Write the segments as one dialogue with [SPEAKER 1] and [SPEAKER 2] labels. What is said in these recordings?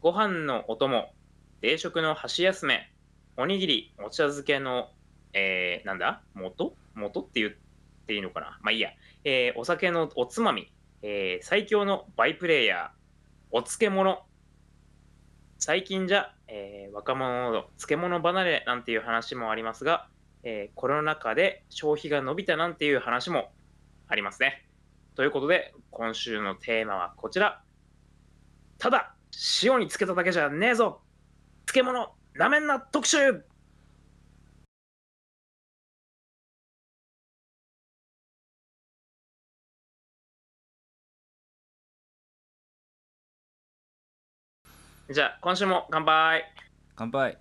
[SPEAKER 1] ご飯のお供、定食の箸休め、おにぎり、お茶漬けの、えー、なんだ元元って言っていいのかなまあいいや。えーお酒のおつまみ、えー最強のバイプレイヤー、お漬物。最近じゃ、えー若者の漬物離れなんていう話もありますが、えーコロナ禍で消費が伸びたなんていう話もありますね。ということで、今週のテーマはこちら。ただ、塩につけただけじゃねえぞ漬物、なめんな特集じゃあ、今週も乾杯
[SPEAKER 2] 乾杯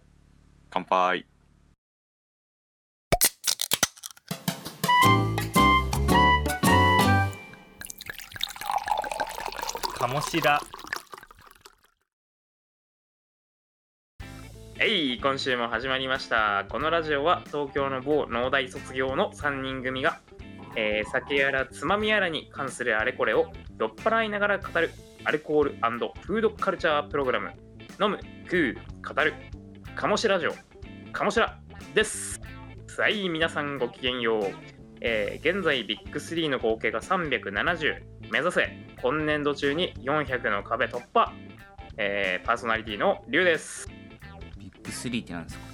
[SPEAKER 3] 乾杯
[SPEAKER 4] 鴨志田
[SPEAKER 1] はい、今週も始まりました。このラジオは東京の某農大卒業の3人組が、えー酒やらつまみやらに関するあれこれを酔っ払いながら語るアルコールフードカルチャープログラム飲む、食う、語る、かもしラジオ、かもしらです。はい、皆さんごきげんよう。えー現在ビッグ3の合計が370目指せ今年度中に400の壁突破、えーパーソナリティのリュウです。
[SPEAKER 2] ビッグ3ってなんですか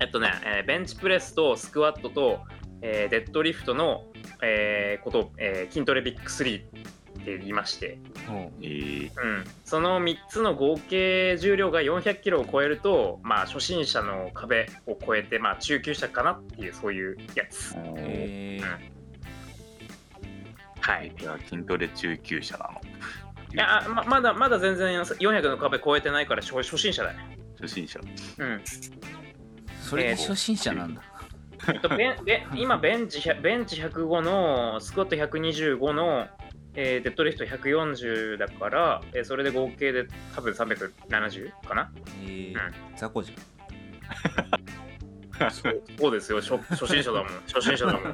[SPEAKER 1] えっとね、えーベンチプレスとスクワットと、えーデッドリフトの、えーことを、えー筋トレビッグ3って言いまして、
[SPEAKER 2] ほ
[SPEAKER 3] え
[SPEAKER 1] う
[SPEAKER 3] ー、
[SPEAKER 1] ん、その3つの合計重量が400キロを超えると、まあ、初心者の壁を超えて、まあ、中級者かなっていうそういうやつ。
[SPEAKER 2] うえー、
[SPEAKER 1] はい
[SPEAKER 3] いや筋トレ中級者なの
[SPEAKER 1] いやあままだまだ全然400の壁超えてないから初初心者だね。
[SPEAKER 3] 初心者
[SPEAKER 1] うん、
[SPEAKER 2] それで初心者なんだ、
[SPEAKER 1] えっとベンベン今ベンチ100ベンチ105のスクワット125の、えーデッドリフト140だから、えーそれで合計で多分370かな
[SPEAKER 2] えー雑魚じ
[SPEAKER 1] そうですよ初初心者 だもん初心者だもんは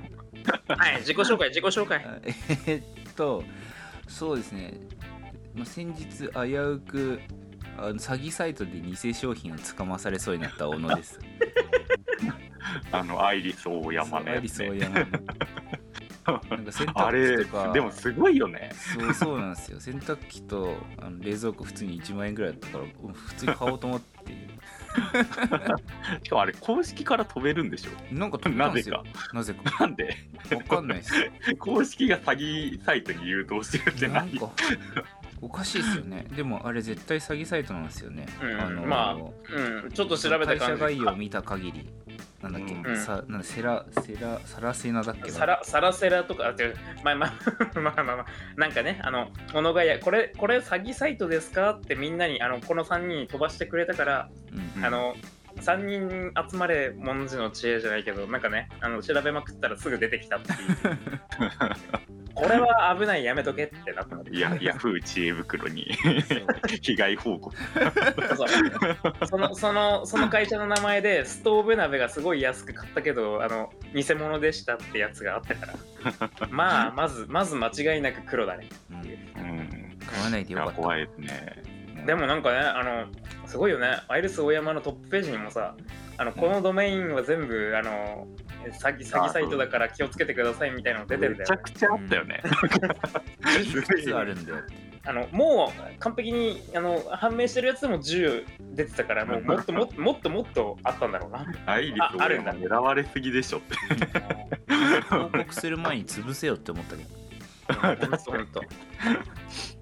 [SPEAKER 1] い自己紹介自己紹介
[SPEAKER 2] ゃんあえーっとそうですね、まあ、先日危うくあの詐欺サイトで偽商品を捕まされそうになった小野です。
[SPEAKER 3] あのアイリス大 山
[SPEAKER 2] そ
[SPEAKER 3] の
[SPEAKER 2] うア
[SPEAKER 3] や
[SPEAKER 2] リ
[SPEAKER 3] つ
[SPEAKER 2] ス
[SPEAKER 3] ね
[SPEAKER 2] 大 山の。なんか洗
[SPEAKER 3] あ
[SPEAKER 2] 濯
[SPEAKER 3] れ
[SPEAKER 2] 機とか、
[SPEAKER 3] でもすごいよね
[SPEAKER 2] そうそうなんですよ。洗濯機とあの冷蔵庫普通に1万円ぐらいだったから、うん普通に買おうと思って。
[SPEAKER 3] しかもあれ公式から飛べるんでしょ
[SPEAKER 2] なんか飛んだんですよ。なぜか。
[SPEAKER 3] なんで
[SPEAKER 2] わかんないです。
[SPEAKER 3] 公式が詐欺サイトに誘導してるって
[SPEAKER 2] なん
[SPEAKER 3] 何
[SPEAKER 2] かおかしいです よね。でもあれ絶対詐欺サイトなんですよね。
[SPEAKER 1] うん
[SPEAKER 2] あの
[SPEAKER 1] まあうんちょっと調べた
[SPEAKER 2] 会社
[SPEAKER 1] 感
[SPEAKER 2] 概
[SPEAKER 1] じ
[SPEAKER 2] 要を見た限り、なんだっけ、
[SPEAKER 3] うん
[SPEAKER 2] さなんだセラセラサラセナだっけな
[SPEAKER 1] サラサラセラとかあてまあまあ まあまあまあなんかねあの小野がやこれこれ詐欺サイトですかってみんなにあのこの3人に飛ばしてくれたから
[SPEAKER 2] うん
[SPEAKER 1] あの3人集まれもんじの知恵じゃないけどなんかねあの調べまくったらすぐ出てきたっていう これは危ないやめとけってなったので
[SPEAKER 3] いやヤフー知恵 袋に
[SPEAKER 2] そう
[SPEAKER 3] 被害報告
[SPEAKER 1] そうそのそのその会社の名前でストーブ鍋がすごい安く買ったけどあの偽物でしたってやつがあったからまあまずまず間違いなく黒だね
[SPEAKER 2] うん
[SPEAKER 3] うん
[SPEAKER 2] 買わない
[SPEAKER 3] い
[SPEAKER 2] でよ
[SPEAKER 3] や
[SPEAKER 2] かった。
[SPEAKER 3] 怖いですね
[SPEAKER 1] でもなんかねあのすごいよねアイルス大山のトップページにもさあのこのドメインは全部あの詐欺詐欺サイトだから気をつけてくださいみたいなの出てるんだよ
[SPEAKER 3] めち
[SPEAKER 1] ね
[SPEAKER 3] ゃくちゃあったよね、
[SPEAKER 2] いくつあるんだよって。
[SPEAKER 1] あのもう完璧にあの判明してるやつでも10出てたからもうもっとも っともっともっとあったんだろうな
[SPEAKER 3] アイリス大山狙われすぎでしょって
[SPEAKER 2] 報告する前に潰せよって思ったけど。
[SPEAKER 1] 本当本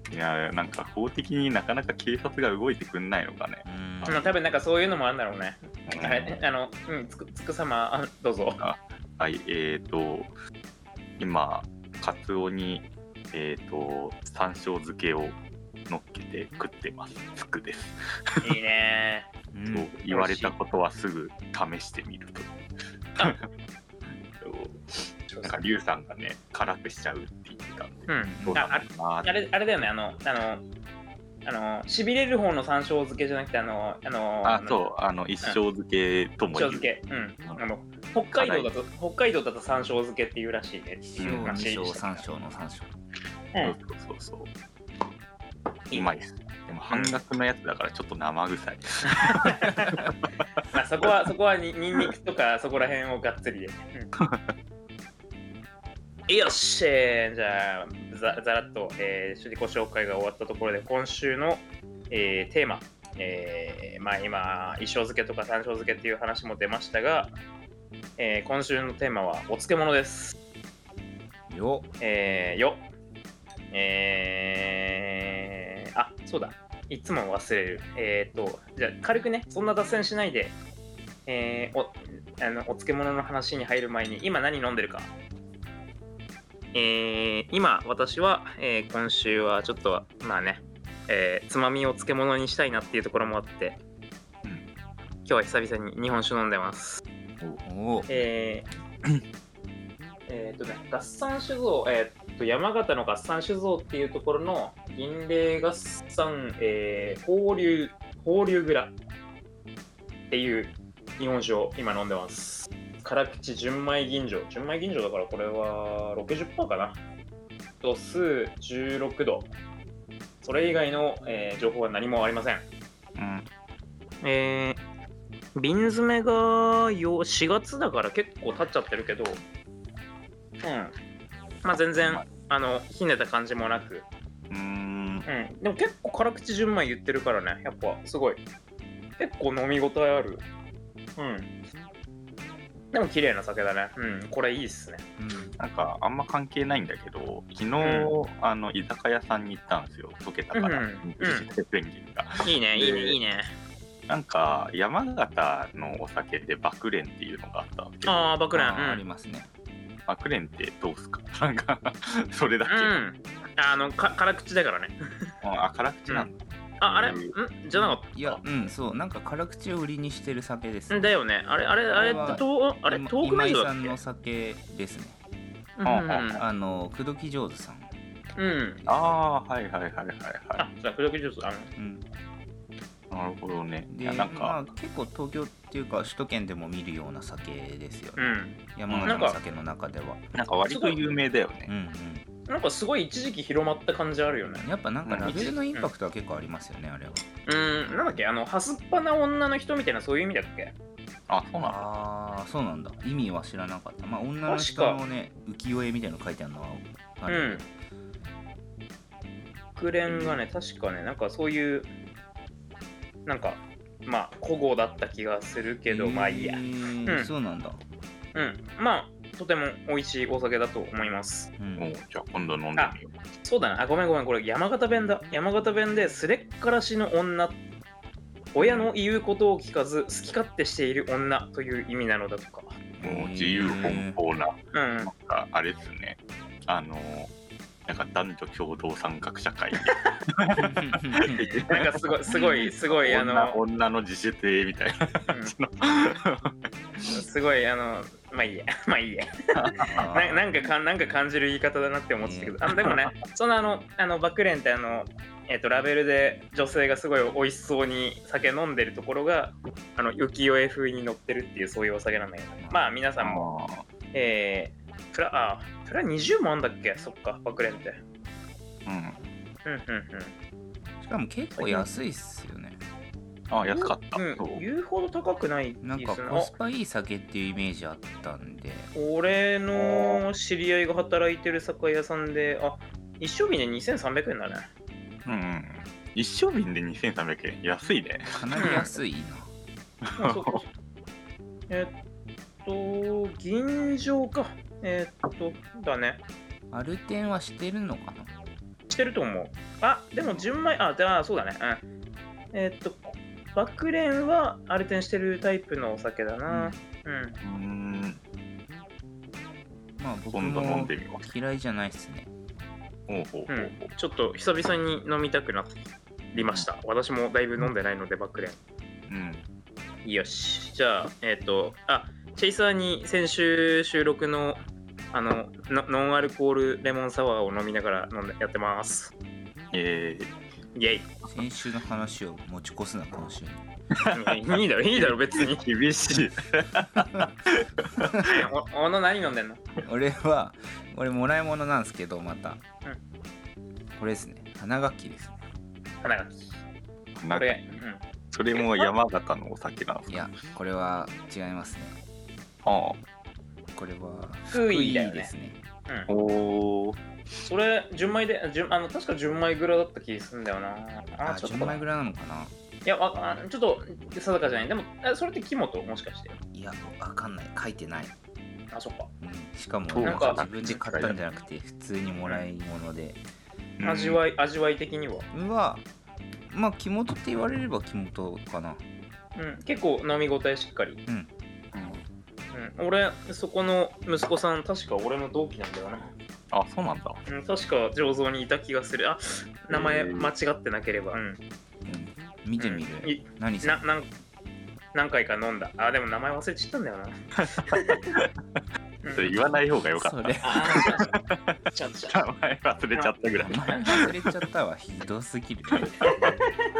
[SPEAKER 1] 当
[SPEAKER 3] いやなんか法的になかなか警察が動いてくんないの かね。
[SPEAKER 2] う
[SPEAKER 1] う
[SPEAKER 2] ん
[SPEAKER 1] ん多分なんかそういうのもあるんだろうね
[SPEAKER 3] うん
[SPEAKER 1] あれあのうんつくつくさまあどうぞ
[SPEAKER 3] はい、えーと、今、カツオに、えーと、山椒漬けを乗っけて食ってます。つくです。
[SPEAKER 1] いいね
[SPEAKER 2] うん
[SPEAKER 3] そう言われたことはすぐ試してみると。 そうなんか、リュウさんがね、辛くしちゃうって言ってたんで。
[SPEAKER 1] うん
[SPEAKER 3] そうだろうなーって
[SPEAKER 1] あれあれだよねあのあのあのしびれる方の山椒漬けじゃなくてあのあの
[SPEAKER 3] あ、そう、あの、一生漬けとも
[SPEAKER 1] 山椒
[SPEAKER 3] 言
[SPEAKER 1] 漬。
[SPEAKER 3] う
[SPEAKER 1] けうんあの北海道だと北海道だと山椒漬けっていうらしいね
[SPEAKER 2] 一章、二章、三章の三章。
[SPEAKER 1] うん
[SPEAKER 3] そうそうそうそう。
[SPEAKER 1] いう
[SPEAKER 3] まいっす。でも半額のやつだからちょっと生臭い。
[SPEAKER 1] まあそこはそこはにニンニクとかそこら辺をがっつりで。うんよっしゃーじゃあざざらっと、えー、自己紹介が終わったところで今週の、えーテーマ、えーまあ、今一生漬けとか三生漬けっていう話も出ましたが、えー今週のテーマはお漬物です。
[SPEAKER 2] よ
[SPEAKER 1] えー、よ。えー、あ、そうだ。いつも忘れる。えー、と、じゃあ軽くね、そんな脱線しないで、えー、お、あの、お漬物の話に入る前に、今何飲んでるか。えー、今、私は、えー今週はちょっと、まあね、えーつまみを漬物にしたいなっていうところもあって、
[SPEAKER 3] うん
[SPEAKER 1] 今日は久々に日本酒飲んでます。
[SPEAKER 2] おー
[SPEAKER 1] えーえーとね、合算酒造、えーと山形の合算酒造っていうところの銀霊合算、えー、放流放流蔵っていう日本酒を今飲んでます辛口純米吟醸純米吟醸だからこれは60%かな度数16度それ以外の、えー情報は何もありません
[SPEAKER 3] うん、
[SPEAKER 1] えー、瓶詰めがよ4月だから結構経っちゃってるけど、うん。まあ全然、あの、ひねた感じもなく、
[SPEAKER 3] うーん、
[SPEAKER 1] うん。でも結構辛口純米言ってるからね、やっぱすごい。結構飲み応えある。うん。でも綺麗な酒だね。うん、これいいっすね。
[SPEAKER 2] うん
[SPEAKER 3] なんかあんま関係ないんだけど、昨日、
[SPEAKER 1] う
[SPEAKER 3] あの居酒屋さんに行ったんですよ。溶けたから、
[SPEAKER 1] うんう
[SPEAKER 3] うんん、ペンギンが。
[SPEAKER 1] いいね、いいね、
[SPEAKER 3] で
[SPEAKER 1] いいね。
[SPEAKER 3] なんか山形のお酒で爆蓮っていうのがあったんですけど、
[SPEAKER 1] ああ、爆
[SPEAKER 2] あーあ
[SPEAKER 1] 弾。う
[SPEAKER 2] り
[SPEAKER 1] ん。
[SPEAKER 2] ますね
[SPEAKER 3] 爆蓮ってどうすか？ なんかそれだ
[SPEAKER 1] う
[SPEAKER 3] け。
[SPEAKER 1] ん、あのか辛口だからね。
[SPEAKER 3] あ辛口なんだ。
[SPEAKER 1] あ、あれ、
[SPEAKER 3] うんん
[SPEAKER 1] じゃなかった
[SPEAKER 2] いやうんそうなんか辛口を売りにしてる酒ですね
[SPEAKER 1] だよね。あれ、あれ、あれ、とあれ、
[SPEAKER 2] 今
[SPEAKER 1] トークメイド
[SPEAKER 2] 今井
[SPEAKER 1] だ
[SPEAKER 2] さ
[SPEAKER 1] っけ
[SPEAKER 2] んの酒ですね
[SPEAKER 1] うんうん
[SPEAKER 2] あの口説き上手さん、
[SPEAKER 1] うん。うん。
[SPEAKER 3] ああはいはいはいはいは
[SPEAKER 1] あ、そうだ、黒木ジュース、あの、
[SPEAKER 2] うん、
[SPEAKER 3] い。なるほどね。い
[SPEAKER 2] で
[SPEAKER 3] やなん
[SPEAKER 2] まあ
[SPEAKER 3] か、、
[SPEAKER 2] 結構東京っていうか首都圏でも見るような酒ですよね、
[SPEAKER 1] うん。
[SPEAKER 2] 山形
[SPEAKER 3] な
[SPEAKER 1] ん
[SPEAKER 2] の
[SPEAKER 1] か
[SPEAKER 2] 酒の中では、
[SPEAKER 3] なんか割と有名だよ
[SPEAKER 2] う
[SPEAKER 3] ね。
[SPEAKER 2] ん
[SPEAKER 1] なんかすごい一時期広まった感じあるよね
[SPEAKER 2] うん、。やっぱなんか
[SPEAKER 3] うん
[SPEAKER 2] ラベルのインパクトは結構ありますよね、あれは
[SPEAKER 1] うん、なんだっけ、あの、はすっぱな女の人みたいな、そういう意味だっけ
[SPEAKER 3] あそうなんだ。
[SPEAKER 2] ああそうなんだ意味は知らなかったまあ女の人のね浮世絵みたいなの書いてあるのはあ
[SPEAKER 1] う
[SPEAKER 2] る
[SPEAKER 1] ん。国連がね、確かね、なんかそういう、なんか、まあ、古語だった気がするけど、まあいいや
[SPEAKER 2] え。
[SPEAKER 1] うん
[SPEAKER 2] ーそうなんだ、
[SPEAKER 1] うん。まあ、とても美味しいお酒だと思います。
[SPEAKER 2] う、
[SPEAKER 3] もう んじゃあ今度飲んでみよう。
[SPEAKER 1] そうだな、あ、ごめんごめん、これ山形弁だ。山形弁で、すれっからしの女。親の言うことを聞かず、好き勝手している女という意味なのだとか。
[SPEAKER 3] もう自由奔放な
[SPEAKER 1] うん
[SPEAKER 3] なん。かあれですね、あのなんか男女共同参画社会
[SPEAKER 1] なんかすごい、すごい、すごい、あ
[SPEAKER 3] 女
[SPEAKER 1] の、
[SPEAKER 3] 女の自主性みたいな
[SPEAKER 1] うん
[SPEAKER 3] の
[SPEAKER 1] すごい、あの、まあいいや、 まあいいや。ななんかかん、なんか感じる言い方だなって思ってたけど、あのでもね、そのあの、あの、バクレンってあの、えっと、ラベルで女性がすごい美味しそうに酒飲んでるところが、あの、浮世絵風に乗ってるっていう、そういうお酒なんだけど、まあ皆さんも、えー、プラ、あ、プラ20もあんだっけそっか、バクレンって。
[SPEAKER 3] う
[SPEAKER 1] う
[SPEAKER 3] ん
[SPEAKER 1] んうん
[SPEAKER 2] しかも結構安いっすよね
[SPEAKER 3] あ安かった、
[SPEAKER 1] うん。
[SPEAKER 3] そう
[SPEAKER 1] うん、言うほど高くない
[SPEAKER 2] なん
[SPEAKER 1] 気が
[SPEAKER 2] か
[SPEAKER 1] する
[SPEAKER 2] コスパいい酒っていうイメージあったんで
[SPEAKER 1] 俺の知り合いが働いてる酒屋さんで、あ一升瓶で2300円だね。
[SPEAKER 3] うんうん、一升瓶で2300円安いね
[SPEAKER 2] かなり安いな
[SPEAKER 1] あ そうそうえっと、銀醸か。えっと、だね。
[SPEAKER 2] アルテンはしてるのかな
[SPEAKER 1] してると思う。あでも純米、あ、じゃあそうだね。うん。えっと、バックレーンはアルテンしてるタイプのお酒だな。うん。
[SPEAKER 3] うーん
[SPEAKER 2] まあ僕
[SPEAKER 3] 今度飲ん
[SPEAKER 2] も
[SPEAKER 3] でみます
[SPEAKER 2] 嫌いじゃないっすね
[SPEAKER 3] ほうほうほうほう
[SPEAKER 1] ちょっと久々に飲みたくなりました。私もだいぶ飲んでないので、バックレーン。
[SPEAKER 3] うん
[SPEAKER 1] よし。じゃあ、えっ、と、あ、チェイサーに先週収録の、あの、ノノンアルコールレモンサワーを飲みながら飲んでやってます。
[SPEAKER 3] えー
[SPEAKER 1] イェイ。
[SPEAKER 2] 先週の話を持ち越すな今週に
[SPEAKER 1] いいだろ、いいだろ、別に。
[SPEAKER 3] 厳しい。
[SPEAKER 1] お、おの何飲んでんの
[SPEAKER 2] 俺は俺もらい物なんですけどまた、
[SPEAKER 1] う
[SPEAKER 2] これですね花楽器ですね
[SPEAKER 1] 花垣。
[SPEAKER 3] な
[SPEAKER 1] こ
[SPEAKER 3] んか
[SPEAKER 1] れ、うん、
[SPEAKER 3] それも山形のお酒なんです
[SPEAKER 2] い
[SPEAKER 3] か
[SPEAKER 2] やこれは違いますね
[SPEAKER 3] ああ
[SPEAKER 2] これは
[SPEAKER 1] 福井だよ
[SPEAKER 2] で
[SPEAKER 1] ね
[SPEAKER 2] す。ね
[SPEAKER 1] うん、
[SPEAKER 3] おお
[SPEAKER 1] それ、純米で、純あの確か純米蔵だった気がするんだよな。
[SPEAKER 2] あ
[SPEAKER 1] ちょっと
[SPEAKER 2] 純米ぐらいなのかない
[SPEAKER 1] や、わあちょっと定かじゃない。でも、えそれって木本もしかして。
[SPEAKER 2] いやわかんない書いてない、
[SPEAKER 1] あ、そっか。
[SPEAKER 2] うん、しかも
[SPEAKER 3] そう
[SPEAKER 1] なんか
[SPEAKER 2] 自分で買ったんじゃなくて普通にもらい物で
[SPEAKER 1] 味わい、味わい的には。
[SPEAKER 2] はまあ木本って言われれば木本かな
[SPEAKER 1] うん、結構飲み応えしっかり。
[SPEAKER 3] うん
[SPEAKER 1] うん、俺、そこの息子さん、確か俺の同期なんだよな。
[SPEAKER 3] あそうなんだ
[SPEAKER 1] うん、確か醸造にいた気がする。あ、名前間違ってなければ。うん。
[SPEAKER 2] うん見てみ
[SPEAKER 1] うん
[SPEAKER 2] る
[SPEAKER 1] い
[SPEAKER 2] 何さ
[SPEAKER 1] な、なん、何回か飲んだ。あ、でも名前忘れちゃったんだよな。
[SPEAKER 3] それ言わない方がよか
[SPEAKER 2] そ
[SPEAKER 3] っ
[SPEAKER 2] れ
[SPEAKER 1] あーちゃちゃ
[SPEAKER 3] た名前忘れちゃったぐらい
[SPEAKER 2] 前忘れちゃったわ ひどすぎる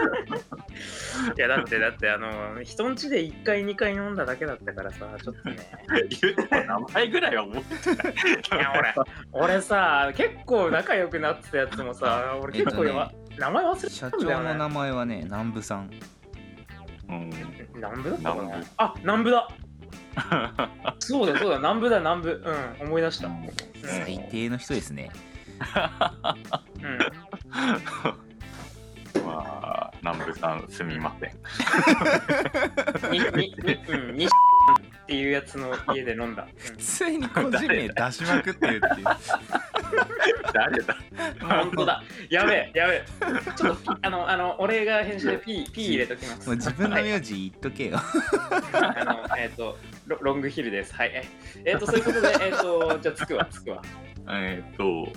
[SPEAKER 1] いやだってだってあの人ん家で1回2回飲んだだけだったからさちょっとね
[SPEAKER 3] 言うても名前ぐらいは覚えて
[SPEAKER 1] いや
[SPEAKER 3] ない
[SPEAKER 1] 俺俺さ結構仲良くなってたやつもさ俺結構
[SPEAKER 2] えっ
[SPEAKER 1] や
[SPEAKER 2] とね
[SPEAKER 1] ば名前忘れてた
[SPEAKER 2] 社
[SPEAKER 1] んだ
[SPEAKER 2] 長
[SPEAKER 1] よ
[SPEAKER 2] の名
[SPEAKER 1] ね
[SPEAKER 2] 前はね南部さん
[SPEAKER 3] うん
[SPEAKER 1] 南部だったか
[SPEAKER 3] 南
[SPEAKER 1] な
[SPEAKER 3] 部
[SPEAKER 1] あ南部だそうだそうだ南部だ南部うん思い出した、うん
[SPEAKER 2] 最低の人ですね
[SPEAKER 1] うん、
[SPEAKER 3] まあ南部さんすみません
[SPEAKER 1] にににうんにっていうやつの家で飲んだ、
[SPEAKER 2] 普通に個人名出しまくってるっていう
[SPEAKER 3] 誰だ
[SPEAKER 1] うん、 本当だやべえやべえちょっとあのあの俺が編集で P, P 入れときます
[SPEAKER 2] もう自分の名字言っとけよ
[SPEAKER 1] あの、えっ、とロ、ロングヒルです。はい。えっ、と、そういうことで、えっ、と、じゃあ、つくわ、つくわ。
[SPEAKER 3] えっと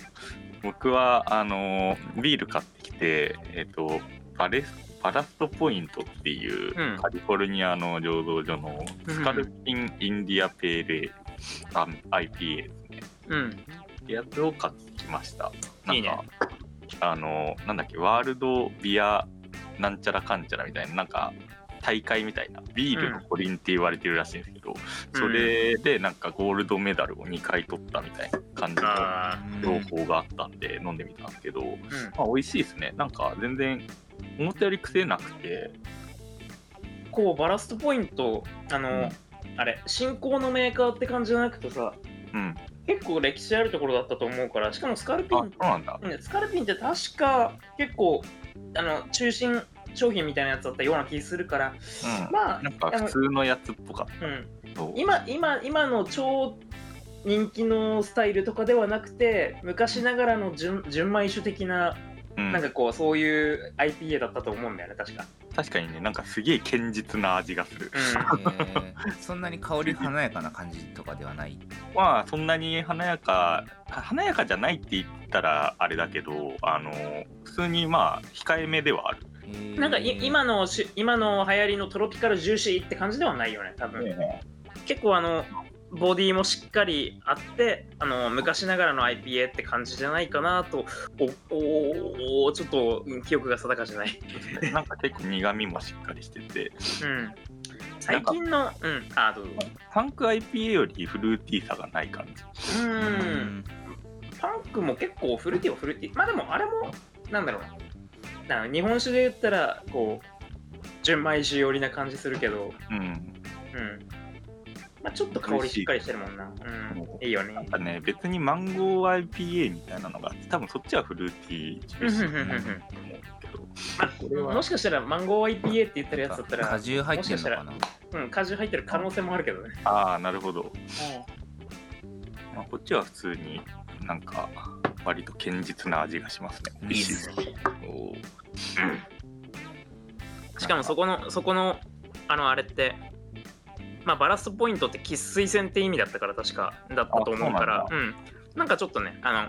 [SPEAKER 3] 僕はあのビール買ってきてえっとパレスパラストポイントっていう、
[SPEAKER 1] うん
[SPEAKER 3] カリフォルニアの醸造所のスカルピンインディアペーレーあ IPA っ
[SPEAKER 1] うん。
[SPEAKER 3] てやつを買ってきましたなんか
[SPEAKER 1] いいね
[SPEAKER 3] あのなんだっけワールドビアなんちゃらかんちゃらみたいななんか大会みたいなビールの五輪って言われてるらしいんですけど、それでなんかゴールドメダルを2回取ったみたいな感じの
[SPEAKER 1] あ
[SPEAKER 3] 情報があったんで飲んでみたんですけど、
[SPEAKER 1] ー、うん。
[SPEAKER 3] まあ、美味しいですねなんか全然思ったより癖なくて
[SPEAKER 1] こう、バラストポイント、あの、
[SPEAKER 3] うん
[SPEAKER 1] あれ、新興のメーカーって感じじゃなくてさ、
[SPEAKER 3] うん
[SPEAKER 1] 結構歴史あるところだったと思うから、しかもスカルピ
[SPEAKER 3] あ
[SPEAKER 1] ン
[SPEAKER 3] そう、なんだ
[SPEAKER 1] うんスカルピンって確か結構、あの、中心商品みたいなやつだったような気するから、
[SPEAKER 3] うん、
[SPEAKER 1] まあ
[SPEAKER 3] なんか普通のやつっぽかっ
[SPEAKER 1] うん。
[SPEAKER 3] たと
[SPEAKER 1] 今今今の超人気のスタイルとかではなくて昔ながらの純純米酒的な
[SPEAKER 3] うん
[SPEAKER 1] なんかこうそういう IPA だったと思うんだよね確か、
[SPEAKER 3] 確かにねなんかすげえ堅実な味がする、
[SPEAKER 1] う
[SPEAKER 2] えーそんなに香り華やかな感じとかではない
[SPEAKER 3] まあそんなに華やかは華やかじゃないって言ったらあれだけどあの普通にまあ控えめではある、
[SPEAKER 1] ん、なんかい今
[SPEAKER 2] の
[SPEAKER 1] のし今の流行りのトロピカルジューシーって感じではないよね多分、結構あのボディもしっかりあってあの昔ながらの IPA って感じじゃないかなとおおおちょっとうん記憶が定かじゃない
[SPEAKER 3] なんか結構苦味もしっかりしてて
[SPEAKER 1] うん最近のうんあどうぞ
[SPEAKER 3] パンク IPA よりフルーティーさがない感じ
[SPEAKER 1] うんパンクも結構フルーティーはフルーティーまあでもあれもなんだろうな日本酒で言ったらこう純米酒寄りな感じするけど
[SPEAKER 3] うん
[SPEAKER 1] うんまあちょっと香りしっかりしてるもんなうんいいよね
[SPEAKER 3] なんかね、別にマンゴー IPA みたいなのがあって、多分そっちはフルーティージューシーだと思うんだけど、これは
[SPEAKER 1] もしかしたらマンゴー IPA って言ってるやつだった
[SPEAKER 2] 果
[SPEAKER 1] ら
[SPEAKER 2] 汁入ってんのかな
[SPEAKER 1] うん果汁入ってる可能性もあるけどね
[SPEAKER 3] ああ、なるほど。まあ、こっちは普通になんか、割と堅実な味がしますね。
[SPEAKER 2] うん
[SPEAKER 3] 美
[SPEAKER 1] い
[SPEAKER 3] 味
[SPEAKER 1] い
[SPEAKER 3] し
[SPEAKER 1] っ
[SPEAKER 3] いですす
[SPEAKER 1] ね
[SPEAKER 3] おー
[SPEAKER 1] しかもそこのそこのあのあれってまあバラストポイントって喫水線って意味だったから確かだったと思うから
[SPEAKER 3] あ
[SPEAKER 1] うんなんかちょっとねあ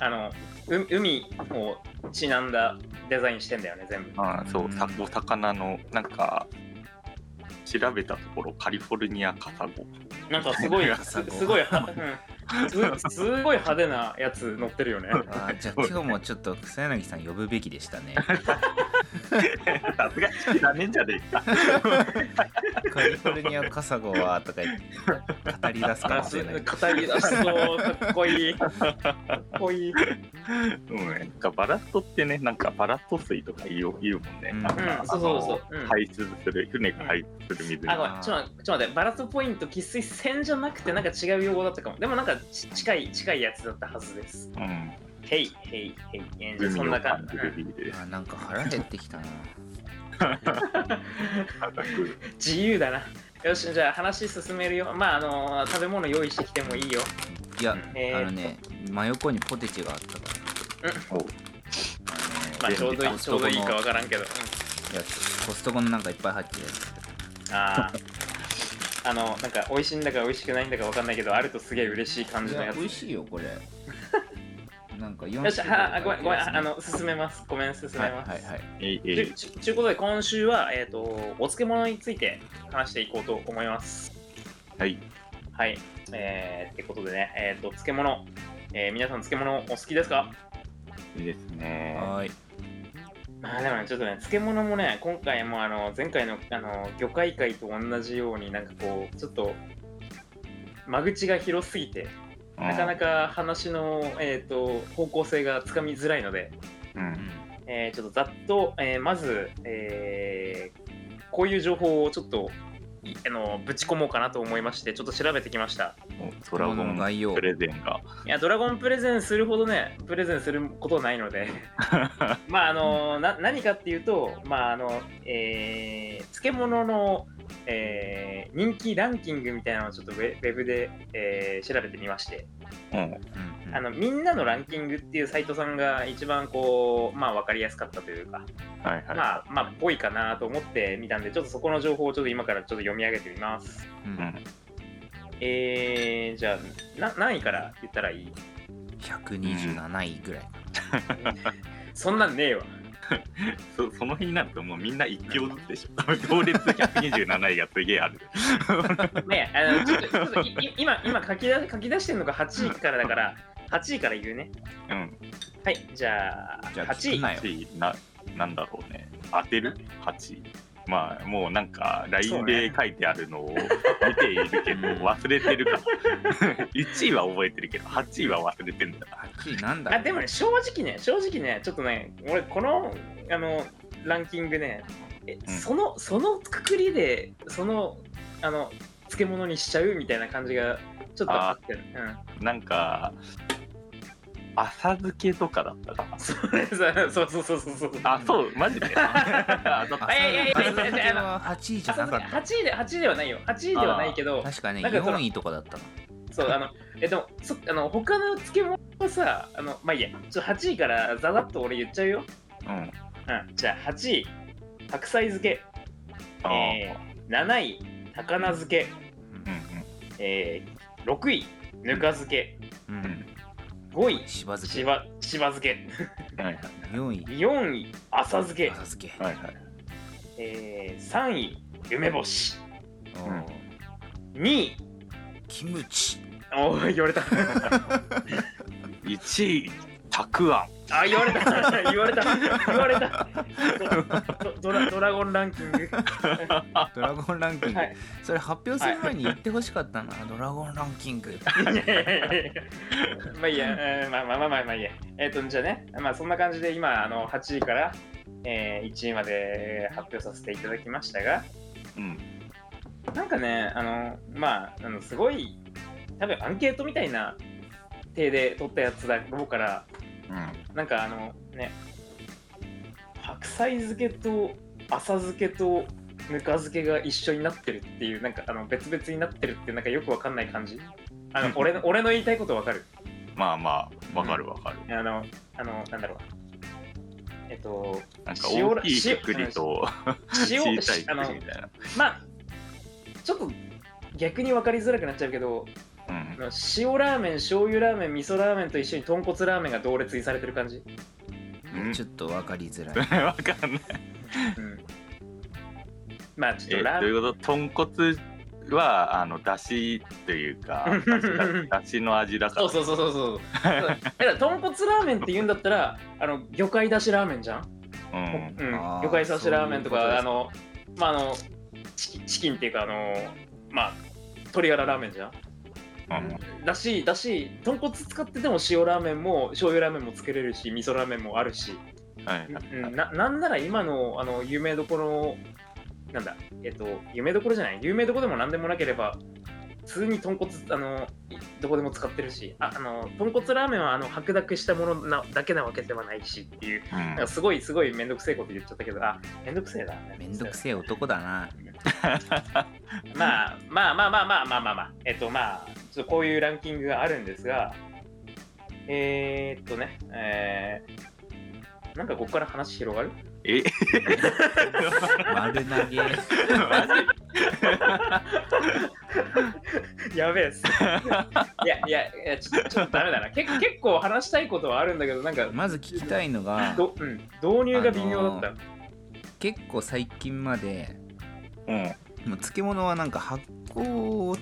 [SPEAKER 1] のあのう海をちなんだデザインしてんだよね全部
[SPEAKER 3] まあ、そうう、
[SPEAKER 2] ん
[SPEAKER 3] さお魚の、なんか、調べたところ、カリフォルニアカサゴ。
[SPEAKER 1] なんかすごいすすごい、うん、すすごい派手なやつ乗ってるよね
[SPEAKER 2] あーじゃあ今日もちょっと草柳さん呼ぶべきでしたね
[SPEAKER 3] さすがに知らねえんじゃねえか。
[SPEAKER 2] カリフォルニアカサゴはとか言って語り出すかもしれな
[SPEAKER 1] 語
[SPEAKER 2] い
[SPEAKER 1] り出しそう、かっこいい。かっこいい。
[SPEAKER 3] うん、なんかバラストってね、なんかバラスト水とか言う言うもんね。
[SPEAKER 2] うん
[SPEAKER 3] な
[SPEAKER 1] う
[SPEAKER 3] んか
[SPEAKER 1] ん、そうそうそう。うん
[SPEAKER 3] 排出する、船が排出する水に
[SPEAKER 1] あ、ごめん、ちょっと待ってちょっと待って、バラスポイント、喫水線じゃなくて、なんか違う用語だったかも。でもなんかち近い、近いやつだったはずです。
[SPEAKER 3] うん、
[SPEAKER 1] へい、へい、へい、えーそん
[SPEAKER 3] 海
[SPEAKER 1] な
[SPEAKER 3] を感
[SPEAKER 1] 感
[SPEAKER 3] じ
[SPEAKER 1] じ。
[SPEAKER 3] るビールです。
[SPEAKER 2] あなんか腹減ってきたな
[SPEAKER 3] 高く
[SPEAKER 1] 自由だな。よし、じゃあ話進めるよ。まあ、あのー食べ物用意してきてもいいよ。
[SPEAKER 2] いや、
[SPEAKER 1] えー
[SPEAKER 2] あのね真横にポテチがあったから
[SPEAKER 3] お
[SPEAKER 1] まあ、ちょうどい
[SPEAKER 2] 便利
[SPEAKER 1] い、
[SPEAKER 2] だ
[SPEAKER 1] ちょうどいいかわからんけど。
[SPEAKER 2] やつコストコのなんかいっぱい入ってるやつ
[SPEAKER 1] うんあー あの、なんか、美味しいんだか美味しくないんだかわかんないけど、あるとすげえ嬉しい感じのやつ。
[SPEAKER 2] 美味しいよこれなんか4
[SPEAKER 1] よし、はあ、ごめん、ごめん、ああ
[SPEAKER 2] は
[SPEAKER 1] の、進めます。ごめん、進め
[SPEAKER 2] い
[SPEAKER 1] ま
[SPEAKER 2] はい
[SPEAKER 1] す。
[SPEAKER 2] はい
[SPEAKER 3] えいえ
[SPEAKER 1] ち
[SPEAKER 3] い
[SPEAKER 1] ちちゅうことで今週は、えー、とお漬物について話していこうと思います。
[SPEAKER 3] はい。
[SPEAKER 1] はい。えー、ってことでね、えー、と漬物、えー皆さん漬物お好きですか
[SPEAKER 3] いいですね。
[SPEAKER 2] はーい
[SPEAKER 1] まあでもね、ちょっとね、漬物もね、今回もあの前回のあの魚介会と同じように、なんかこう、ちょっと間口が広すぎて、
[SPEAKER 3] うん
[SPEAKER 1] なかなか話の、えー、と方向性がつかみづらいので、
[SPEAKER 3] う
[SPEAKER 2] うん
[SPEAKER 3] ん、
[SPEAKER 1] えーちょっとざっと、えーまず、えーこういう情報をちょっといあのぶち込もうかなと思いましてちょっと調べてきました
[SPEAKER 3] ドラゴ
[SPEAKER 2] この
[SPEAKER 3] ン
[SPEAKER 2] 概要
[SPEAKER 3] プレゼンが。
[SPEAKER 1] いやドラゴンプレゼンするほどねプレゼンすることはないのでまああのな何かっていうとまああの、えー漬物の、えー人気ランキングみたいなのをちょっとウェウェブで、えー調べてみまして
[SPEAKER 3] うん、
[SPEAKER 2] うんうん
[SPEAKER 1] あのみんなのランキングっていうサイトさんが一番こうまあ分かりやすかったというか
[SPEAKER 3] はいはい。
[SPEAKER 1] まあ、まあ、ぽいかなと思って見たんで、ちょっとそこの情報をちょっと今からちょっと読み上げてみます。
[SPEAKER 2] うん
[SPEAKER 1] えー、じゃあ、な何位から言ったらいい
[SPEAKER 2] 127位ぐらい
[SPEAKER 1] そんなんねえわ。
[SPEAKER 3] そその日になるともうみんな一票ずつでしょ。同列127位がすげえある。
[SPEAKER 1] ねえ、あのちょっとちょっといい今、今書きだ書き出してるのが8位からだから、8位から言うね。
[SPEAKER 3] うん、
[SPEAKER 1] はい、じゃあ、
[SPEAKER 2] じゃあ
[SPEAKER 1] 8
[SPEAKER 2] 聞
[SPEAKER 1] 位
[SPEAKER 2] く。なよ
[SPEAKER 3] 8位な、なんだろうね。当てる ?8 位。まあもうなんか LINE で書いてあるのを見ているけど
[SPEAKER 2] うん
[SPEAKER 3] 忘れてるから 1位は覚えてるけど8位は忘れてんだな
[SPEAKER 2] 8位なんだ
[SPEAKER 1] あでもね、正直ね、正直ね、ちょっとね、俺、このあのランキングね、え
[SPEAKER 3] うん
[SPEAKER 1] そのそのくくりで、そのあの漬物にしちゃうみたいな感じが、ちょっとあって、う、
[SPEAKER 3] なんか浅漬けとかだったかなん
[SPEAKER 1] そうそうそうそうそう。
[SPEAKER 3] あそうマ ジであだっ
[SPEAKER 2] あ
[SPEAKER 1] いやいやいや
[SPEAKER 2] 浅漬けは8位じ
[SPEAKER 1] あ
[SPEAKER 2] ゃ
[SPEAKER 1] そ
[SPEAKER 2] な
[SPEAKER 1] う
[SPEAKER 2] か
[SPEAKER 1] そう8
[SPEAKER 2] っ
[SPEAKER 1] 位で8位ではないよ8位ではないけど
[SPEAKER 2] た確かね
[SPEAKER 1] なんかその
[SPEAKER 2] 4位とかだったの
[SPEAKER 1] そうあのえでもそあの他の漬物はさあのまあいいやちょっと8位からざざっと俺言っちゃうよ、
[SPEAKER 3] たうん
[SPEAKER 1] うん、じゃあ8位白菜漬け、
[SPEAKER 3] あ
[SPEAKER 1] えー、7位高菜漬け、
[SPEAKER 3] うん
[SPEAKER 1] えー、6位ぬか漬け、
[SPEAKER 2] う
[SPEAKER 3] うん
[SPEAKER 2] ん
[SPEAKER 1] 5位
[SPEAKER 2] しば漬
[SPEAKER 1] し
[SPEAKER 2] け
[SPEAKER 1] ばしば漬け
[SPEAKER 3] うんはい
[SPEAKER 2] 4位
[SPEAKER 1] 4位浅漬け
[SPEAKER 2] 浅、漬け
[SPEAKER 3] はいはい
[SPEAKER 1] えー、3位梅干し
[SPEAKER 2] お
[SPEAKER 3] うん
[SPEAKER 2] ー
[SPEAKER 1] 2位
[SPEAKER 2] キムチ
[SPEAKER 1] おー言われた
[SPEAKER 3] 1位たくあん
[SPEAKER 1] あ言われた 言われた言われたドドラドラゴンランキング
[SPEAKER 2] ドラゴンランキング、
[SPEAKER 1] はい
[SPEAKER 2] それ発表する前に言ってほしかったな、ドラゴンランキング
[SPEAKER 1] いやいやいやまあいいや、えーまあまあまあまあまあいいや。えっ、と、じゃあね、まあそんな感じで今、あの8位から、えー1位まで発表させていただきましたが、
[SPEAKER 3] うん
[SPEAKER 1] なんかね、あの、まあ、あのすごい、多分アンケートみたいな手で取ったやつだろうから、
[SPEAKER 3] うん
[SPEAKER 1] なんかあのね、白菜漬けと浅漬けとぬか漬けが一緒になってるっていう、なんかあの別々になってるって、なんかよくわかんない感じ。あの俺の俺の言いたいことわかる
[SPEAKER 3] まあまあわかるわかる
[SPEAKER 1] あの、あの、なんだろう。えっ と、
[SPEAKER 3] なんか大きいくくりと
[SPEAKER 1] 塩、
[SPEAKER 3] 小さい
[SPEAKER 1] あ
[SPEAKER 3] くくり
[SPEAKER 1] の
[SPEAKER 3] み、たいな
[SPEAKER 1] まあ、ちょっと逆に分かりづらくなっちゃうけど、
[SPEAKER 3] う
[SPEAKER 1] あ
[SPEAKER 3] ん
[SPEAKER 1] の塩ラーメン、醤油ラーメン、味噌ラーメンと一緒に豚骨ラーメンが同列にされてる感じ。
[SPEAKER 3] うん
[SPEAKER 2] ちょっと分かりづらい
[SPEAKER 3] わかんない。
[SPEAKER 1] うん。まあ、ちょっ
[SPEAKER 3] え、
[SPEAKER 1] とラ
[SPEAKER 3] どう
[SPEAKER 1] ーメン。
[SPEAKER 3] いうこと豚骨は、あの、だしとい うか、だしだしの味だか
[SPEAKER 1] そ
[SPEAKER 3] ら。
[SPEAKER 1] うそうそうそうそう。だから豚骨ラーメンって言うんだったら、あの魚介だしラーメンじゃん。
[SPEAKER 3] うん
[SPEAKER 1] うん
[SPEAKER 2] あー
[SPEAKER 1] 魚介サシラーメンと
[SPEAKER 2] そういうこと
[SPEAKER 1] か
[SPEAKER 2] です
[SPEAKER 1] あのまああのチキチキンっていうかあのまあ鶏ガララーメンじゃん
[SPEAKER 3] うん
[SPEAKER 1] だしだし豚骨使ってても塩ラーメンも醤油ラーメンもつけれるし味噌ラーメンもあるし、
[SPEAKER 3] はい
[SPEAKER 1] うん、ななんなら今のあの有名どころなんだえっと有名どころじゃない有名どころでも何でもなければ普通に豚骨あのいどこでも使ってるしああの豚骨ラーメンはあの白濁したものなだけなわけではないしっていう
[SPEAKER 3] う
[SPEAKER 1] なん
[SPEAKER 3] ん
[SPEAKER 1] かすごいすごいめんどくせえこと言っちゃったけどあめんどくせえだ
[SPEAKER 2] めんどくせえ男だな
[SPEAKER 1] まあまあまあまあまあまあまあ、まあ、えっとまあちょっとこういうランキングがあるんですがえー、っとねえー、なんかここから話広がる
[SPEAKER 3] え
[SPEAKER 2] 丸投げ
[SPEAKER 1] やべえっす いやいやいやちょちょっとダメだなけ結構話したいことはあるんだけどなんか
[SPEAKER 2] まず聞きたいのが
[SPEAKER 1] ど、うん、導入が微妙だった、
[SPEAKER 2] あ結構最近まで
[SPEAKER 3] うん
[SPEAKER 2] もう漬物はなんか発酵を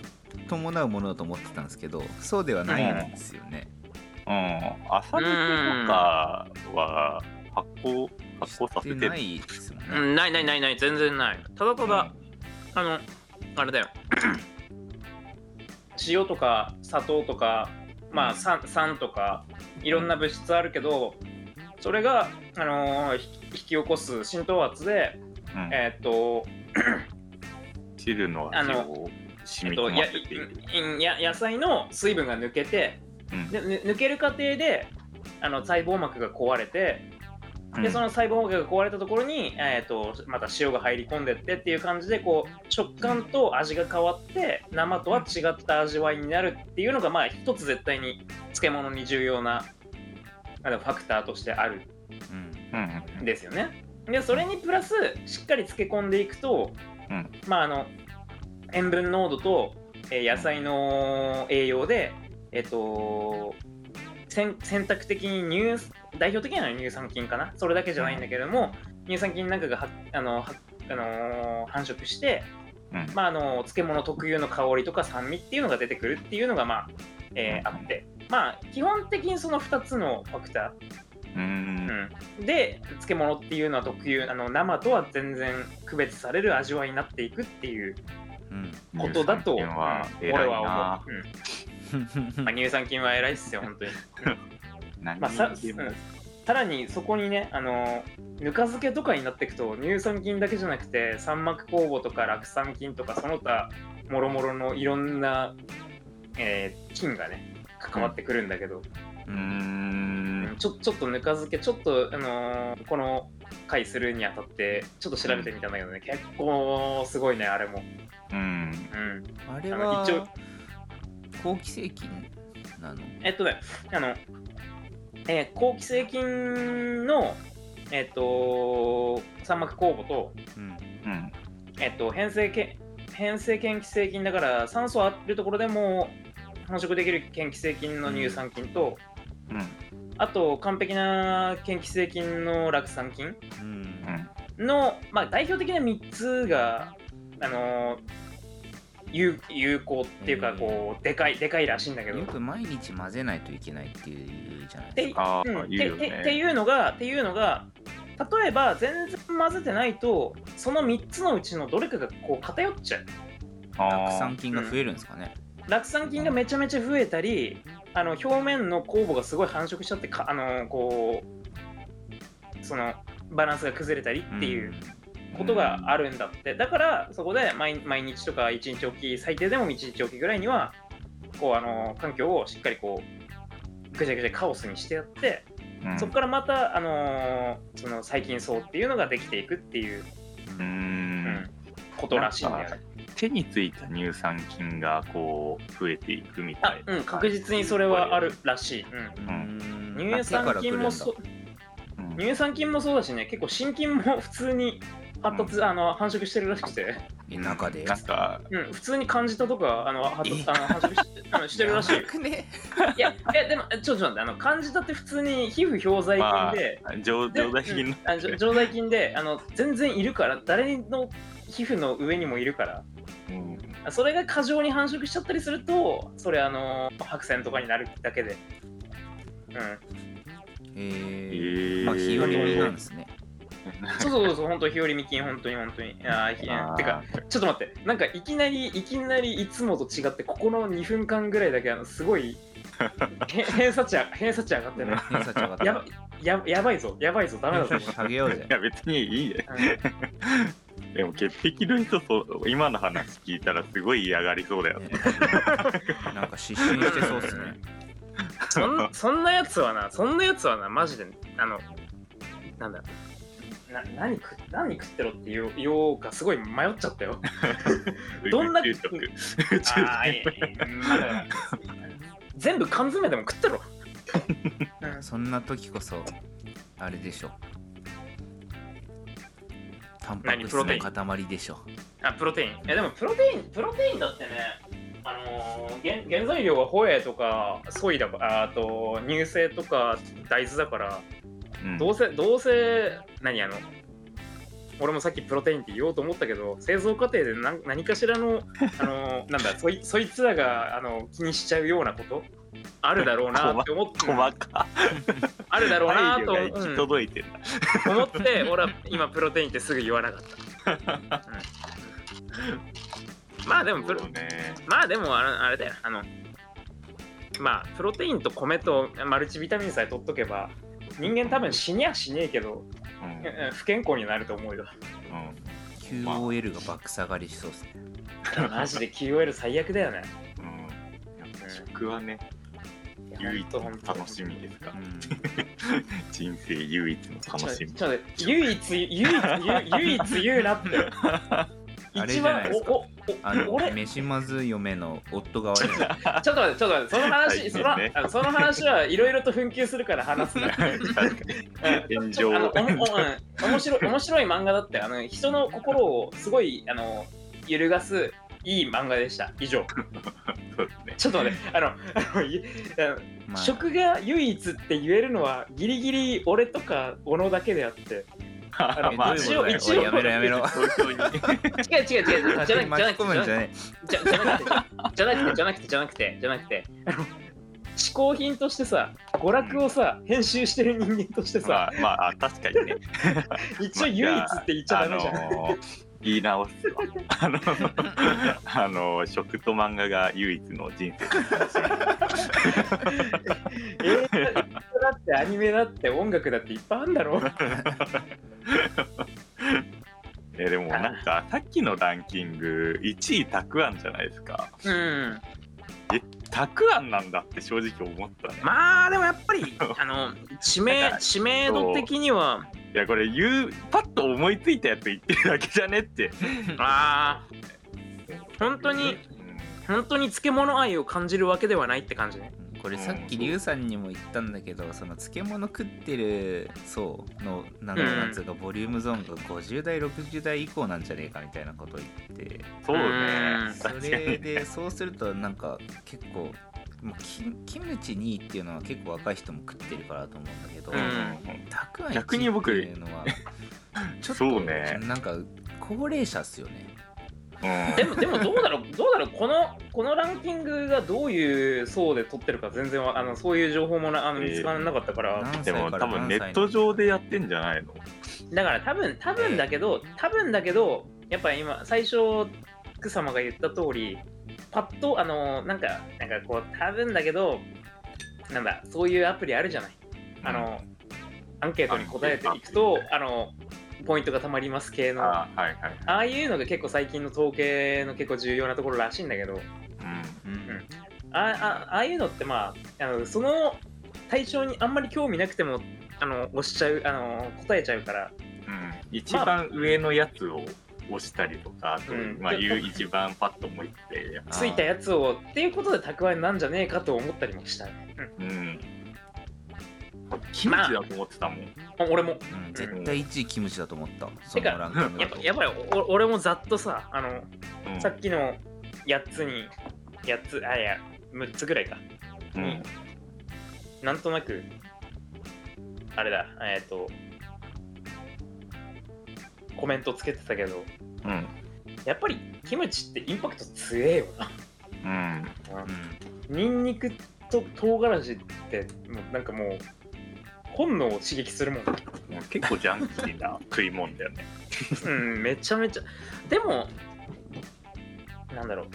[SPEAKER 2] 伴うものだと思ってたんですけどそうではないんですよね、
[SPEAKER 3] うん浅漬けとかは発酵発酵さ
[SPEAKER 2] して
[SPEAKER 3] せて
[SPEAKER 2] な、いですもんね、
[SPEAKER 1] うん、ないないないない全然ないただただ、あのあれだよ 塩とか砂糖とかまあ酸酸とかいろんな物質あるけどそれが、あのーひ引き起こす浸透圧で
[SPEAKER 3] うん、
[SPEAKER 1] えーっと
[SPEAKER 3] 汁の味を
[SPEAKER 1] えっ
[SPEAKER 3] 染み
[SPEAKER 1] と
[SPEAKER 3] 込ま
[SPEAKER 1] や
[SPEAKER 3] せている、
[SPEAKER 1] いや野菜の水分が抜けて
[SPEAKER 3] うん
[SPEAKER 1] でぬ抜ける過程であの細胞膜が壊れてでその細胞膜が壊れたところに、えー、とまた塩が入り込んでってっていう感じでこう食感と味が変わって生とは違った味わいになるっていうのがまあ一つ絶対に漬物に重要なあのファクターとしてある
[SPEAKER 2] うん
[SPEAKER 3] うん
[SPEAKER 1] んですよね。でそれにプラスしっかり漬け込んでいくと、
[SPEAKER 3] うん
[SPEAKER 1] まああの塩分濃度と、えー野菜の栄養で、えっと選選択的に乳代表的なのは乳酸菌かなそれだけじゃないんだけれども、乳酸菌なんかがはあのはあのー繁殖して、
[SPEAKER 3] うん
[SPEAKER 1] まあ、あの漬物特有の香りとか酸味っていうのが出てくるっていうのが、まあえー
[SPEAKER 3] うん
[SPEAKER 1] あって、まあ、基本的にその2つのファクター
[SPEAKER 3] うん
[SPEAKER 1] うん、で漬物っていうのは特有あの生とは全然区別される味わいになっていくっていう
[SPEAKER 2] うん
[SPEAKER 1] ことだと、
[SPEAKER 3] 乳酸
[SPEAKER 1] う
[SPEAKER 3] 菌は
[SPEAKER 1] ん
[SPEAKER 3] 偉い
[SPEAKER 1] 俺は
[SPEAKER 3] な
[SPEAKER 1] 思、う、うんまあ、乳酸菌は偉いっすよ本当に、
[SPEAKER 3] 何
[SPEAKER 1] まあ さ
[SPEAKER 3] でも
[SPEAKER 1] うんさらにそこにねあのぬか漬けとかになっていくと乳酸菌だけじゃなくて酸膜酵母とか酪酸菌とかその他もろもろのいろんな、えー菌がね関わってくるんだけど、
[SPEAKER 3] う
[SPEAKER 2] う
[SPEAKER 3] ー
[SPEAKER 2] ん
[SPEAKER 3] ん
[SPEAKER 1] ちょちょっとぬか漬けちょっと、あのーこの回するにあたってちょっと調べてみたんだけどね、結構すごいねあれも、
[SPEAKER 3] うん
[SPEAKER 1] うん、
[SPEAKER 2] あれ
[SPEAKER 1] あの
[SPEAKER 2] は
[SPEAKER 1] 一応
[SPEAKER 2] 好奇性菌なの
[SPEAKER 1] えっとねあの、えー好奇性菌のえっと酸膜酵母と,、
[SPEAKER 2] うん
[SPEAKER 3] うん
[SPEAKER 1] えっと変性け変性嫌気性菌だから酸素あるところでも繁殖できる嫌気性菌の乳酸菌と、
[SPEAKER 3] うん
[SPEAKER 1] あと完璧な嫌気性菌の酪酸菌
[SPEAKER 2] うん
[SPEAKER 3] うん
[SPEAKER 1] の、まあ、代表的な3つが、あのー有有効っていうか
[SPEAKER 2] うん
[SPEAKER 1] こうでかいでかいらしいんだけど。
[SPEAKER 2] よ
[SPEAKER 1] っ
[SPEAKER 2] く毎日混ぜないといけないっていうじゃないです
[SPEAKER 1] て
[SPEAKER 2] か
[SPEAKER 3] あ
[SPEAKER 1] う
[SPEAKER 3] ー
[SPEAKER 1] ん
[SPEAKER 3] 言うよ
[SPEAKER 1] てて
[SPEAKER 3] ね
[SPEAKER 1] っていうのがっていうのが例えば全然混ぜてないとその3つのうちのどれかがこう偏っちゃう
[SPEAKER 3] あ
[SPEAKER 2] 酪
[SPEAKER 3] ー
[SPEAKER 2] 酸菌が増えるんですかね、
[SPEAKER 1] 酪酸菌がめちゃめちゃ増えたりあの表面の酵母がすごい繁殖しちゃってか、あのーこうそのバランスが崩れたりっていう。ことがあるんだって、だからそこで毎毎日とか1日おき最低でも1日おきぐらいにはこうあの環境をしっかりこうぐちゃぐちゃカオスにしてやって、
[SPEAKER 3] うん
[SPEAKER 1] そこからまた、あのーその細菌層っていうのができていくっていう、
[SPEAKER 3] うー
[SPEAKER 1] うん
[SPEAKER 3] ん
[SPEAKER 1] ことらしいんだよね。
[SPEAKER 3] 手についた乳酸菌がこう増えていくみ
[SPEAKER 1] あ
[SPEAKER 3] たいな、
[SPEAKER 1] うん、確実にそれはあるらしい。うん
[SPEAKER 2] うん
[SPEAKER 1] 乳酸菌もそう
[SPEAKER 2] う
[SPEAKER 3] うん
[SPEAKER 1] 乳酸菌もそうだしね結構心筋も普通に発達、あの繁殖してるらしくて、
[SPEAKER 2] え中で
[SPEAKER 3] なんか
[SPEAKER 1] うん、普通に感じたとかあの発達
[SPEAKER 2] え
[SPEAKER 1] あの繁殖しあのしてるらしいよ
[SPEAKER 2] やばくね
[SPEAKER 1] いや、いやでも、えちょっと待って、あの、漢字だって普通に皮膚表剤菌で、
[SPEAKER 3] 常
[SPEAKER 1] で
[SPEAKER 3] 常在菌
[SPEAKER 1] う
[SPEAKER 3] の
[SPEAKER 1] んあのじょ常在菌で、あの、全然いるから、誰の皮膚の上にもいるから、
[SPEAKER 3] うん
[SPEAKER 1] それが過剰に繁殖しちゃったりすると、それ、あの、白線とかになるだけで。うん、
[SPEAKER 2] え
[SPEAKER 3] え
[SPEAKER 2] ー
[SPEAKER 3] ー
[SPEAKER 2] まあ日和見なんですね、
[SPEAKER 3] う
[SPEAKER 1] そうそう そう、本当日和美金、本当に本当に。あーひ
[SPEAKER 3] あー
[SPEAKER 1] てか、ちょっと待って、なんかいきなり、いきなりいつもと違って、ここの2分間ぐらいだけ、あのすご い、へ偏差値あ、偏差値上がってね。
[SPEAKER 2] 偏差値上がった
[SPEAKER 1] やばややばいぞ、やばいぞ、ダメだぞ
[SPEAKER 2] 偏。差値下げようぜ
[SPEAKER 3] いや別にいいね
[SPEAKER 1] うん
[SPEAKER 3] でも潔癖の人そう今の話聞いたらすごい嫌がりそうだよね
[SPEAKER 2] なんか失神してそうっすね
[SPEAKER 1] そ ん そんなやつはな、そんなやつはな、マジで、あの、なんだろうな何食何食ってろって言おう言おうか、すごい迷っちゃったよ。どんな
[SPEAKER 3] 宇宙食宇宙食
[SPEAKER 1] あーいいいいまだ全部缶詰でも食ってろ。うん
[SPEAKER 2] そんな時こそあれでしょタンパク質の塊でしょ
[SPEAKER 1] あプロテインえでもプロテインプロテインだってねあのー原原材料はホエイとかソイだかああと乳製とか大豆だから
[SPEAKER 3] うん
[SPEAKER 1] どうせどうせ何あの俺もさっきプロテインって言おうと思ったけど製造過程で何何かしらの、あの ーなんだそいそいつらが、あの気にしちゃうようなことあるだろうなって思 って
[SPEAKER 3] 細か
[SPEAKER 1] あるだ
[SPEAKER 3] い
[SPEAKER 1] ろうな
[SPEAKER 3] 配慮
[SPEAKER 1] と
[SPEAKER 3] が行き
[SPEAKER 1] うん
[SPEAKER 3] 届いてるな
[SPEAKER 1] 思って俺は今プロテインってすぐ言わなかった。うんまあでもプロ
[SPEAKER 3] そうね
[SPEAKER 1] まあでもあれあれだよあのまあプロテインと米とマルチビタミンさえ取っとけば人間多分死にゃしねえけど
[SPEAKER 3] うん
[SPEAKER 1] うんうん不健康になると思うよ
[SPEAKER 3] うん
[SPEAKER 2] QOL が爆下がりしそうっすね
[SPEAKER 1] マジで QL 最悪だよね
[SPEAKER 3] うんやっぱ食はね
[SPEAKER 1] いや
[SPEAKER 3] 唯一
[SPEAKER 1] ほ
[SPEAKER 3] の
[SPEAKER 1] んとほんと
[SPEAKER 3] 楽しみですか
[SPEAKER 2] う
[SPEAKER 3] ら
[SPEAKER 2] ん
[SPEAKER 3] 人生唯一の楽しみ
[SPEAKER 1] ちょっと待って唯一唯一唯一唯一言うなって
[SPEAKER 2] あれ
[SPEAKER 1] 一
[SPEAKER 2] じゃな
[SPEAKER 1] 番
[SPEAKER 2] いですか
[SPEAKER 1] おお
[SPEAKER 2] あ
[SPEAKER 1] お俺
[SPEAKER 2] の飯まず嫁の夫側です
[SPEAKER 1] ちょ
[SPEAKER 2] よ
[SPEAKER 1] っと待って、ちょっと待って、その話、その
[SPEAKER 3] はいいいね
[SPEAKER 1] あのその話はいろいろと紛糾するから話すな。
[SPEAKER 3] 確かに炎
[SPEAKER 1] ちょ
[SPEAKER 3] 上
[SPEAKER 1] っとあのおもおうん面白い面白い漫画だってあの人の心をすごいあの揺るがすいい漫画でした以上
[SPEAKER 3] そうですね
[SPEAKER 1] ちょっと待ってあのあのゆあ
[SPEAKER 2] ま
[SPEAKER 1] の
[SPEAKER 2] あ
[SPEAKER 1] 食が唯一って言えるのはギリギリ俺とか小野だけであって
[SPEAKER 3] あ
[SPEAKER 2] え
[SPEAKER 3] まあ
[SPEAKER 2] どう
[SPEAKER 1] 一
[SPEAKER 2] い
[SPEAKER 1] 応
[SPEAKER 2] うことだよおいやめろやめ ろ
[SPEAKER 3] 東京に
[SPEAKER 1] 違う違う違うじゃな
[SPEAKER 2] 巻き込むんじゃ
[SPEAKER 1] く
[SPEAKER 2] ない
[SPEAKER 1] じゃじゃなくてじゃなくてじゃなくてじゃなくてじゃなくてじゃなくてあの嗜好品としてさ娯楽をさ編集してる人間としてさ
[SPEAKER 3] まあまあ確かにね
[SPEAKER 1] 一応唯一って言っちゃ
[SPEAKER 3] あ
[SPEAKER 1] ダメじゃん、
[SPEAKER 3] のー言い直すわあのーあのー食と漫画が唯一の人生
[SPEAKER 1] 映画だってアニメだって音楽だっていっぱいあるんだろ
[SPEAKER 3] えでもなんかさっきのランキング1位たくあんじゃないですか
[SPEAKER 1] うん
[SPEAKER 3] たくあんなんだって正直思ったね
[SPEAKER 1] まあでもやっぱ りあの知
[SPEAKER 3] だ
[SPEAKER 1] 名
[SPEAKER 3] から
[SPEAKER 1] 知名度的にはい
[SPEAKER 3] やこれ言うパッと思いついたやつ言ってるだけじゃねって
[SPEAKER 1] ああ本当に本当に漬物愛を感じるわけではないって感じね
[SPEAKER 2] これさっき
[SPEAKER 3] うんそう
[SPEAKER 2] リュウさんにも言ったんだけどその漬物食ってる層のなん
[SPEAKER 1] うん
[SPEAKER 2] なんつうかボリュームゾーンが50代60代以降なんじゃねえかみたいなことを言って
[SPEAKER 3] そう
[SPEAKER 1] うん
[SPEAKER 3] ね
[SPEAKER 2] それでそうするとなんか結構もうキキムチ2位っていうのは結構若い人も食ってるからだと思うんだけど、
[SPEAKER 1] ん
[SPEAKER 2] たくあん
[SPEAKER 3] 逆
[SPEAKER 2] 1位っ
[SPEAKER 3] に
[SPEAKER 2] て
[SPEAKER 3] 僕
[SPEAKER 2] いうのはちょっと
[SPEAKER 3] そうね
[SPEAKER 2] なんか高齢者っすよね
[SPEAKER 3] うん
[SPEAKER 1] でもでもどうだろうどうだろうこのこのランキングがどういう層で取ってるか全然わあのそういう情報もなあの
[SPEAKER 3] えー
[SPEAKER 1] 見つからなかったから、
[SPEAKER 2] 何
[SPEAKER 3] で
[SPEAKER 2] 歳
[SPEAKER 3] も
[SPEAKER 2] か
[SPEAKER 3] 多
[SPEAKER 2] ら
[SPEAKER 3] 分
[SPEAKER 2] 何歳
[SPEAKER 3] ネ
[SPEAKER 2] の
[SPEAKER 3] ット上でやってんじゃないの
[SPEAKER 1] だから多分多分だけど多分だけどやっぱ今最初福様が言った通りパッとあのなんかなんかこう多分だけどなんだそういうアプリあるじゃないあの、アンケートに答えていくとあのポイントがたまります系のあ
[SPEAKER 3] あはいはい
[SPEAKER 1] あいうのが結構最近の統計の結構重要なところらしいんだけど
[SPEAKER 2] うん
[SPEAKER 1] ああああいうのってまああのその対象にあんまり興味なくてもあの押しちゃうあの答えちゃうから
[SPEAKER 3] うん一番上のやつを押したりとかあと
[SPEAKER 1] うん
[SPEAKER 3] まあ言う一番パッと思いって
[SPEAKER 1] ついたやつをっていうことで蓄えなんじゃねえかと思ったりもしたね、
[SPEAKER 3] うんキムチだと思ってたもん
[SPEAKER 1] うん俺も
[SPEAKER 2] うん絶対1位キムチだと思ったその
[SPEAKER 1] てか
[SPEAKER 2] ランキング
[SPEAKER 1] や
[SPEAKER 2] だ
[SPEAKER 1] っ
[SPEAKER 2] と
[SPEAKER 1] ぱやっぱりお俺もざっとさあの、
[SPEAKER 3] うん
[SPEAKER 1] さっきの8つに8つあいや6つぐらいか
[SPEAKER 3] うん
[SPEAKER 1] なんとなくあれだえっ、とコメントつけてたけど
[SPEAKER 3] うん
[SPEAKER 1] やっぱりキムチってインパクト強えよな
[SPEAKER 3] うん
[SPEAKER 2] うん
[SPEAKER 1] ニンニクと唐辛子ってもうなんかもう本能を刺激するもん
[SPEAKER 3] うんもう結構ジャンキーな食い物だよね
[SPEAKER 1] うん、めちゃめちゃ。でも、なんだろう。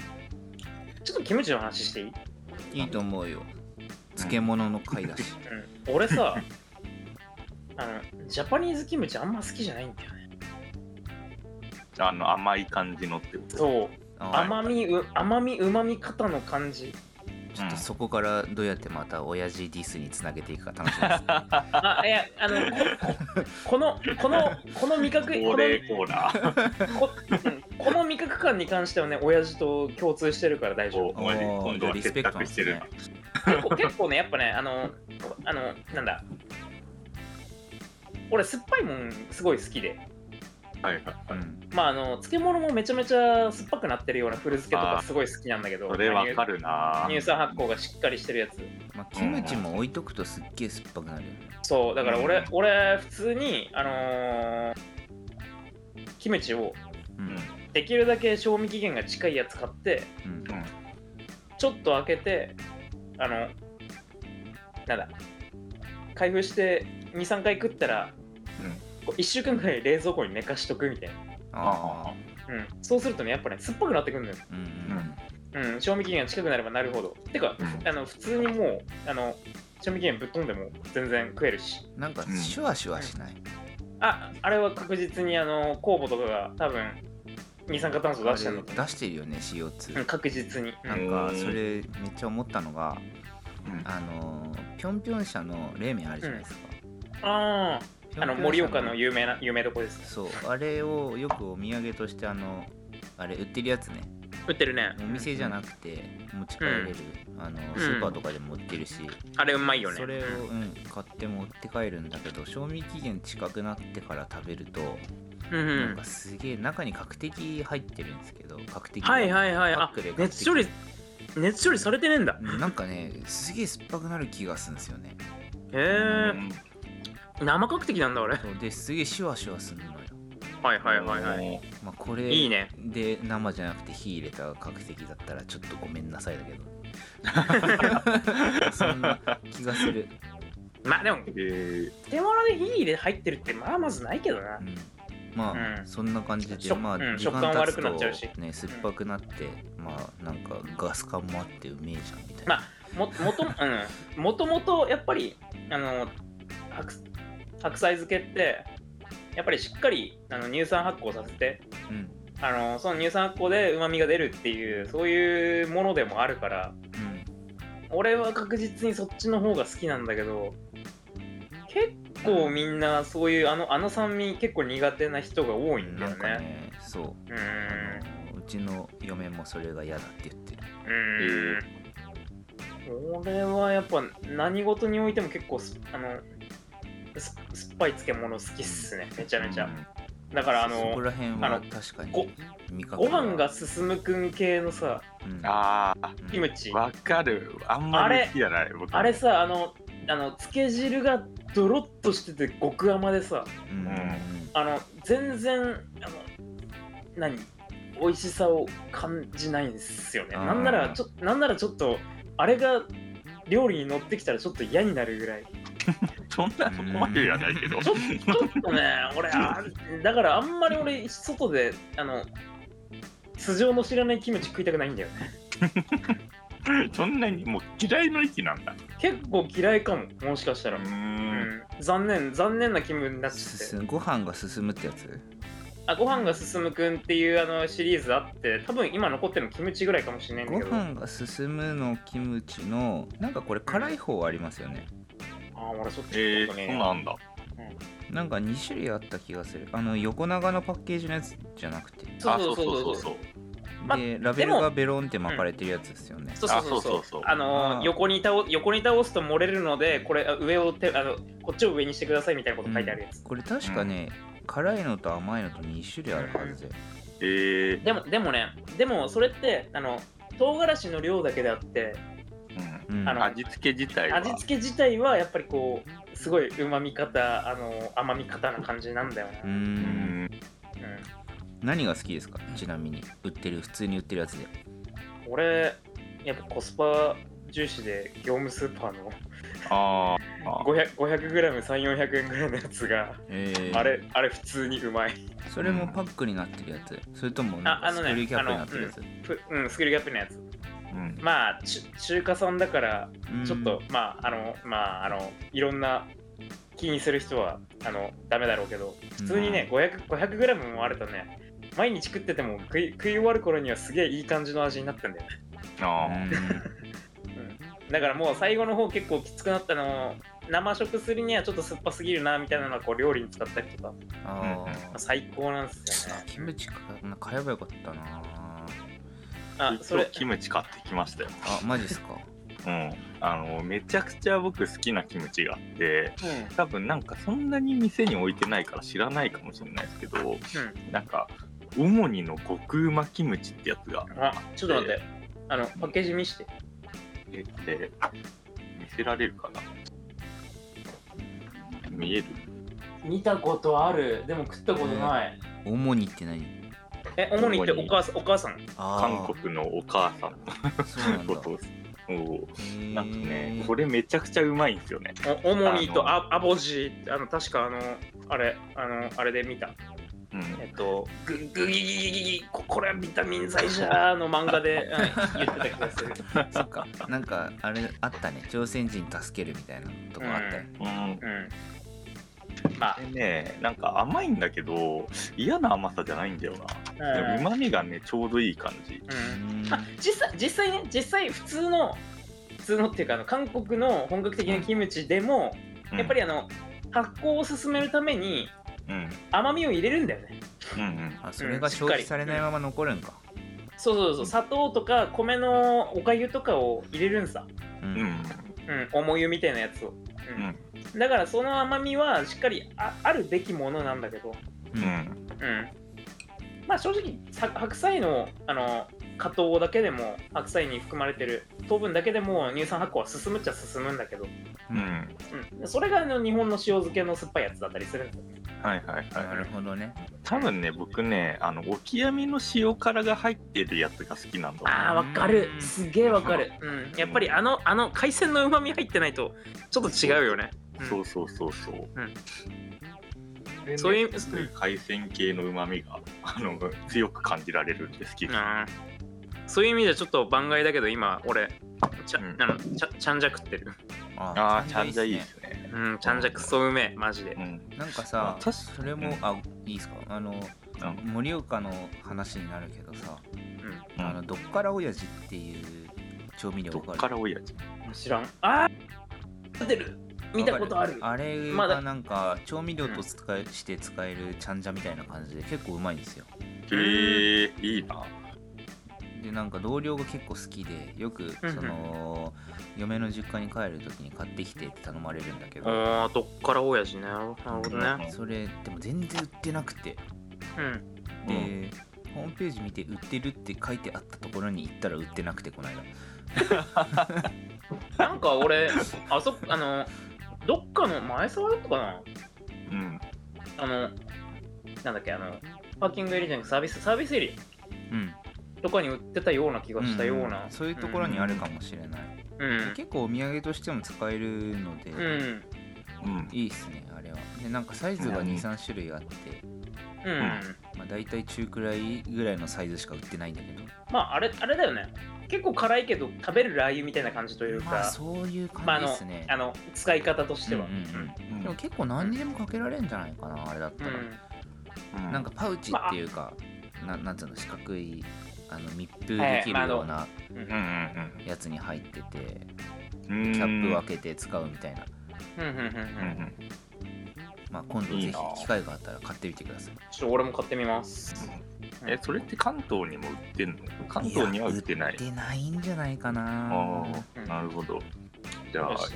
[SPEAKER 1] ちょっとキムチの話していい、うん、
[SPEAKER 2] いいと思うよ漬物の回だし
[SPEAKER 1] 俺さ、 あの、ジャパニーズキムチあんま好きじゃないんだよね。
[SPEAKER 3] あの甘い感じのってこと
[SPEAKER 1] そう、
[SPEAKER 2] あ
[SPEAKER 1] 甘み、う甘み、うまみ方の感じ。
[SPEAKER 2] ちょっとそこからどうやってまた親父ディスにつなげていくか楽 しみです、
[SPEAKER 1] あ、いや、あの、この、この、この味覚、こ
[SPEAKER 3] 恒
[SPEAKER 1] の
[SPEAKER 3] 例コーナー
[SPEAKER 1] こうんこの味覚感に関してはね、親父と共通してるから大丈
[SPEAKER 3] お
[SPEAKER 1] 夫。
[SPEAKER 3] お前
[SPEAKER 2] おー
[SPEAKER 3] 今度は結託してるな
[SPEAKER 2] リ
[SPEAKER 1] 結構結構ね、やっぱね、あの、あの、なんだ。俺、酸っぱいもんすごい好きで。
[SPEAKER 3] はいはいはい
[SPEAKER 2] うん、
[SPEAKER 1] まああの漬物もめちゃめちゃ酸っぱくなってるような古漬けとかすごい好きなんだけど
[SPEAKER 3] それわかるな
[SPEAKER 1] 乳酸発酵がしっかりしてるやつ
[SPEAKER 2] まあ、キムチも置いとくとすっげえ酸っぱくなるよね
[SPEAKER 1] そうだから俺、
[SPEAKER 3] うん
[SPEAKER 1] 俺普通にあのーキムチを
[SPEAKER 2] うん
[SPEAKER 1] できるだけ賞味期限が近いやつ買って
[SPEAKER 2] うん
[SPEAKER 1] ちょっと開けてあのなんだ開封して23回食ったら、こう1週間ぐらい冷蔵庫に寝かしとくみたいな、
[SPEAKER 2] ああ
[SPEAKER 1] うん、そうするとねやっぱね酸っぱくなってくるのよ
[SPEAKER 2] うん
[SPEAKER 1] うん、賞味期限が近くなればなるほど。てか、
[SPEAKER 3] うん
[SPEAKER 1] あの普通にもう、あの賞味期限ぶっ飛んでも全然食えるし。
[SPEAKER 2] うんなんかシュワシュワしない、
[SPEAKER 1] あ、あれは確実にあの酵母とかが多分二酸化炭素
[SPEAKER 2] あれ
[SPEAKER 1] 出してるのと思
[SPEAKER 2] 出してるよね
[SPEAKER 1] う。う
[SPEAKER 2] CO2
[SPEAKER 1] ん、確実に。う
[SPEAKER 2] なんんかそれめっちゃ思ったのが
[SPEAKER 3] うん
[SPEAKER 2] あのーぴょんぴょん社の冷麺あるじゃないですか、
[SPEAKER 1] あ
[SPEAKER 2] ぴ
[SPEAKER 1] あ、
[SPEAKER 2] ょんぴょん舎
[SPEAKER 1] あの盛岡の有名な有名どこです。
[SPEAKER 2] そうあれをよくお土産としてあのあれ売ってるやつね
[SPEAKER 1] 売ってるね。
[SPEAKER 2] お店じゃなくて持ち帰れる、あのスーパーとかでも売ってるし、
[SPEAKER 1] あれうまいよね。
[SPEAKER 2] それを、
[SPEAKER 1] うん
[SPEAKER 2] うん、買って持って帰るんだけど賞味期限近くなってから食べると、
[SPEAKER 1] うんう
[SPEAKER 2] なん
[SPEAKER 1] ん
[SPEAKER 2] か。すげえ中に角的入ってるんですけど角的
[SPEAKER 1] はい
[SPEAKER 2] い
[SPEAKER 1] はいはい。
[SPEAKER 2] パッ
[SPEAKER 1] あ
[SPEAKER 2] クで買ってき、
[SPEAKER 1] 熱
[SPEAKER 2] て
[SPEAKER 1] 処理熱処理されてねえんだ。
[SPEAKER 2] なんかねすげえ酸っぱくなる気がするんですよね
[SPEAKER 1] へえ。生確的なんだ俺。
[SPEAKER 2] そうですげえシュワシュワするのよ、
[SPEAKER 1] はいはいはいはい。
[SPEAKER 3] い
[SPEAKER 2] まあ、これ
[SPEAKER 1] いいね。
[SPEAKER 2] で生じゃなくて火入れた角的だったらちょっとごめんなさいだ けどそんな気がする、
[SPEAKER 1] まあでも
[SPEAKER 3] え
[SPEAKER 1] 手物で火で入ってるってまあまずないけどな
[SPEAKER 2] う。ん、まあ、
[SPEAKER 1] うん
[SPEAKER 2] そんな感じ
[SPEAKER 1] し
[SPEAKER 2] で
[SPEAKER 1] ょ
[SPEAKER 2] まあ
[SPEAKER 1] うん
[SPEAKER 2] 時間
[SPEAKER 1] 食感
[SPEAKER 2] 経
[SPEAKER 1] 悪
[SPEAKER 2] つ
[SPEAKER 1] くなっちゃうし
[SPEAKER 2] とね酸っぱくなってまあなんかガス感もあってうめえじゃんみたい
[SPEAKER 1] ま
[SPEAKER 2] な
[SPEAKER 1] あももと、 うん、もともとやっぱりあの白白菜漬けってやっぱりしっかりあの乳酸発酵させて
[SPEAKER 2] うん
[SPEAKER 1] あのその乳酸発酵でうまみが出るっていうそういうものでもあるから
[SPEAKER 2] うん
[SPEAKER 1] 俺は確実にそっちの方が好きなんだけど結構みんなそういうあのあの酸味結構苦手な人が多いんだ
[SPEAKER 2] な
[SPEAKER 1] よ
[SPEAKER 2] んか
[SPEAKER 1] ね。
[SPEAKER 2] ねそう
[SPEAKER 1] う
[SPEAKER 2] あ
[SPEAKER 1] ん
[SPEAKER 2] のうちの嫁もそれが嫌だって言ってる
[SPEAKER 1] うーん俺はやっぱ何事においても結構すあのす酸っぱい漬物好きっすねめちゃめちゃ、だからあ
[SPEAKER 2] そ
[SPEAKER 1] の
[SPEAKER 2] こら辺
[SPEAKER 1] あ
[SPEAKER 2] は
[SPEAKER 1] の
[SPEAKER 2] 確かに
[SPEAKER 1] ご
[SPEAKER 2] 味覚
[SPEAKER 1] ご
[SPEAKER 2] は
[SPEAKER 1] 飯が進むくん系のさ
[SPEAKER 2] うん
[SPEAKER 3] ー、 ああ
[SPEAKER 2] うん
[SPEAKER 1] キムチ
[SPEAKER 3] わかるあんまり好きじゃない僕
[SPEAKER 1] あれさあのあの漬け汁がドロッとしてて極甘でさ
[SPEAKER 2] うんうん
[SPEAKER 1] あの全然あの何美味しさを感じないんすよね
[SPEAKER 2] あー
[SPEAKER 1] なんならちょなんならちょっとあれが料理に乗ってきたらちょっと嫌になるぐらい
[SPEAKER 3] そんなそこまでじゃないけど
[SPEAKER 1] ち ょちょっとね、俺、あだからあんまり俺、外で、あの、素性の知らないキムチ食いたくないんだよね。
[SPEAKER 3] そんなにもう嫌いの域なんだ
[SPEAKER 1] 結構嫌いかも、もしかしたら。うん
[SPEAKER 3] ん
[SPEAKER 1] 残念、残念な気分になっちゃって
[SPEAKER 2] 進むご飯が進むってやつ
[SPEAKER 1] あ、ご飯が進むくんっていうあのシリーズあって、多分今残ってるのキムチぐらいかもしれないんだ
[SPEAKER 2] ご
[SPEAKER 1] けど。あ
[SPEAKER 2] 飯が進むのキムチのなんかこれ辛い方ありますよね
[SPEAKER 1] あ、俺そっち
[SPEAKER 3] え
[SPEAKER 1] ち
[SPEAKER 3] ー、
[SPEAKER 1] ょっと
[SPEAKER 3] そう
[SPEAKER 1] ね、
[SPEAKER 3] なんだ
[SPEAKER 2] なんか2種類あった気がするあの横長のパッケージのやつじゃなくて
[SPEAKER 1] そうそうそうそうそう。
[SPEAKER 3] う
[SPEAKER 1] ま
[SPEAKER 2] でラベル
[SPEAKER 1] でも
[SPEAKER 2] がベロンって巻かれてるやつですよね
[SPEAKER 1] そうそうそうそう
[SPEAKER 3] あそうそうそう
[SPEAKER 1] あの
[SPEAKER 2] あー
[SPEAKER 1] 横に倒横に倒すと漏れるのでこれあ上を手あのこっちを上にしてくださいみたいなこと書いてあるやつ、
[SPEAKER 2] これ確かね辛いのと甘いのと2種類あるはずで
[SPEAKER 3] え
[SPEAKER 1] でもでもねでもそれってあの唐辛子の量だけであって
[SPEAKER 3] ーうん
[SPEAKER 2] うん
[SPEAKER 1] あの
[SPEAKER 3] 味付け自体は
[SPEAKER 1] 味付け自体はやっぱりこうすごいうまみ方あの甘み方な感じなんだよな、
[SPEAKER 2] うー
[SPEAKER 3] うん
[SPEAKER 1] う
[SPEAKER 3] ん
[SPEAKER 1] ん
[SPEAKER 2] 何が好きですかちなみに売ってる普通に売ってるやつで
[SPEAKER 1] 俺やっぱコスパ重視で業務スーパーの
[SPEAKER 3] あーあー
[SPEAKER 1] 500g3400 円ぐらいのやつが
[SPEAKER 2] えー
[SPEAKER 1] あれあれ普通にうまい
[SPEAKER 2] それもパックになってるやつそれともなん
[SPEAKER 1] あ
[SPEAKER 2] か
[SPEAKER 1] あ
[SPEAKER 2] ス
[SPEAKER 1] の
[SPEAKER 2] ク
[SPEAKER 1] ね
[SPEAKER 2] リーキャップになってるやつ、
[SPEAKER 1] ふうんスキルギャップのやつ
[SPEAKER 3] うん
[SPEAKER 1] まあち中華さんだから
[SPEAKER 2] うん
[SPEAKER 1] ちょっと、まああのまああのいろんな気にする人はあのダメだろうけど普通にね 500, 500g もあるとね毎日食ってても食い食い終わる頃にはすげえいい感じの味になってんだよね、
[SPEAKER 3] あ
[SPEAKER 2] うん
[SPEAKER 1] うん、
[SPEAKER 3] ー
[SPEAKER 1] だからもう最後の方結構きつくなったの生食するにはちょっと酸っぱすぎるなみたいなのはこう料理に使ったりとか
[SPEAKER 2] あ
[SPEAKER 3] うん
[SPEAKER 2] ー
[SPEAKER 1] 最高なんですよね
[SPEAKER 2] キムチか買えばよかったな
[SPEAKER 1] あそれ
[SPEAKER 3] キムチ買ってきましたよ、
[SPEAKER 2] あマジっす か
[SPEAKER 3] うん、あのめちゃくちゃ僕好きなキムチがあって多分なんかそんなに店に置いてないから知らないかもしれないですけど
[SPEAKER 1] う
[SPEAKER 3] なんかウモニの極うまキムチってやつが
[SPEAKER 1] ん、あちょっと待ってあのパッケージ見して
[SPEAKER 3] えって見せられるかな見える
[SPEAKER 1] 見たことあるでも食った、
[SPEAKER 2] ことない主にって何
[SPEAKER 1] え主にってお母さんお母さん
[SPEAKER 2] あ
[SPEAKER 3] 韓国のお母さん
[SPEAKER 2] あそうな
[SPEAKER 3] の
[SPEAKER 2] ん
[SPEAKER 3] こ
[SPEAKER 2] だ
[SPEAKER 3] とを
[SPEAKER 2] へ
[SPEAKER 3] お
[SPEAKER 2] ー
[SPEAKER 3] なんかねこれめちゃくちゃうまいんですよね
[SPEAKER 1] おオモニーと
[SPEAKER 3] あ
[SPEAKER 1] アアボジーあの確かあのあれあのあれで見た
[SPEAKER 3] うん
[SPEAKER 1] えっとググギギギギギここれはビタミン剤じゃーの漫画で、うん言ってた気がする
[SPEAKER 2] そっかなんかあれあったね朝鮮人助けるみたいなとこあったよ、
[SPEAKER 3] うん
[SPEAKER 1] うんまあ
[SPEAKER 3] あれねなんか甘いんだけど嫌な甘さじゃないんだよなう
[SPEAKER 1] うん
[SPEAKER 3] まみがねちょうどいい感じ
[SPEAKER 1] うん
[SPEAKER 2] うーん
[SPEAKER 1] あ実際実際ね実際普通の普通のっていうかあの韓国の本格的なキムチでも、
[SPEAKER 3] うん
[SPEAKER 1] やっぱりあの発酵を進めるために
[SPEAKER 3] うん
[SPEAKER 1] 甘みを入れるんだよね
[SPEAKER 3] うんうん
[SPEAKER 2] あそれが
[SPEAKER 1] うんしっか
[SPEAKER 2] 消
[SPEAKER 1] り
[SPEAKER 2] 費されないまま残るんか
[SPEAKER 1] そうそうそう砂糖とか米のおかゆとかを入れるんさ
[SPEAKER 2] う
[SPEAKER 3] うん
[SPEAKER 2] ん
[SPEAKER 1] うん、重湯みたいなやつを、うんだからその甘みはしっかりああるべきものなんだけど、
[SPEAKER 2] う
[SPEAKER 3] うん
[SPEAKER 1] う
[SPEAKER 3] ん
[SPEAKER 1] ん、まあ正直さ白菜のあの果糖だけでも白菜に含まれてる糖分だけでも乳酸発酵は進むっちゃ進むんだけど、
[SPEAKER 3] うんうん
[SPEAKER 1] うん、それがあの日本の塩漬けの酸っぱいやつだったりするんだよね
[SPEAKER 3] はいはい
[SPEAKER 2] な
[SPEAKER 3] は
[SPEAKER 2] る
[SPEAKER 3] い
[SPEAKER 2] ほどね
[SPEAKER 3] 多分ね僕ねあのオキアミの塩辛が入ってるやつが好きなんだ
[SPEAKER 1] あーわかるすげえわかる、うん、やっぱりあのあの海鮮のうまみ入ってないとちょっと違うよね、うん
[SPEAKER 3] そうそうそうそう。
[SPEAKER 1] うん
[SPEAKER 3] でね
[SPEAKER 1] そういう
[SPEAKER 3] ちょっと海鮮系の旨味があの強く感じられるんで好きです。
[SPEAKER 1] あーそういう意味ではちょっと番外だけど今俺ちゃ,、
[SPEAKER 3] うん
[SPEAKER 1] あのちゃちゃんじゃ食ってる
[SPEAKER 3] ああ、ちゃんじゃいい
[SPEAKER 2] っ
[SPEAKER 3] ですすね。
[SPEAKER 1] うんちゃんじゃくそうめえマジで
[SPEAKER 3] うん。
[SPEAKER 2] ねなんかさ
[SPEAKER 3] 確か
[SPEAKER 2] それもあいいですかあの
[SPEAKER 3] うん
[SPEAKER 2] 盛岡の話になるけどさ
[SPEAKER 1] う
[SPEAKER 2] あのどっから親父っていう調味料
[SPEAKER 3] ど
[SPEAKER 2] わ
[SPEAKER 3] っ
[SPEAKER 2] かる
[SPEAKER 3] からおやつ。
[SPEAKER 1] ん知らんあー出てる見たことある
[SPEAKER 2] あれ
[SPEAKER 1] ま
[SPEAKER 2] が
[SPEAKER 1] だ
[SPEAKER 2] なんか調味料と使いして使えるちゃんじゃみたいな感じで結構うまいんですよ
[SPEAKER 3] へえ、いいな。
[SPEAKER 2] でなんか同僚が結構好きでよく
[SPEAKER 1] うん
[SPEAKER 2] その嫁の実家に帰る時に買ってきてって頼まれるんだけど
[SPEAKER 1] あーどっから親父ねなるほどね
[SPEAKER 2] それでも全然売ってなくて
[SPEAKER 1] うん
[SPEAKER 2] で、ホームページ見て売ってるって書いてあったところに行ったら売ってなくてこの間
[SPEAKER 1] なんか俺 あそあのどっかの前沢だったかな
[SPEAKER 3] うん。
[SPEAKER 1] あのなんだっけあのパーキングエリアじゃなくてサービスサービスエリ
[SPEAKER 2] うん
[SPEAKER 1] アとかに売ってたような気がしたような、
[SPEAKER 2] んそういうところにあるかもしれない、
[SPEAKER 1] うん
[SPEAKER 2] で結構お土産としても使えるので、
[SPEAKER 1] うんうん
[SPEAKER 3] うん。
[SPEAKER 2] いいっすねあれはでなんかサイズが23種類あって、
[SPEAKER 1] うん
[SPEAKER 2] まあ、大体中くらいぐらいのサイズしか売ってないんだけど
[SPEAKER 1] まああれあれだよね結構辛いけど食べるラー油みたいな感じというか、
[SPEAKER 2] まあそういう
[SPEAKER 1] まああ
[SPEAKER 2] 感じ
[SPEAKER 1] の
[SPEAKER 2] ですね、
[SPEAKER 1] あの使い方としては、
[SPEAKER 2] う
[SPEAKER 1] うんん
[SPEAKER 2] うんうんでも結構何にでもかけられるんじゃないかなあれだったら、
[SPEAKER 3] う
[SPEAKER 2] なんか、パウチっていうか、ななんつうの四角いあの密封できるような
[SPEAKER 1] うん
[SPEAKER 3] うんうん
[SPEAKER 2] やつに入ってて、
[SPEAKER 3] うん。
[SPEAKER 2] キャップを開けて使うみたいな、
[SPEAKER 1] うんうんうんうん
[SPEAKER 3] うんうん。
[SPEAKER 2] まあ、今度ぜ
[SPEAKER 3] い
[SPEAKER 2] ひ
[SPEAKER 3] いなあ
[SPEAKER 2] 機会があったら買ってみてください
[SPEAKER 1] ちょっと俺も買ってみます
[SPEAKER 3] え、それって関東にも売ってんの関東には売ってな
[SPEAKER 2] や売。
[SPEAKER 3] い
[SPEAKER 2] ってないんじゃないか
[SPEAKER 3] あ
[SPEAKER 2] な
[SPEAKER 3] あ
[SPEAKER 1] う、ん
[SPEAKER 3] なるほど。じゃあ
[SPEAKER 1] よ、し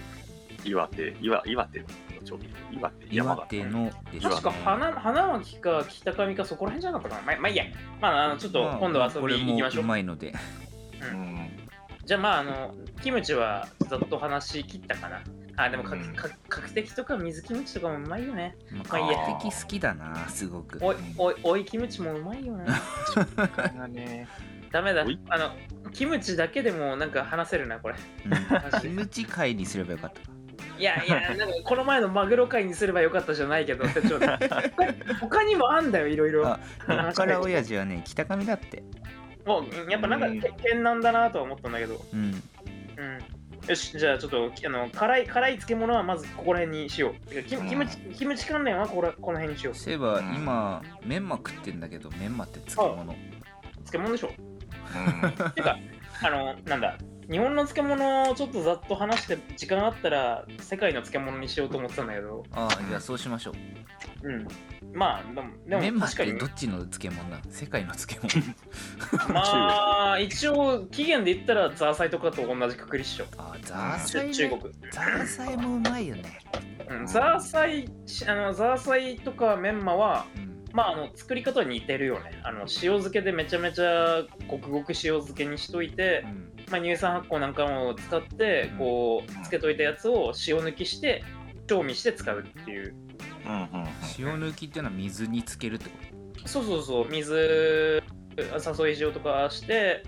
[SPEAKER 3] 岩手、岩岩手の調味料。岩手、山
[SPEAKER 2] 岩
[SPEAKER 3] 形。
[SPEAKER 2] 手のですね
[SPEAKER 1] 確か花花巻か北上かそこら辺じゃなかったかなまあまあいいやまああのちょっと
[SPEAKER 2] まあ
[SPEAKER 1] 今度遊
[SPEAKER 2] こ
[SPEAKER 1] び
[SPEAKER 2] れ
[SPEAKER 1] に行きましょ
[SPEAKER 2] もう
[SPEAKER 1] う、
[SPEAKER 2] まいので
[SPEAKER 3] うん。
[SPEAKER 1] じゃあまああのキムチはざっと話し切ったかなあでもか、
[SPEAKER 3] うん
[SPEAKER 1] か角的とか水キムチとかもうまいよね
[SPEAKER 2] まあ、
[SPEAKER 1] まあいいや
[SPEAKER 2] カ的好きだなすごく
[SPEAKER 1] おいおいおいキムチもうまいよね
[SPEAKER 3] がね。
[SPEAKER 1] ダメだ
[SPEAKER 3] おい
[SPEAKER 1] あのキムチだけでもなんか話せるなこれ
[SPEAKER 2] うんキムチ会にすればよかった
[SPEAKER 1] いやいや、なんかこの前のマグロ会にすればよかったじゃないけど、ってちょっと他にもあんだよ、いろいろ
[SPEAKER 2] あ。こっから親父はね北上だって
[SPEAKER 1] もうやっぱなんか
[SPEAKER 3] うん
[SPEAKER 1] け健なんだなとは思ったんだけど。
[SPEAKER 2] うん
[SPEAKER 1] うん。よし、じゃあちょっとあの辛い辛い漬物はまずここら辺にしよう。てかキムキムチキムチ関連はこらこの辺にしよう。
[SPEAKER 2] そういえば今メンマ食ってんだけどメンマって漬物
[SPEAKER 1] 漬物でしょ。
[SPEAKER 3] う
[SPEAKER 1] てか、あの、なんだ。日本の漬物をちょっとざっと話して時間あったら世界の漬物にしようと思ってたんだけど、
[SPEAKER 2] ああじゃあそうしましょう
[SPEAKER 1] うん。まあ、でも、でも
[SPEAKER 2] メンマっ
[SPEAKER 1] 確か
[SPEAKER 2] て
[SPEAKER 1] に
[SPEAKER 2] どっちの漬物なの世界の 漬物
[SPEAKER 1] まあ、一応、期限で言ったら、ザーサイとかと同じくくりっしょ。
[SPEAKER 2] ああザーサイ
[SPEAKER 1] 中
[SPEAKER 2] ね
[SPEAKER 1] 中国。
[SPEAKER 2] ザーサイもうまいよね
[SPEAKER 1] うんザーサイ、しあのザーサイとかメンマは、
[SPEAKER 2] うん
[SPEAKER 1] まあ、あの作り方に似てるよね。あの塩漬けでめちゃめちゃごくごく塩漬けにしといて、まあ、乳酸発酵なんかも使って
[SPEAKER 2] うん、
[SPEAKER 1] こう、
[SPEAKER 3] うん
[SPEAKER 1] 漬けといたやつを塩抜きして、調味して使うっていう。
[SPEAKER 3] んうんうん
[SPEAKER 2] 塩抜きっていうのは水につけるってこ
[SPEAKER 1] そうそうそう、水、誘い塩とかして、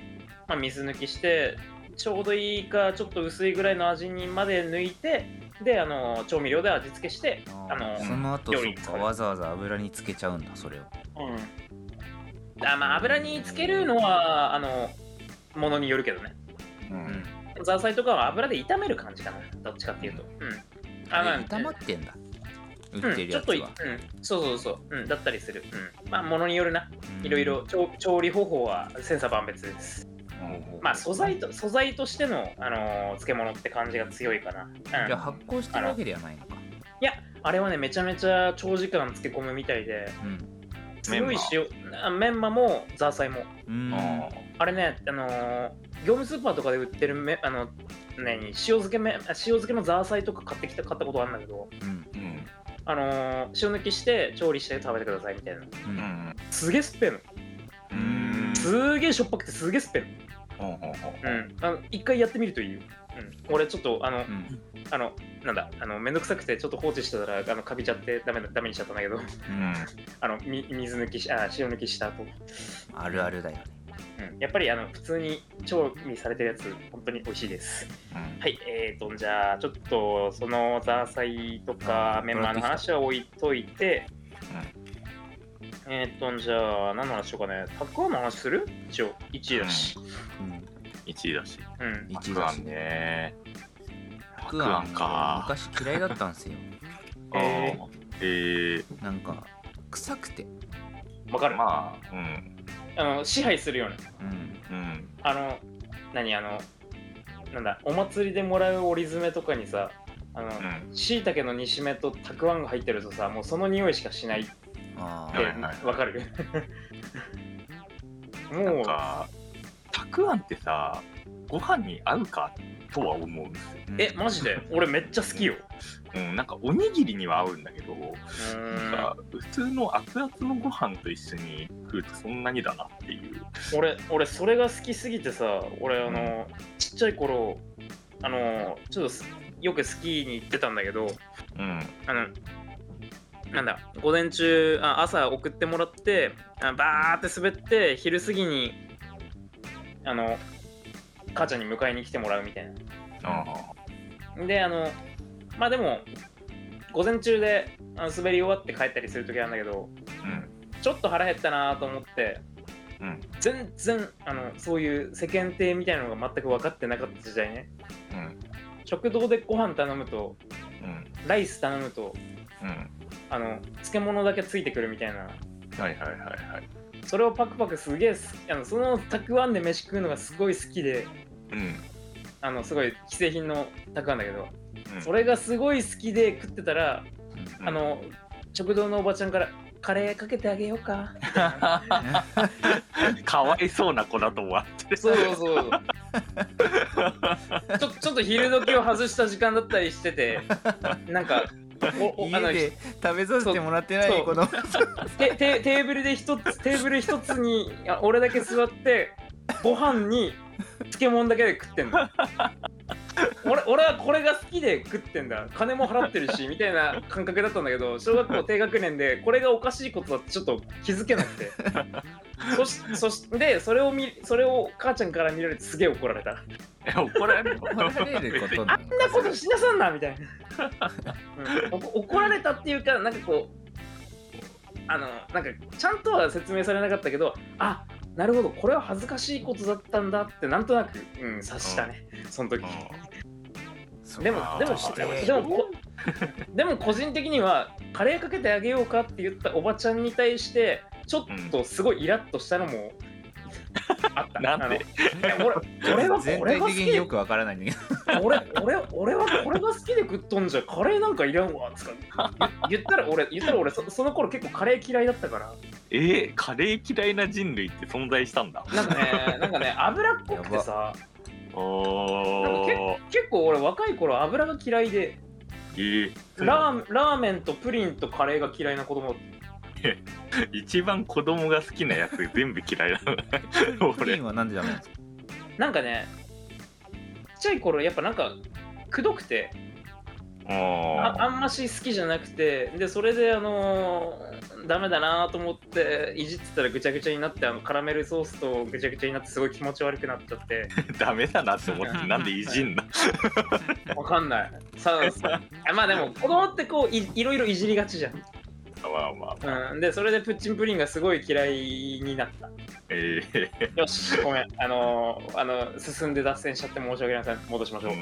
[SPEAKER 1] まあ、水抜きして、ちょうどいいか、ちょっと薄いぐらいの味にまで抜いて、で、あの調味料で味付けして、
[SPEAKER 2] と
[SPEAKER 1] あの
[SPEAKER 2] ーその後
[SPEAKER 1] 料
[SPEAKER 2] そ
[SPEAKER 1] 理
[SPEAKER 2] っ
[SPEAKER 1] に
[SPEAKER 2] か
[SPEAKER 1] 使う
[SPEAKER 2] わざわざ油につけちゃうんだそれを
[SPEAKER 1] うん。あまあ、油につけるのは、あの、ものによるけどね。
[SPEAKER 3] うんうん
[SPEAKER 1] ザーサイとかは油で炒める感じかな、どっちかっていうと。うん。
[SPEAKER 2] あ
[SPEAKER 1] ま
[SPEAKER 2] れ炒まってんだ売
[SPEAKER 1] う
[SPEAKER 2] っ
[SPEAKER 1] ん、
[SPEAKER 2] てる
[SPEAKER 1] ちょ
[SPEAKER 2] や
[SPEAKER 1] っ
[SPEAKER 2] つ
[SPEAKER 1] とい、う
[SPEAKER 2] は
[SPEAKER 1] ん、そうそうそう、うん、だったりする。うん、まあ、ものによるな。
[SPEAKER 2] うん
[SPEAKER 1] いろいろ調調理方法は千差万別です。まあ素材と素材としての、あのー漬物って感じが強いかな、うん
[SPEAKER 2] じゃあ発酵してるわけではないのか
[SPEAKER 1] あれはねめちゃめちゃ長時間漬け込むみたいで
[SPEAKER 2] うん
[SPEAKER 1] 強い塩あメンマもザーサイも
[SPEAKER 2] うん
[SPEAKER 3] あ
[SPEAKER 1] あれねあのー業務スーパーとかで売ってるめあの何塩漬けめ塩漬けのザーサイとか買ってきた買ったことあるんだけど
[SPEAKER 2] うん
[SPEAKER 3] ーうん
[SPEAKER 1] あのー塩抜きして調理して食べてくださいみたいな
[SPEAKER 2] う
[SPEAKER 3] うんん
[SPEAKER 1] すげえ酸っぱいの
[SPEAKER 3] うん
[SPEAKER 1] すげえしょっぱくてすげえ酸っぱいの
[SPEAKER 3] ほうほうほう
[SPEAKER 1] うんあの一回やってみるといいよ、うん、俺ちょっとあの、
[SPEAKER 2] うん
[SPEAKER 1] あの、なんだ、あの、めんどくさくて、ちょっと放置してたら、あの、かびちゃって、ダメだ、ダメにしちゃったんだけど、
[SPEAKER 2] うん
[SPEAKER 1] あの、み、水抜きし、あ、塩抜きした後。
[SPEAKER 2] あるあるだよね
[SPEAKER 1] うん、やっぱり、あの、普通に調味されてるやつ、本当に美味しいです。
[SPEAKER 3] うん
[SPEAKER 1] はい、えーと、じゃあ、ちょっと、そのザーサイと
[SPEAKER 2] あ
[SPEAKER 1] か
[SPEAKER 2] ー、
[SPEAKER 1] メンバーの話は置いといて。えーと、じゃあ、何の話しようかね、たくあんの話する一応、1位だし。
[SPEAKER 2] うん
[SPEAKER 3] 1位だし
[SPEAKER 1] うん。
[SPEAKER 2] 一位
[SPEAKER 3] 不
[SPEAKER 2] だし
[SPEAKER 3] 安ね
[SPEAKER 2] 白
[SPEAKER 3] 白
[SPEAKER 2] 亜
[SPEAKER 3] 亜か
[SPEAKER 2] 昔嫌いだったんですよ
[SPEAKER 1] え
[SPEAKER 3] あーえ
[SPEAKER 2] なんか臭くて
[SPEAKER 1] わか
[SPEAKER 3] ー
[SPEAKER 1] る、
[SPEAKER 3] まあうん
[SPEAKER 1] あの、支配するような。
[SPEAKER 2] うん
[SPEAKER 3] うん
[SPEAKER 1] あの、何、あの、なんだ、お祭りでもらう折り詰めとかにさ、あの、
[SPEAKER 3] うん
[SPEAKER 1] しいたけの煮しめとたくあんが入ってるとさもうその匂いしかしないって
[SPEAKER 2] あ
[SPEAKER 3] はいはいはい
[SPEAKER 1] わかる
[SPEAKER 3] なん
[SPEAKER 1] もう
[SPEAKER 3] かたくあんってさご飯に合うかとは思うんですよ、
[SPEAKER 1] えマジで俺めっちゃ好きよ
[SPEAKER 3] うん、なんかおにぎりには合うんだけど
[SPEAKER 1] うー
[SPEAKER 3] なん
[SPEAKER 1] ん
[SPEAKER 3] か普通の熱々のご飯と一緒に食うとそんなにだなっていう
[SPEAKER 1] 俺俺それが好きすぎてさ俺あのちっちゃい頃あのちょっとすよくスキーに行ってたんだけど
[SPEAKER 3] うん
[SPEAKER 1] あのなんだ午前中あ朝送ってもらってあバーって滑って昼過ぎにあの母ちゃんに迎えに来てもらうみたいな
[SPEAKER 3] あ
[SPEAKER 1] であのまあでも午前中であの滑り終わって帰ったりする時なんだけど
[SPEAKER 3] うん
[SPEAKER 1] ちょっと腹減ったなと思って
[SPEAKER 3] うん
[SPEAKER 1] 全然あのそういう世間体みたいなのが全く分かってなかった時代ね
[SPEAKER 3] うん
[SPEAKER 1] 食堂でご飯頼むと
[SPEAKER 3] うん
[SPEAKER 1] ライス頼むと
[SPEAKER 3] うん
[SPEAKER 1] あの漬物だけついてくるみたいな
[SPEAKER 3] はいはいはいはい
[SPEAKER 1] それをパクパクすげえすあのそのたくあんで飯食うのがすごい好きで
[SPEAKER 3] うん
[SPEAKER 1] あのすごい既製品のたくあんだけど
[SPEAKER 3] うん
[SPEAKER 1] それがすごい好きで食ってたら
[SPEAKER 2] うん
[SPEAKER 1] あの食堂のおばちゃんから「カレーかけてあげようか」
[SPEAKER 3] かわいそうな子だと思われてる
[SPEAKER 1] そうそうそうちょちょっと昼時を外した時間だったりしててなんかおおあの
[SPEAKER 2] 家で食べさせてもらってな
[SPEAKER 1] そ
[SPEAKER 2] いうこの
[SPEAKER 1] テテテーブルで一つテーブル一つにあ俺だけ座ってご飯に漬物だけで食ってんだ俺俺はこれが好きで食ってんだ金も払ってるしみたいな感覚だったんだけど小学校低学年でこれがおかしいことだってちょっと気づけなくてそしそしでそれを見それを母ちゃんから見られてすげえ怒られたあん
[SPEAKER 3] え 怒ら れるの
[SPEAKER 2] 怒られることなの
[SPEAKER 1] なことしなさんなみたいな、うんおこ怒られたっていうかなんかこうあのなんかちゃんとは説明されなかったけどあなるほどこれは恥ずかしいことだったんだってなんとなく、うん、察したね、その時、
[SPEAKER 2] そ
[SPEAKER 1] で
[SPEAKER 2] れ
[SPEAKER 1] も
[SPEAKER 3] あー
[SPEAKER 1] でも
[SPEAKER 3] それは
[SPEAKER 1] でもこ でも個人的にはカレーかけてあげようかって言ったおばちゃんに対してちょっとすごいイラッとしたのもあった、
[SPEAKER 3] な
[SPEAKER 1] あ
[SPEAKER 3] んで
[SPEAKER 1] のいや俺 俺は
[SPEAKER 2] 全
[SPEAKER 1] これが
[SPEAKER 2] 体
[SPEAKER 1] 好
[SPEAKER 2] 的
[SPEAKER 1] き
[SPEAKER 2] に
[SPEAKER 1] で
[SPEAKER 2] よくわからないんだけど
[SPEAKER 1] 俺俺俺はこれが好きで食っとんじゃカレーなんかいらんわつか言言ったら俺言ったら俺そその頃結構カレー嫌いだったから
[SPEAKER 3] えーカレー嫌いな人類って存在したんだ
[SPEAKER 1] なんかねなんかね脂っこくてさ
[SPEAKER 3] おー
[SPEAKER 1] 結構俺若い頃油が嫌いで
[SPEAKER 3] えー
[SPEAKER 1] ラーラーメンとプリンとカレーが嫌いな子供だった
[SPEAKER 3] 一番子供が好きなやつ全部嫌いだ な
[SPEAKER 2] プリ
[SPEAKER 3] 俺
[SPEAKER 2] ンはなんでダメなんですか
[SPEAKER 1] なんかね、ちっちゃい頃やっぱなんか、くどくてあ、あ
[SPEAKER 3] あ
[SPEAKER 1] んまし好きじゃなくて、で、それで、あのーダメだなと思って、いじってたらぐちゃぐちゃになって、あのカラメルソースとぐちゃぐちゃになって、すごい気持ち悪くなっちゃって、
[SPEAKER 3] ダメだなって思ってなんでいじんな
[SPEAKER 1] わかんない。ささあまあでも、子供ってこうい、いろいろいじりがちじゃん。
[SPEAKER 3] まあまあ
[SPEAKER 1] うん、で、それでプッチンプリンがすごい嫌いになった。
[SPEAKER 3] ええ
[SPEAKER 1] よし、ごめん。あのーあの進んで脱線しちゃって申し訳ありません。戻しましょう。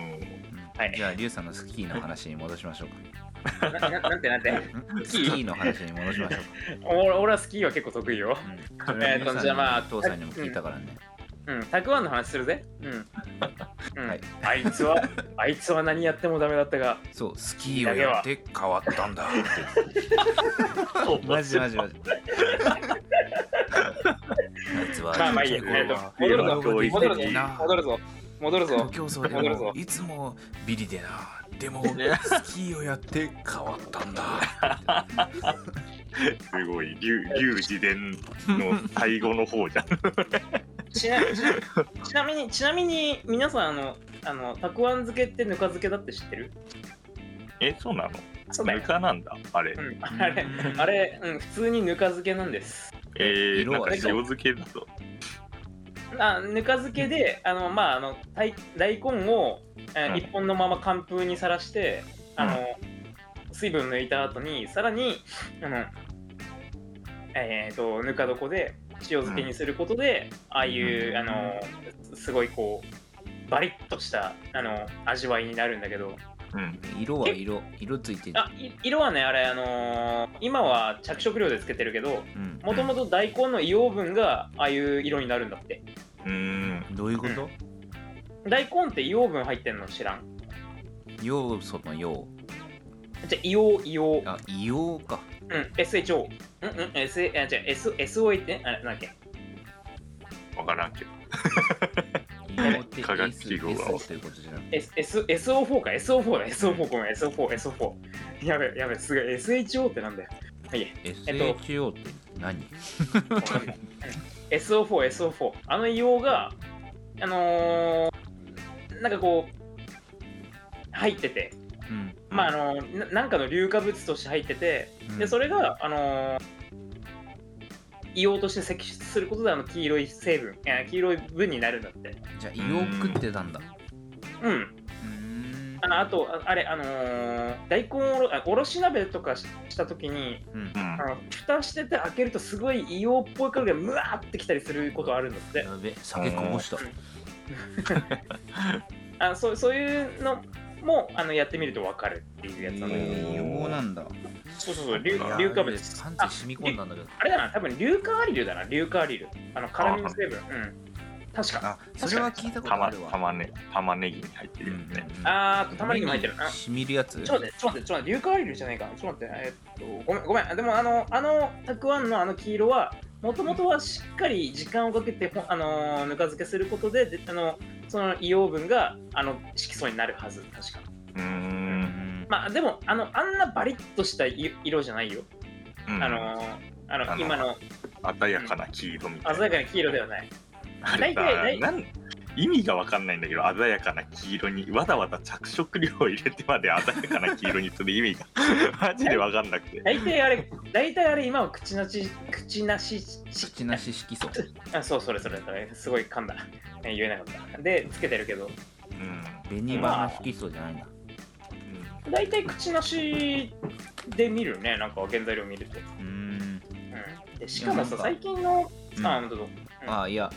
[SPEAKER 1] はい
[SPEAKER 2] じゃあリュウさんのスキーの話に戻しましょうか
[SPEAKER 1] なななんてなんて。
[SPEAKER 2] んスキーの話に戻しましょうか
[SPEAKER 1] 俺俺はスキーは結構得意よ。
[SPEAKER 2] うんそれは
[SPEAKER 1] えーと
[SPEAKER 2] リュウさんに
[SPEAKER 1] じゃあまあ
[SPEAKER 2] 父さんにも聞いたからね
[SPEAKER 1] うん、たくあんの話するぜ。うん。うん
[SPEAKER 2] はい
[SPEAKER 1] あいつは、あいつは何やってもダメだったが、
[SPEAKER 2] そうスキーをやって変わったんだってマジマジマジあいつは
[SPEAKER 1] まあまあいい や。
[SPEAKER 2] 中
[SPEAKER 1] えっ
[SPEAKER 2] 国
[SPEAKER 1] と
[SPEAKER 2] は
[SPEAKER 1] 戻るぞ、
[SPEAKER 2] 運動が
[SPEAKER 1] 戻るぞ
[SPEAKER 2] できていいな、
[SPEAKER 1] 戻るぞ、戻るぞ。
[SPEAKER 2] 競争
[SPEAKER 1] 戻るぞ
[SPEAKER 2] いつもビリでなでも
[SPEAKER 3] ね
[SPEAKER 2] スキーをやって変わったんだ
[SPEAKER 3] すごい龍龍自伝の最後の方じゃん
[SPEAKER 1] ちなちなちなみに、ちなみに、皆さん、あの、あの、たくあん漬けってぬか漬けだって知ってる
[SPEAKER 3] えそうなの
[SPEAKER 1] そうだ
[SPEAKER 3] ぬ
[SPEAKER 1] よ。
[SPEAKER 3] かなんだあれ
[SPEAKER 1] うん、あれ、あれ、うん、普通にぬか漬けなんです。
[SPEAKER 3] えー、
[SPEAKER 2] 色
[SPEAKER 3] なん
[SPEAKER 2] は
[SPEAKER 3] か塩漬けだと
[SPEAKER 1] あぬか漬けで、あの、まあ、あの、大大根を、え
[SPEAKER 3] う
[SPEAKER 1] ー、
[SPEAKER 3] ん
[SPEAKER 1] 一本のまま寒風にさらして、あ
[SPEAKER 3] う
[SPEAKER 1] の、水分抜いた後に、さらに、あの、えっ、と、ぬか床で塩漬けにすることで、ああいう、あの、すごいこう、バリッとした、あの、味わいになるんだけど、
[SPEAKER 3] うん
[SPEAKER 2] 色は色色ついてる
[SPEAKER 1] あ、い色はね、あれ、あのー今は着色料でつけてるけど、
[SPEAKER 2] うん
[SPEAKER 1] もともと大根の硫黄分が、ああいう色になるんだって。
[SPEAKER 3] うーん
[SPEAKER 2] どういうこと
[SPEAKER 1] 大根って硫黄分入ってんの知らん
[SPEAKER 2] 要素の要
[SPEAKER 1] じゃあ、硫黄、硫黄。
[SPEAKER 2] あ硫黄か
[SPEAKER 1] うん、SHO。うんうん、S、え、違う、S、SOA って、あれ、なんだっけ
[SPEAKER 3] わからんけど
[SPEAKER 2] 硫黄って
[SPEAKER 3] 化学
[SPEAKER 2] S,
[SPEAKER 3] 記号が
[SPEAKER 2] S ということじゃなくて
[SPEAKER 1] S、S、SO4 か、SO4 だ、SO4 ごめん、SO4、SO4。やべ、やべ、すごい、SHO ってなんだよ。はい、いえ
[SPEAKER 2] SHO って何、
[SPEAKER 1] わかんない SO4、SO4。あの硫黄が、あのー、なんかこう、入ってて、
[SPEAKER 2] うん
[SPEAKER 1] まあ、あのーななんかの硫化物として入ってて、
[SPEAKER 2] うん
[SPEAKER 1] で、それが、あのー、硫黄として析出することであの黄色い成分、えー黄色い分になるんだって。
[SPEAKER 2] じゃあ硫黄食ってたんだ
[SPEAKER 1] うん。
[SPEAKER 2] うん
[SPEAKER 1] ああとああれあのー大根おろあおろし鍋とかしした時に
[SPEAKER 2] うん
[SPEAKER 3] うん
[SPEAKER 1] あの蓋してて開けるとすごい硫黄っぽいからがムワーってきたりすることあるんだって
[SPEAKER 2] やべ酒こぼした
[SPEAKER 1] あそうそういうのもあのやってみると分かるっていうやつなのよ、
[SPEAKER 2] えー硫黄なんだ
[SPEAKER 1] そうそうそう硫
[SPEAKER 3] あ
[SPEAKER 1] 硫化
[SPEAKER 2] い
[SPEAKER 1] 物
[SPEAKER 2] やーパンチ染み込んだんだけど
[SPEAKER 1] あれだな多分硫化アリルだな硫化アリルあの辛みの成分うん確か
[SPEAKER 2] あそれは聞いたことあ
[SPEAKER 3] 玉
[SPEAKER 2] るわ
[SPEAKER 3] 玉ね玉ねぎに入って
[SPEAKER 2] う
[SPEAKER 3] る
[SPEAKER 2] ん
[SPEAKER 3] よね、
[SPEAKER 2] うん
[SPEAKER 1] あーあと玉ねぎも入ってるな
[SPEAKER 2] 染みるやつ
[SPEAKER 1] ちょっと待って、ちょっと待って、ちょっと待って、硫化アリルじゃないか。ちょっと待って、えーっと、ごめん、ごめん。でも、あの、あの、たくあんのあの黄色は、もともとはしっかり時間をかけて、ほあのーぬか漬けすることで、であの、その硫黄分が、あの、色素になるはず、確か。
[SPEAKER 3] うー
[SPEAKER 2] うんん
[SPEAKER 1] まあ、でも、あの、あんなバリッとしたい色じゃないよ。
[SPEAKER 3] うん
[SPEAKER 1] あのーあの、
[SPEAKER 3] あの
[SPEAKER 1] 今の
[SPEAKER 3] 鮮やかな黄色みたいな
[SPEAKER 1] 鮮やかな黄色ではない。
[SPEAKER 3] あれ
[SPEAKER 1] 大
[SPEAKER 3] さ
[SPEAKER 1] 体大
[SPEAKER 3] なん意味が分かんないんだけど鮮やかな黄色にわざわざ着色料を入れてまで鮮やかな黄色にする意味がマジで分かんなくて
[SPEAKER 1] 大体あれ、大体あれ、今は口なし、口なし、し
[SPEAKER 2] 口なし色素
[SPEAKER 1] あそう、それそれそれ、すごい噛んだ。え言えなかった。で、つけてるけど、
[SPEAKER 3] うん
[SPEAKER 2] 紅花色素じゃないんだ
[SPEAKER 1] 大体口なしで見るよね、なんか原材料見ると。
[SPEAKER 2] うーん
[SPEAKER 1] うん、でしかも
[SPEAKER 2] いやなん
[SPEAKER 1] さ、
[SPEAKER 2] か
[SPEAKER 1] 最近の、
[SPEAKER 2] うん
[SPEAKER 1] あ、本当だ
[SPEAKER 2] ああいや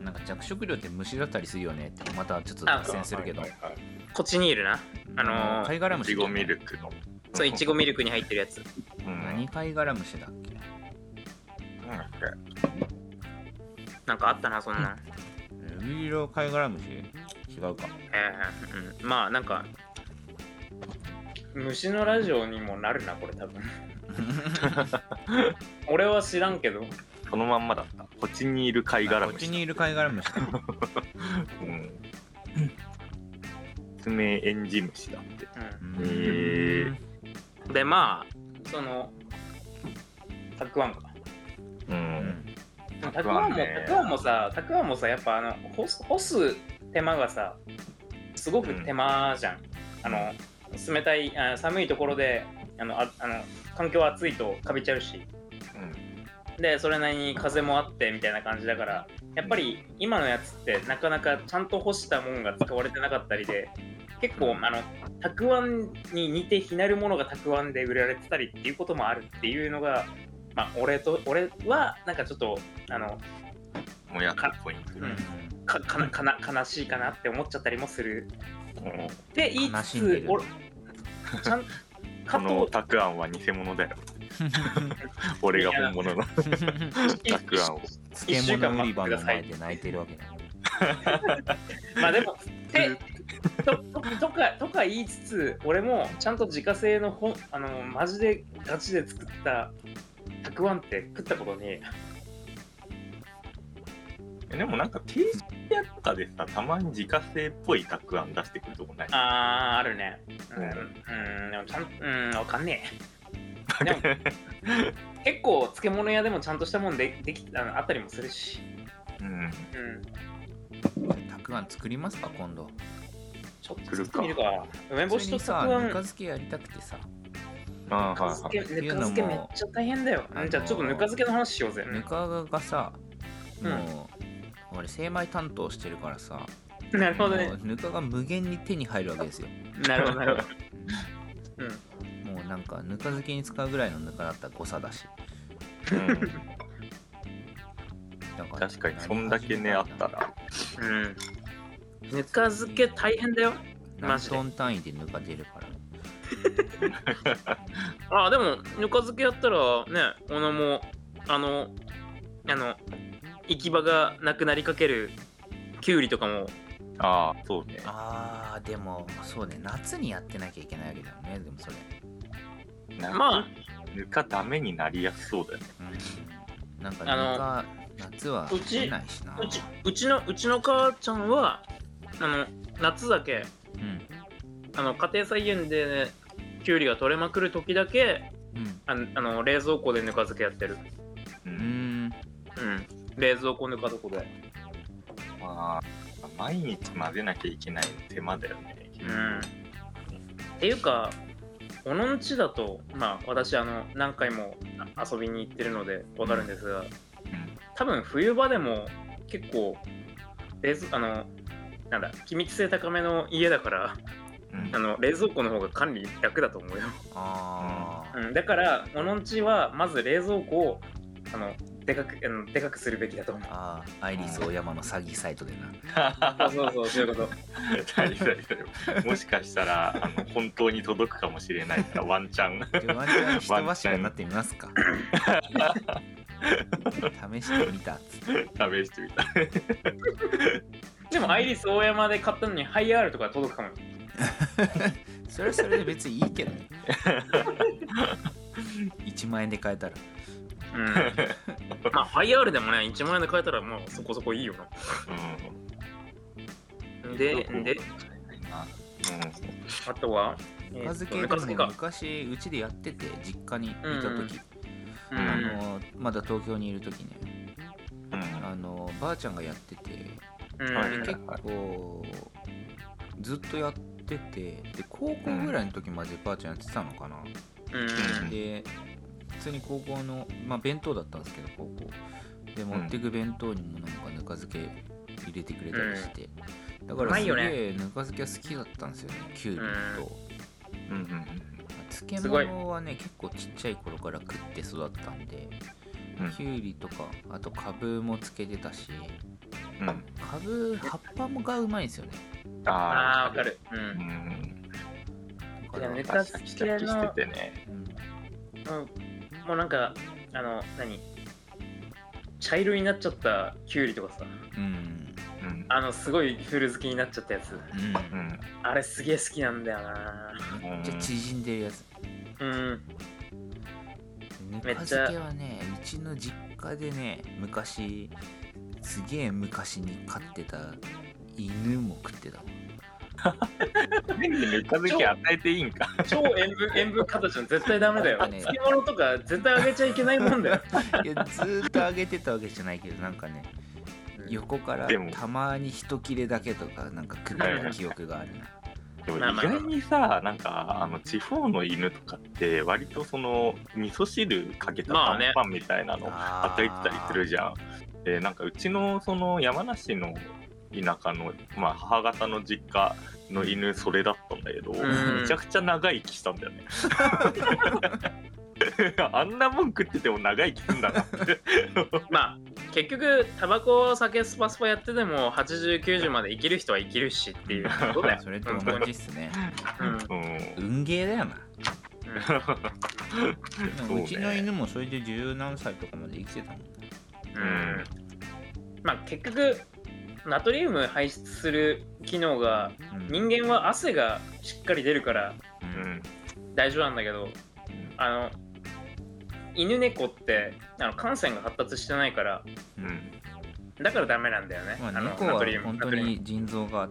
[SPEAKER 2] なんか着色料って虫だったりするよねってまたちょっと
[SPEAKER 1] あ
[SPEAKER 2] 脱線するけど
[SPEAKER 3] はいはいはい
[SPEAKER 1] こっちにいるな。あのー
[SPEAKER 2] 貝殻
[SPEAKER 3] い
[SPEAKER 2] 虫
[SPEAKER 3] ちごミルクの
[SPEAKER 1] そう、いちごミルクに入ってるやつ。
[SPEAKER 3] ク、うん、
[SPEAKER 2] 何貝殻虫だっけ
[SPEAKER 3] なんだっけ
[SPEAKER 1] なんかあったな、そんなん。
[SPEAKER 2] ルビーロ貝殻虫違うか
[SPEAKER 1] えーうん、まあ、なんか、虫のラジオにもなるな、これ多 分。俺は知らんけど。
[SPEAKER 3] このまんまだったこっちにいる貝殻
[SPEAKER 2] こっちに
[SPEAKER 3] 虫
[SPEAKER 2] いる貝殻虫だ
[SPEAKER 3] うん爪エンジ虫だって
[SPEAKER 1] うん
[SPEAKER 2] うん
[SPEAKER 3] へー
[SPEAKER 1] でまあそのたくあんか
[SPEAKER 3] う
[SPEAKER 2] うんん
[SPEAKER 1] たくあんも
[SPEAKER 3] ね
[SPEAKER 1] たくあんもさたくあんもさやっぱあの干す干す手間がさすごく手間じゃん、あの冷たいあ寒いところであのああの環境暑いとかびちゃうしでそれなりに風もあってみたいな感じだからやっぱり今のやつってなかなかちゃんと干したもんが使われてなかったりで結構あのたくあんに似て非なるものがたくあんで売られてたりっていうこともあるっていうのが、まあ、俺と俺はなんかちょっとあの
[SPEAKER 3] うんもやっとポイント
[SPEAKER 1] うん かかなかな悲しいかなって思っちゃったりもする
[SPEAKER 3] うん
[SPEAKER 1] って言い
[SPEAKER 2] 悲
[SPEAKER 1] つ
[SPEAKER 2] しんで
[SPEAKER 1] つ
[SPEAKER 2] る
[SPEAKER 1] 俺ちゃん
[SPEAKER 3] こ
[SPEAKER 1] 加
[SPEAKER 3] の
[SPEAKER 1] 藤
[SPEAKER 3] たくあんは偽物 だよ俺が本物のたくあんを
[SPEAKER 2] 漬物売り場の前で泣いてるわけだ
[SPEAKER 1] まあでも、てとととかとか言いつつ、俺もちゃんと自家製のほんあのマジでガチで作ったたくあんって食ったことに、
[SPEAKER 3] えでもなんか定食屋とかでさたまに自家製っぽいたくあん出してくるとこない
[SPEAKER 1] あー、あるね。うん、
[SPEAKER 3] うん
[SPEAKER 1] うん、でもちゃん、うん、わかんねえ。でも結構漬物屋でもちゃんとしたもんでできあのあったりもするし、
[SPEAKER 3] うん
[SPEAKER 1] うん、
[SPEAKER 2] たくあん作りますか今度
[SPEAKER 1] ちょっと
[SPEAKER 3] 来
[SPEAKER 1] 作
[SPEAKER 3] るか
[SPEAKER 1] ってみるか。梅
[SPEAKER 2] 普
[SPEAKER 1] 干し
[SPEAKER 2] 通
[SPEAKER 1] と
[SPEAKER 2] に
[SPEAKER 1] たく
[SPEAKER 2] さ
[SPEAKER 1] あ
[SPEAKER 2] ぬ
[SPEAKER 1] ん、
[SPEAKER 2] か
[SPEAKER 1] ぬか
[SPEAKER 2] 漬けやりたくてさ
[SPEAKER 3] ああはい
[SPEAKER 1] 漬
[SPEAKER 3] はい
[SPEAKER 1] け、ぬ
[SPEAKER 2] い
[SPEAKER 1] か漬けめっちゃ大変だよ。
[SPEAKER 2] あのー
[SPEAKER 1] じゃあちょっとぬか漬けの話しようぜ。
[SPEAKER 2] ぬかがさ
[SPEAKER 1] うん
[SPEAKER 2] もう俺精米担当してるからさ
[SPEAKER 1] うんなるほど
[SPEAKER 2] も
[SPEAKER 1] ね
[SPEAKER 2] う。ぬかが無限に手に入るわけですよ
[SPEAKER 1] なるほど、なるほど。うん
[SPEAKER 2] もうなんかぬか漬けに使うぐらいのぬかだったら誤差だし
[SPEAKER 3] うん
[SPEAKER 2] だから
[SPEAKER 3] 確かにそんだけねあったら
[SPEAKER 1] うん。ぬか漬け大変だよ。マ
[SPEAKER 2] 何
[SPEAKER 1] ジで
[SPEAKER 2] トン単位でぬか出るから
[SPEAKER 1] ああ、でも、ぬか漬けやったら、ね、おのも、あの、あの、行き場がなくなりかける、きゅうりとかも、
[SPEAKER 3] ああそうね
[SPEAKER 2] あーでもそうね夏にやってなきゃいけないわけだよねでもそれ、
[SPEAKER 3] なんか
[SPEAKER 1] ま
[SPEAKER 3] ぬかダメになりやすそうだよね
[SPEAKER 2] うん、なんか
[SPEAKER 1] あの
[SPEAKER 2] ぬか夏は
[SPEAKER 1] うち
[SPEAKER 2] 出ないしな
[SPEAKER 1] あ、うち、うちの、うちの母ちゃんは、あの、夏だけ、
[SPEAKER 2] うん
[SPEAKER 1] あの、家庭菜園で、ね、きゅうりが取れまくる時だけ、
[SPEAKER 2] うん
[SPEAKER 1] あの、あの冷蔵庫でぬか漬けやってる。
[SPEAKER 2] う
[SPEAKER 3] う
[SPEAKER 2] んん
[SPEAKER 1] うん。冷蔵庫ぬか床で。
[SPEAKER 3] まあ毎日混ぜなきゃいけない手間だよね
[SPEAKER 1] うんっていうか、おのんちだと、まあ、私あの、何回もあ遊びに行ってるのでわかるんですが、多分冬場でも結構、冷蔵あのなんだ、気密性高めの家だから、
[SPEAKER 3] うん
[SPEAKER 1] あの冷蔵庫の方が管理楽だと思うよ。
[SPEAKER 2] あー、
[SPEAKER 1] うん、だから、おのんちはまず冷蔵庫をあのでかくあのでかくするべきだと思う。
[SPEAKER 2] あーアイリスオーヤマの詐欺サイトでな
[SPEAKER 1] あそうそう、そういうこと。
[SPEAKER 3] 大丈夫大丈夫もしかしたらあの本当に届くかもしれないからワンチャン
[SPEAKER 2] でワンチャン人柱になってみますか試してみたっつって
[SPEAKER 3] 試してみた
[SPEAKER 1] でも、アイリス大山で買ったのに、ハイアールとか届くかもよ。
[SPEAKER 2] それはそれで別にいいけどね1万円で買えたら
[SPEAKER 1] うんまあ、ハイアールでもね、1万円で買えたら、まあ、そこそこいいよな。
[SPEAKER 3] うん
[SPEAKER 1] で、
[SPEAKER 3] どこ
[SPEAKER 1] で、あとは、
[SPEAKER 2] ぬか漬
[SPEAKER 1] えーとぬ
[SPEAKER 2] け
[SPEAKER 1] か漬け
[SPEAKER 2] でも
[SPEAKER 1] か。
[SPEAKER 2] 昔うちでやってて実家にいた時、
[SPEAKER 1] う
[SPEAKER 2] あ
[SPEAKER 1] ん。
[SPEAKER 2] のまだ東京にいる時ね
[SPEAKER 3] うんうん
[SPEAKER 2] あのばあちゃんがやってて
[SPEAKER 1] うん
[SPEAKER 3] はい
[SPEAKER 2] で結構ずっとやっててで高校ぐらいの時までバーチャルやってたのかな、
[SPEAKER 1] うん
[SPEAKER 2] で普通に高校の、まあ、弁当だったんですけど高校で
[SPEAKER 3] ん
[SPEAKER 2] 持ってく弁当にもなんかぬか漬け入れてくれたりして、だか
[SPEAKER 1] う
[SPEAKER 2] ら
[SPEAKER 1] ますい
[SPEAKER 2] げ
[SPEAKER 1] よね
[SPEAKER 2] えぬか漬けは好きだったんですよねきゅうりと、
[SPEAKER 3] うんうん
[SPEAKER 2] 漬物はね結構ちっちゃい頃から食って育ったんで
[SPEAKER 3] うん
[SPEAKER 2] きゅうりとかあとかぶも漬けてたし
[SPEAKER 3] うん
[SPEAKER 2] かぶ葉っぱもがうまいんですよね
[SPEAKER 1] ああ、
[SPEAKER 3] あー
[SPEAKER 1] わかる。う。
[SPEAKER 3] うんん
[SPEAKER 2] だから
[SPEAKER 1] いやね
[SPEAKER 3] シャキシャキしててね
[SPEAKER 2] うん
[SPEAKER 1] うん、もうなんか、あの、何茶色になっちゃったきゅうりとかさ、
[SPEAKER 2] うん
[SPEAKER 3] うん
[SPEAKER 1] あの、すごい古好きになっちゃったやつ。
[SPEAKER 2] うん
[SPEAKER 3] うん
[SPEAKER 1] あれすげえ好きなんだよな。
[SPEAKER 2] めっちゃ縮んでるやつ
[SPEAKER 1] うん。
[SPEAKER 2] ぬ
[SPEAKER 1] めっ
[SPEAKER 2] か
[SPEAKER 1] ちゃ
[SPEAKER 2] 漬けはねうちの実家でね昔すげえ昔に飼ってた犬も食ってたわ
[SPEAKER 3] 麺にぬか漬け与えていいんか
[SPEAKER 1] 超塩 分、塩分過多じゃん。絶対ダメだよ。
[SPEAKER 2] なんかね
[SPEAKER 1] 漬物とか絶対あげちゃいけないもんだよ。
[SPEAKER 2] いやずーっとあげてたわけじゃないけどなんかね横から
[SPEAKER 3] でも
[SPEAKER 2] たまに一切れだけとかなんか食った記憶があるな
[SPEAKER 3] でも意外にさなんかあの地方の犬とかって割とその味噌汁かけた
[SPEAKER 1] ま
[SPEAKER 3] パ
[SPEAKER 1] あね
[SPEAKER 3] ンパンみたいなの
[SPEAKER 2] あ
[SPEAKER 3] 与えてたりする
[SPEAKER 2] じ
[SPEAKER 3] じゃん。でなんかうちのその山梨の田舎の、まあ、母方の実家の犬それだったんだけど、
[SPEAKER 1] ん
[SPEAKER 3] めちゃくちゃ長生きしたんだよね。 あんなもん食ってても長生きすんだなって。
[SPEAKER 1] まあ、結局、タバコ、酒、スパスパやってても、80、90まで生きる人は生きるしっていうこと だよ。
[SPEAKER 2] それと同じっすね
[SPEAKER 1] うん。
[SPEAKER 3] うん
[SPEAKER 2] 運ゲーだよな
[SPEAKER 1] うん
[SPEAKER 2] で
[SPEAKER 3] そう
[SPEAKER 2] も
[SPEAKER 3] ね
[SPEAKER 2] うちの犬もそれで十何歳とかまで生きてたもん
[SPEAKER 1] うんまあ結局ナトリウム排出する機能が
[SPEAKER 2] うん
[SPEAKER 1] 人間は汗がしっかり出るから
[SPEAKER 3] うん
[SPEAKER 1] 大丈夫なんだけどあの犬猫ってあの感染が発達してないから
[SPEAKER 2] う
[SPEAKER 3] うんん
[SPEAKER 1] だからダメなんだよね。
[SPEAKER 2] ま
[SPEAKER 1] あ
[SPEAKER 2] あ、
[SPEAKER 1] の
[SPEAKER 2] 猫
[SPEAKER 1] ナ
[SPEAKER 2] は
[SPEAKER 1] トリウム
[SPEAKER 2] 本当
[SPEAKER 1] ナトリウム
[SPEAKER 2] に腎臓が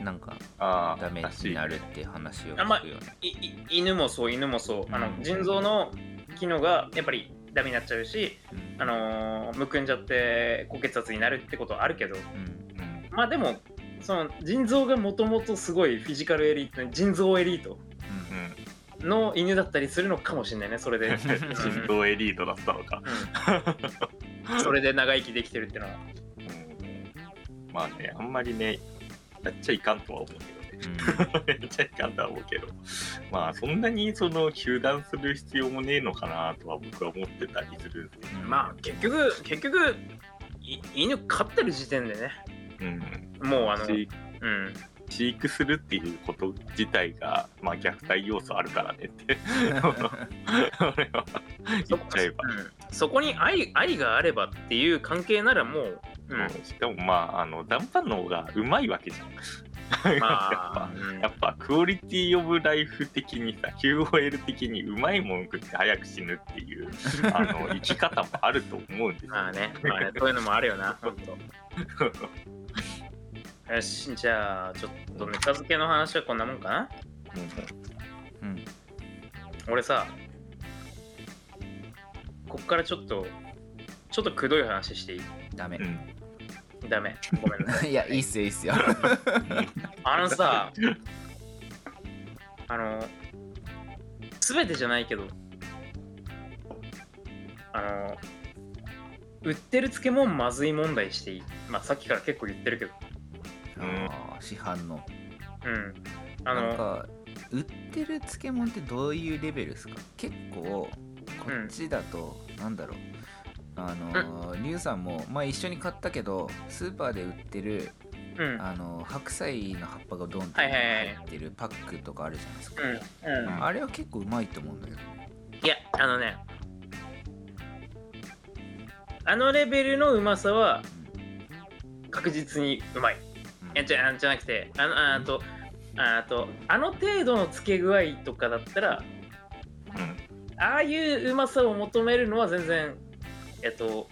[SPEAKER 2] なんか
[SPEAKER 3] あー
[SPEAKER 2] ダメ
[SPEAKER 3] らしい
[SPEAKER 2] になるって話を
[SPEAKER 1] あんま
[SPEAKER 2] 聞くよね。
[SPEAKER 1] いい犬もそう犬もそうあの
[SPEAKER 2] うん
[SPEAKER 1] 腎臓の機能がやっぱりダメになっちゃうし、
[SPEAKER 2] うん
[SPEAKER 1] あのーむくんじゃって高血圧になるってことはあるけど
[SPEAKER 2] うん
[SPEAKER 3] うん
[SPEAKER 1] まあでもその腎臓がもともとすごいフィジカルエリート腎臓エリート
[SPEAKER 3] うん
[SPEAKER 1] の犬だったりするのかもしれないねそれ で、
[SPEAKER 3] 心臓エリートだったのか。
[SPEAKER 1] うんそれで長生きできてるってのは
[SPEAKER 3] うんまあね、あんまりね、やっちゃいかんとは思うけどね。 やっちゃいかんとは思うけど、まあそんなにその糾弾する必要もねえのかなとは僕は思ってたりするんですけど。
[SPEAKER 1] まあ結局結局い犬飼ってる時点でね
[SPEAKER 3] うん、
[SPEAKER 1] もうあの、うん
[SPEAKER 3] 飼、飼育するっていうこと自体が、まあ、虐待要素あるからねって 俺は言っちゃえば、
[SPEAKER 1] うんそこに愛愛があればっていう関係ならもう、う
[SPEAKER 3] うんしかもまああのダンパンの方がうまいわけじゃん
[SPEAKER 1] ん、ま
[SPEAKER 3] やっ
[SPEAKER 1] あ、
[SPEAKER 3] ぱ
[SPEAKER 1] うん
[SPEAKER 3] やっぱクオリティオブライフ的にさ QOL 的にうまいもん食って早く死ぬっていうあ の生き方もあると思うんですよ
[SPEAKER 1] まあ ねまあねそういうのもあるよなほんとよしじゃあちょっとぬか漬けの話はこんなもんかな
[SPEAKER 2] うん
[SPEAKER 1] 俺さこっからちょっとちょっとくどい話していい
[SPEAKER 2] ダメ
[SPEAKER 3] う。ん
[SPEAKER 1] ダメごめん なさい
[SPEAKER 2] いや、いいっすよ、いいっすよ。
[SPEAKER 1] あの さあの全てじゃないけどあの売ってる漬物まずい問題していいまあさっきから結構言ってるけど
[SPEAKER 3] うん
[SPEAKER 2] あー市販の。
[SPEAKER 1] うんあ
[SPEAKER 2] なん
[SPEAKER 1] の
[SPEAKER 2] か、売ってる漬物ってどういうレベルですか結構、こっちだと、なんだろう。あのー、リュウさんも、まあ、一緒に買ったけどスーパーで売ってる、
[SPEAKER 1] うん
[SPEAKER 2] あのー白菜の葉っぱがドンって
[SPEAKER 1] はいはいはい
[SPEAKER 2] 入ってるパックとかあるじゃないですか、
[SPEAKER 1] うんうん
[SPEAKER 2] あれは結構うまいと思うんだけど
[SPEAKER 1] いやあのねあのレベルのうまさは確実にうまい
[SPEAKER 2] うん
[SPEAKER 1] いやじゃあじゃなくてあのああとああとあの程度のつけ具合とかだったら
[SPEAKER 3] うん
[SPEAKER 1] ああいううまさを求めるのは全然えっと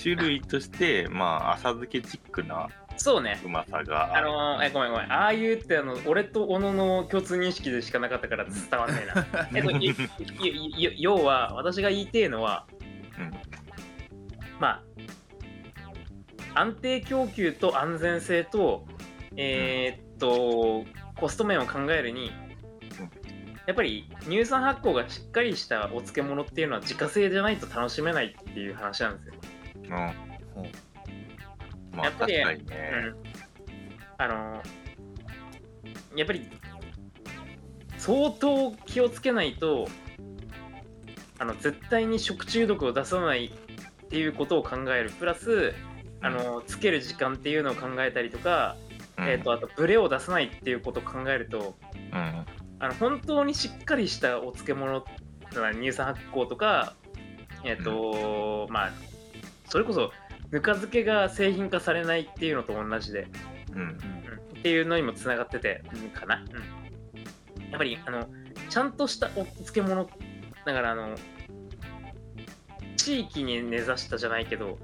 [SPEAKER 3] 種類としてまあ浅漬けチックな
[SPEAKER 1] そうね
[SPEAKER 3] うまさが
[SPEAKER 1] あ
[SPEAKER 3] ある
[SPEAKER 1] のーえごめんごめんああいうってあの俺と小野の共通認識でしかなかったから伝わんないなえっといいい要は私が言いてえのは
[SPEAKER 3] うん
[SPEAKER 1] まあ安定供給と安全性と、えーっと、コスト面を考えるに、やっぱり乳酸発酵がしっかりしたお漬物っていうのは自家製じゃないと楽しめないっていう話なんですよ。
[SPEAKER 3] うんま
[SPEAKER 2] ほう
[SPEAKER 3] あ
[SPEAKER 1] やっぱ
[SPEAKER 3] 確
[SPEAKER 1] り
[SPEAKER 3] かにね
[SPEAKER 1] うんあのやっぱり相当気をつけないとあの絶対に食中毒を出さないっていうことを考えるプラスあのつける時間っていうのを考えたりとか、
[SPEAKER 3] うん
[SPEAKER 1] えー、とあとブレを出さないっていうことを考えると
[SPEAKER 3] うん
[SPEAKER 1] あの本当にしっかりしたお漬物まあ乳酸発酵とかえっ、と、まあそれこそぬか漬けが製品化されないっていうのと同じで
[SPEAKER 3] うん
[SPEAKER 1] うんっていうのにもつながってて、うんかな、うんやっぱりあのちゃんとしたお漬物だからあの地域に根ざしたじゃないけど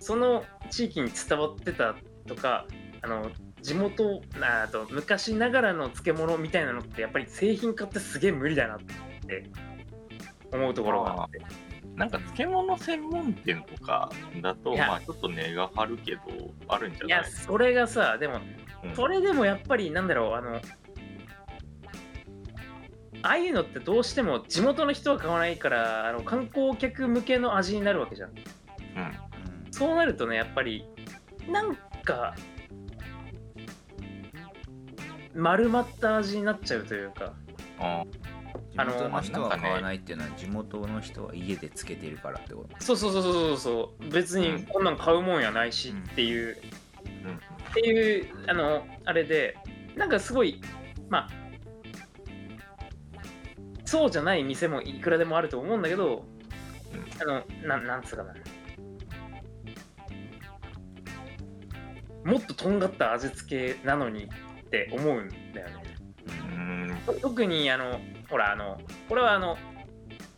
[SPEAKER 1] その地域に伝わってたとかあの地元ああと昔ながらの漬物みたいなのってやっぱり製品化ってすげえ無理だなって思うところがあって
[SPEAKER 3] なんか漬物専門店とかだと
[SPEAKER 1] いや
[SPEAKER 3] まあちょっと値が張るけどあるんじゃ
[SPEAKER 1] い
[SPEAKER 3] な
[SPEAKER 1] や
[SPEAKER 3] い
[SPEAKER 1] それがさでも
[SPEAKER 3] うん
[SPEAKER 1] それでもやっぱりなんだろうあのああいうのってどうしても地元の人は買わないからあの観光客向けの味になるわけじゃん
[SPEAKER 3] うん
[SPEAKER 1] そうなるとねやっぱりなんか丸まった味になっちゃうというか
[SPEAKER 3] あ
[SPEAKER 2] 地
[SPEAKER 1] あの
[SPEAKER 2] 元の人は
[SPEAKER 3] なんかね
[SPEAKER 2] 買わないっていうのは地元の人は家でつけてるからってこと
[SPEAKER 1] そうそうそうそうそうそう別にこんなん買うもんやないしっていう
[SPEAKER 3] うん
[SPEAKER 1] っていうあのあれでなんかすごいまあそうじゃない店もいくらでもあると思うんだけどあのななんつうかなもっととんがった味付けなのにって思うんだよね
[SPEAKER 3] うん
[SPEAKER 1] 特にあのほらあのこれはあの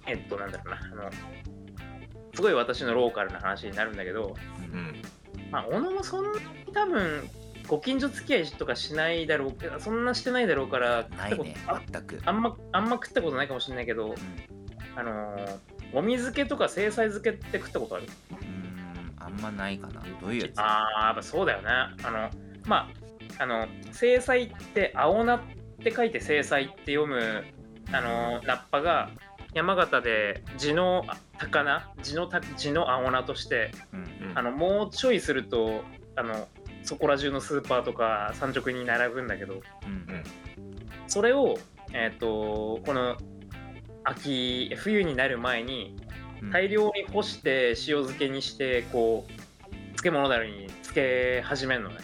[SPEAKER 1] えっとなんだろうなあのすごい私のローカルな話になるんだけど、
[SPEAKER 3] うん
[SPEAKER 1] まあ、小野もそんなに多分ご近所付き合いとかしないだろうけどそんなしてないだろうから
[SPEAKER 2] ないね
[SPEAKER 1] あ
[SPEAKER 2] 全く
[SPEAKER 1] あんまあんま食ったことないかもしれないけど、あのーお水漬けとか精細漬けって食ったことある
[SPEAKER 2] うんうんあんまないかなどういうやつ
[SPEAKER 1] あーやっぱそうだよねあのまああの精細って青菜って書いて精細って読むあのラッパが山形で地の高菜地のた地の青菜として
[SPEAKER 2] うん
[SPEAKER 3] うん
[SPEAKER 1] あのもうちょいするとあのそこら中のスーパーとか産直に並ぶんだけど
[SPEAKER 2] うん
[SPEAKER 1] それを、えー、とこの秋冬になる前に
[SPEAKER 2] うん
[SPEAKER 1] 大量に干して塩漬けにしてこう漬物だるに漬け始めるのね、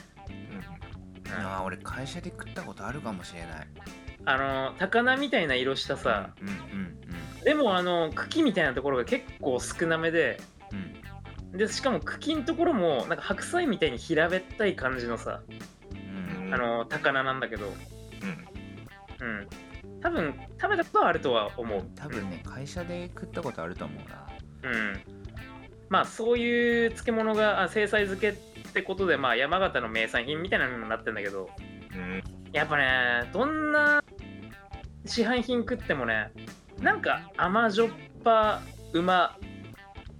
[SPEAKER 1] うんあ
[SPEAKER 2] あー俺会社で食ったことあるかもしれない
[SPEAKER 1] の高菜みたいな色したさ
[SPEAKER 2] うんうん
[SPEAKER 1] でもあの茎みたいなところが結構少なめで
[SPEAKER 2] うんうん
[SPEAKER 1] でしかも茎のところもなんか白菜みたいに平べったい感じのさ
[SPEAKER 2] うん
[SPEAKER 1] あの高菜なんだけど
[SPEAKER 3] うん
[SPEAKER 1] うん多分食べたことはあるとは思う
[SPEAKER 2] 多分ね会社で食ったことあると思うな
[SPEAKER 1] うん、うんまあそういう漬物があ精細漬けってことでまあ山形の名産品みたいなのにもなってんだけど
[SPEAKER 3] うん
[SPEAKER 1] やっぱねどんな市販品食ってもねなんか甘じょっぱうま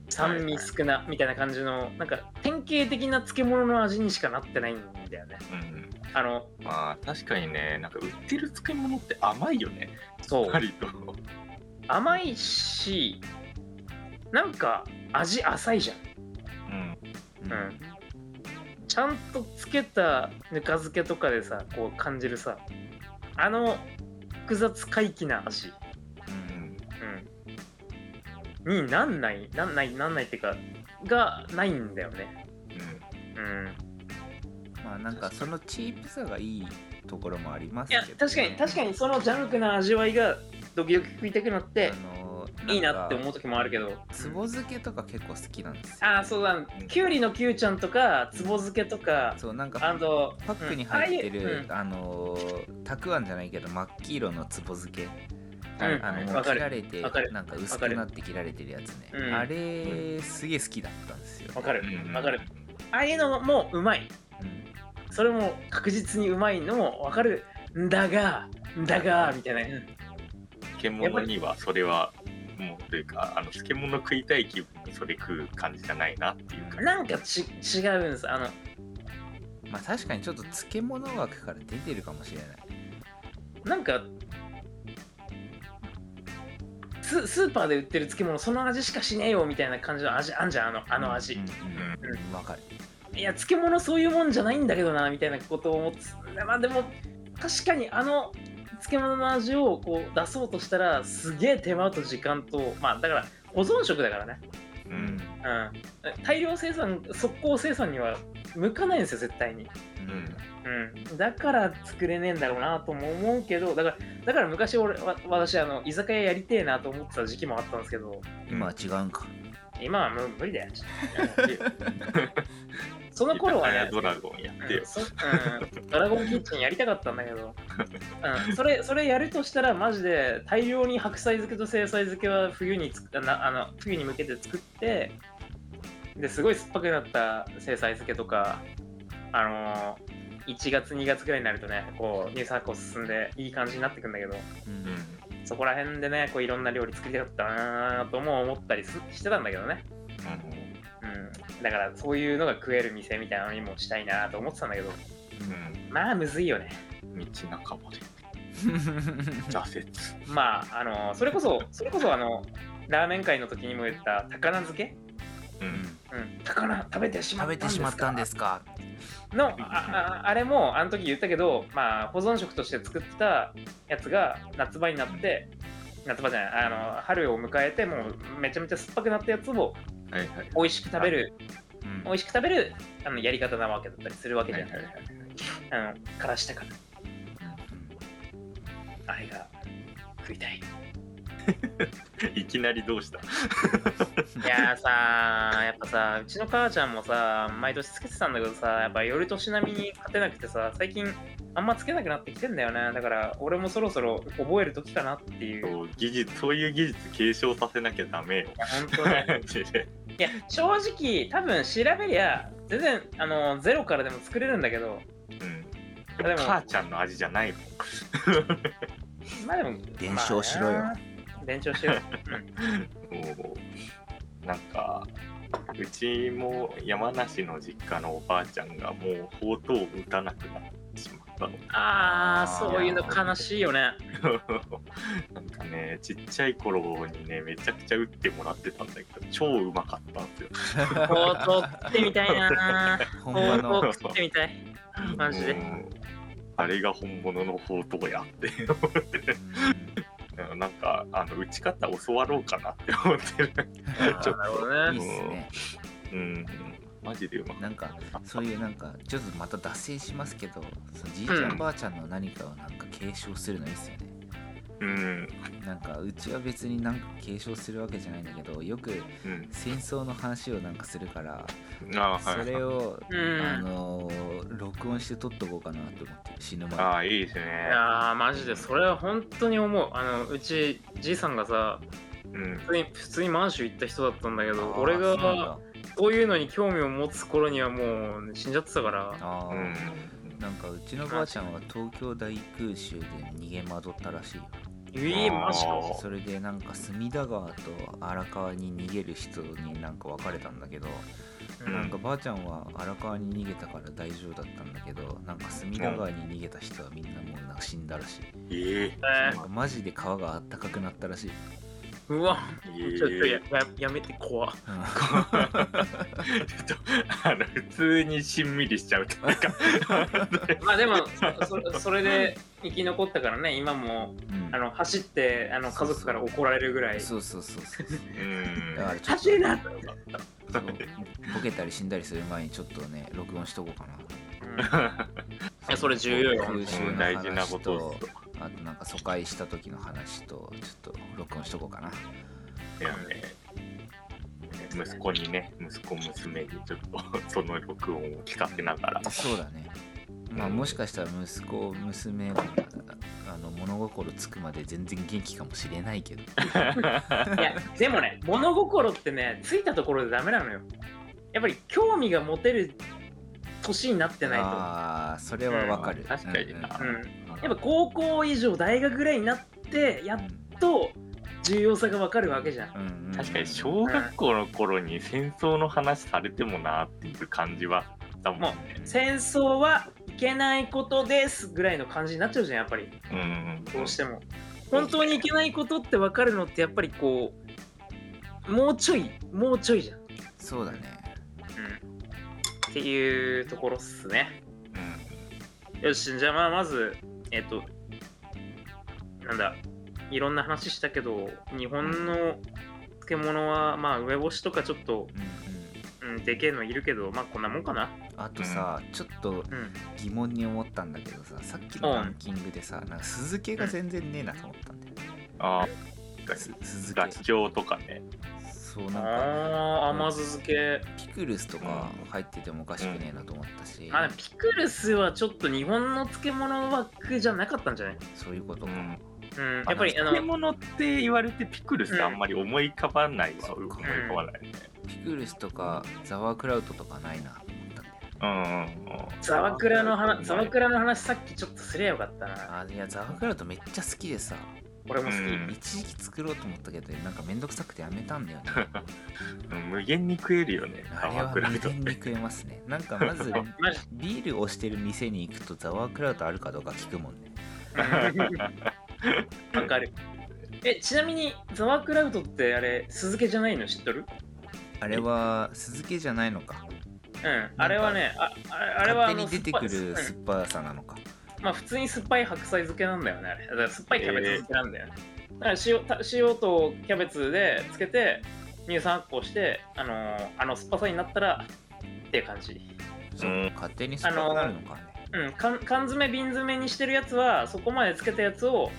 [SPEAKER 1] 酸味少なみたいな感じのなんか典型的な漬物の味にしかなってないんだよね
[SPEAKER 3] うん
[SPEAKER 1] あの
[SPEAKER 3] まあ確かにねなんか売ってる漬物って甘いよね
[SPEAKER 1] そう
[SPEAKER 3] 割と
[SPEAKER 1] 甘いしなんか味浅いじゃん
[SPEAKER 3] うん
[SPEAKER 2] うん
[SPEAKER 1] うんちゃんとつけたぬか漬けとかでさこう感じるさあの複雑怪奇な味、
[SPEAKER 3] うん
[SPEAKER 1] うん、になんないなんないなんないっていうかがないんだよねうん
[SPEAKER 2] まあなんかそのチープさがいいところもあります
[SPEAKER 1] い
[SPEAKER 2] けど
[SPEAKER 1] や
[SPEAKER 2] ね、
[SPEAKER 1] 確かに確かにそのジャンクな味わいがドキドキ食いたくなって
[SPEAKER 2] あの
[SPEAKER 1] いいなって思う
[SPEAKER 2] て
[SPEAKER 1] 時もあるけど
[SPEAKER 2] つぼ漬けとか結構好きなんですよ
[SPEAKER 1] ああそうだきゅうりのきゅうちゃんとかつぼ漬けとか
[SPEAKER 2] そうなん
[SPEAKER 1] あ
[SPEAKER 2] か
[SPEAKER 1] と
[SPEAKER 2] パックに入って
[SPEAKER 1] うんああいう
[SPEAKER 2] る
[SPEAKER 1] うん
[SPEAKER 2] あのーたくあんじゃないけど真っ黄色のつぼ漬け
[SPEAKER 3] はい
[SPEAKER 1] うん
[SPEAKER 2] あのも
[SPEAKER 1] わ
[SPEAKER 2] う
[SPEAKER 1] か
[SPEAKER 2] 切
[SPEAKER 1] る
[SPEAKER 2] られて
[SPEAKER 1] わかる
[SPEAKER 2] なんか薄くなって切られてるやつね
[SPEAKER 1] うん
[SPEAKER 2] あれすげえ好きだったんですよ
[SPEAKER 1] わかる
[SPEAKER 3] うん
[SPEAKER 1] わかるああいうのもうまい
[SPEAKER 2] うん
[SPEAKER 1] それも確実にうまいのもわかるんだがんだがみたいな、
[SPEAKER 3] 漬物にはそれはもうというかあの漬物食いたい気分にそれ食う感じじゃないなっていう感
[SPEAKER 1] なんかち違うんですあの
[SPEAKER 2] まあ確かにちょっと漬物枠から出てるかもしれない
[SPEAKER 1] なんかススーパーで売ってる漬物その味しかしねえよみたいな感じの味あんじゃんあのあの味、
[SPEAKER 2] うんうんうんわかる
[SPEAKER 1] いや漬物そういうもんじゃないんだけどなみたいなことを思ってまあでも確かにあの漬物の味をこう出そうとしたらすげえ手間と時間とまあだから保存食だからね、
[SPEAKER 3] じ。う
[SPEAKER 2] うんん
[SPEAKER 1] うん、大量生産速攻生産には向かないんですよ絶対に、
[SPEAKER 2] うん
[SPEAKER 1] うん、だから作れねえんだろうなとも思うけどだからだから昔俺わ私あの居酒屋やりてえなと思ってた時期もあったんですけど
[SPEAKER 2] 今は違うんか
[SPEAKER 1] 今はもう無理だよその頃は
[SPEAKER 3] 居酒
[SPEAKER 1] ね
[SPEAKER 3] 屋ドラゴンやって
[SPEAKER 1] う
[SPEAKER 3] よ
[SPEAKER 1] ん。そうんドラゴンキッチンやりたかったんだけ ど、うん、それそれやるとしたらマジで大量に白菜漬けと青菜漬けは冬につあなあの冬に向けて作ってですごい酸っぱくなった青菜漬けとかあのー1月2月ぐらいになるとねこう乳酸発酵進んでいい感じになってくんだけど
[SPEAKER 2] うん
[SPEAKER 3] う
[SPEAKER 1] そこら辺でねこういろんな料理作りたかったなとも思ったりすしてたんだけどね、
[SPEAKER 3] んうん
[SPEAKER 1] うん、だからそういうのが食える店みたいなのにもしたいなと思ってたんだけどまあむずいよね
[SPEAKER 3] 道半ばで挫折。
[SPEAKER 1] まああのそれこそそれこそあのラーメン会の時にも言った高菜漬け、
[SPEAKER 3] うん
[SPEAKER 1] うん、高菜食べてしま
[SPEAKER 2] 食
[SPEAKER 1] ったん
[SPEAKER 2] べ
[SPEAKER 1] で
[SPEAKER 2] て
[SPEAKER 1] す
[SPEAKER 2] し
[SPEAKER 1] か
[SPEAKER 2] まったんですか
[SPEAKER 1] のあああれもあの時言ったけど、まあ、保存食として作ったやつが夏場になって夏場じゃないあの春を迎えてもうめちゃめちゃ酸っぱくなったやつを
[SPEAKER 3] はいはい。
[SPEAKER 1] 美味しく食べる
[SPEAKER 2] うん
[SPEAKER 1] 美味しく食べるあのやり方なわけだったりするわけ
[SPEAKER 3] は
[SPEAKER 1] じ
[SPEAKER 3] い
[SPEAKER 1] ゃ
[SPEAKER 3] はい
[SPEAKER 1] な、
[SPEAKER 3] はいい
[SPEAKER 1] あのからしたからあれが食いたいい
[SPEAKER 3] いきなりどうした
[SPEAKER 1] やーさーやっぱさうちの母ちゃんもさ毎年つけてたんだけどさやっぱ夜年並みに勝てなくてさ最近あんまつけなくなってきてんだよねだから俺もそろそろ覚える時かなっていうい
[SPEAKER 3] そう技術そういう技術継承させなきゃダメよ。
[SPEAKER 1] や本当 ねいや正直多分調べりゃ全然あのゼロからでも作れるんだけど
[SPEAKER 3] うん、
[SPEAKER 1] でも
[SPEAKER 3] 母ちゃんの味じゃないもん。
[SPEAKER 1] まあでも
[SPEAKER 2] 伝承しろよ
[SPEAKER 1] まあね伝承しろよ
[SPEAKER 3] もうなんかうちも山梨の実家のおばあちゃんがもうほうとうを打たなくなってしまったの。
[SPEAKER 1] ああそういうの悲しいよね
[SPEAKER 3] なんかねちっちゃい頃にねめちゃくちゃ打ってもらってたんだけど超うまかったんですよ。
[SPEAKER 1] こう取ってみたいなー
[SPEAKER 2] 本
[SPEAKER 1] ほ
[SPEAKER 2] 場
[SPEAKER 1] うと
[SPEAKER 2] の
[SPEAKER 1] う食ってみたい。マジで。
[SPEAKER 3] うんあれが本物のほうとうやってうんなんかあの打ち方教わろうかなって思ってる。
[SPEAKER 1] あ
[SPEAKER 3] ちょ
[SPEAKER 1] ー
[SPEAKER 3] っ
[SPEAKER 1] なるほど
[SPEAKER 2] いい
[SPEAKER 1] ね。
[SPEAKER 2] っすね
[SPEAKER 3] うん、マジでうま
[SPEAKER 2] なんかそういうなんかちょっとまた脱線しますけどそのじいちゃ
[SPEAKER 1] うん
[SPEAKER 2] んばあちゃんの何かをなんか継承するのいいっすよね
[SPEAKER 3] うん、
[SPEAKER 2] なんかうちは別になんか継承するわけじゃないんだけどよく
[SPEAKER 3] うん、
[SPEAKER 2] 戦争の話をなんかするから
[SPEAKER 3] あー
[SPEAKER 2] そ
[SPEAKER 3] はい。
[SPEAKER 2] れを
[SPEAKER 1] う
[SPEAKER 2] あ
[SPEAKER 1] ん。
[SPEAKER 2] のー録音して撮っとこうかなって思ってる死ぬ前に
[SPEAKER 3] ああ、いいです
[SPEAKER 1] い
[SPEAKER 3] ね。
[SPEAKER 1] やーマジでそれは本当に思うあのうちじいさんがさ
[SPEAKER 3] うん
[SPEAKER 1] 普、通に普通に満州行った人だったんだけど
[SPEAKER 2] あー
[SPEAKER 1] 俺
[SPEAKER 2] そうなんだ
[SPEAKER 1] がそういうのに興味を持つ頃にはもう死んじゃってたから
[SPEAKER 2] あ
[SPEAKER 3] う
[SPEAKER 2] ー
[SPEAKER 3] ん、
[SPEAKER 2] なんかうちのばあちゃんは東京大空襲で逃げ惑ったらしいよ
[SPEAKER 1] ええマジか
[SPEAKER 3] あー
[SPEAKER 2] それでなんか隅田川と荒川に逃げる人になんか別れたんだけど、
[SPEAKER 1] う
[SPEAKER 2] なん
[SPEAKER 1] ん
[SPEAKER 2] かばあちゃんは荒川に逃げたから大丈夫だったんだけどなんか隅田川に逃げた人はみんなもうなんか死んだらしい、
[SPEAKER 3] ええ
[SPEAKER 1] え
[SPEAKER 2] なんかマジで川があったかくなったらしい、
[SPEAKER 1] ーうわ
[SPEAKER 3] え
[SPEAKER 1] ちょっとや
[SPEAKER 3] え
[SPEAKER 1] ややめて怖
[SPEAKER 2] うん
[SPEAKER 3] ちょっとあの普通にしんみりしちゃうというか
[SPEAKER 1] まあでもそそそれで生き残ったからね今も
[SPEAKER 2] うん
[SPEAKER 1] あの走ってあの家族から怒られるぐらい
[SPEAKER 2] そうそうそうそう
[SPEAKER 3] う
[SPEAKER 2] だか
[SPEAKER 3] ん
[SPEAKER 2] らちょっと
[SPEAKER 1] 走るな
[SPEAKER 2] そうボケたり死んだりする前にちょっとね録音しとこうかな
[SPEAKER 1] うんいやそれ重要よ
[SPEAKER 2] 空襲
[SPEAKER 3] う
[SPEAKER 2] の
[SPEAKER 3] ん
[SPEAKER 2] 話
[SPEAKER 3] 大事なことを
[SPEAKER 2] あとなんか疎開した時の話とちょっと録音しとこうかな。
[SPEAKER 3] いやね息子にね息子娘にちょっとその録音を聞かせながら
[SPEAKER 2] そうだね。まあもしかしたら息子娘があの物心つくまで全然元気かもしれないけど。
[SPEAKER 1] いやでもね物心ってねついたところでダメなのよやっぱり興味が持てる年になってないと
[SPEAKER 2] ああそれはわかる。
[SPEAKER 3] うん確かにな
[SPEAKER 1] うん、やっぱ高校以上大学ぐらいになってや
[SPEAKER 2] うん
[SPEAKER 1] っと重要さがわかるわけじゃん。
[SPEAKER 2] うんうんうん
[SPEAKER 3] 確かに小学校の頃に戦争の話されてもなっていう感じはだもんね。
[SPEAKER 1] 戦争はいけないことですぐらいの感じになっちゃうじゃんやっぱり
[SPEAKER 3] うんうん
[SPEAKER 1] どうしても。本当にいけないことってわかるのってやっぱりこうもうちょいもうちょいじゃん。うん、っ
[SPEAKER 2] そうだね
[SPEAKER 1] ていうところっすね。よし、じゃあまあまず、えっと、なんだ、いろんな話したけど、日本の漬物は、まあ梅干しとかちょっと、
[SPEAKER 2] うん
[SPEAKER 1] うん、でけえのいるけど、まあこんなもんかな。
[SPEAKER 2] うんあとさ、ちょっと
[SPEAKER 1] うん。
[SPEAKER 2] 疑問に思ったんだけどささっきのランキングでさなんか酢漬けが全然ねえなと思ったんだよね
[SPEAKER 3] ああ
[SPEAKER 2] す酢
[SPEAKER 3] ラ
[SPEAKER 2] 漬
[SPEAKER 3] チョウとかね。
[SPEAKER 2] けそうなんか
[SPEAKER 1] あー、甘酢漬け。
[SPEAKER 2] ピクルスとか入っててもおかしくねえなと思ったし、
[SPEAKER 1] まあでもピクルスはちょっと日本の漬物枠じゃなかったんじゃない
[SPEAKER 2] そういうこと
[SPEAKER 3] う
[SPEAKER 2] か、
[SPEAKER 3] ん
[SPEAKER 1] うん、やっぱりあの、
[SPEAKER 3] 漬物って言われてピクルスってあんまり思い浮かばないは
[SPEAKER 2] うん
[SPEAKER 3] 思い浮かばないね。
[SPEAKER 2] ピクルスとかザワークラウトとかないなと思ったんだよね
[SPEAKER 3] うんうんうん。
[SPEAKER 1] ザワクラの話、ザワク
[SPEAKER 3] ラ。
[SPEAKER 1] ラの話さっきちょっとすりゃよかったな。
[SPEAKER 2] あいやザワークラウトめっちゃ好きでさ
[SPEAKER 1] 俺も好き。
[SPEAKER 3] うん
[SPEAKER 2] 一時期作ろうと思ったけどなんかめんどくさくてやめたん だよね
[SPEAKER 3] 無限に食えるよね。
[SPEAKER 2] あれは無限に食えますねなんか まず
[SPEAKER 1] マジ
[SPEAKER 2] ビールをしてる店に行くとザワークラウトあるかどうか聞くもんね
[SPEAKER 1] わかる。え、ちなみに、ザワークラウトってあれ、酢漬けじゃないの知っとる
[SPEAKER 2] あれは酢漬けじゃないのか
[SPEAKER 1] うん。あれはね、ああれあれはあ
[SPEAKER 2] 勝手
[SPEAKER 1] の
[SPEAKER 2] に出てく
[SPEAKER 1] 酸っ
[SPEAKER 2] る
[SPEAKER 1] ぱい
[SPEAKER 2] 酸っぱさなのか
[SPEAKER 1] うんまあ、普通に酸っぱい白菜漬けなんだよね、あれ。だから酸っぱいキャベツ漬けなんだよね。だから塩た塩とキャベツでつけて、乳酸発酵して、あのーあの酸っぱさになったら、っていう感じ。
[SPEAKER 2] そう勝手に酸っぱくなるのかね
[SPEAKER 1] うん、缶缶詰瓶詰めにしてるやつはそこまでつけたやつを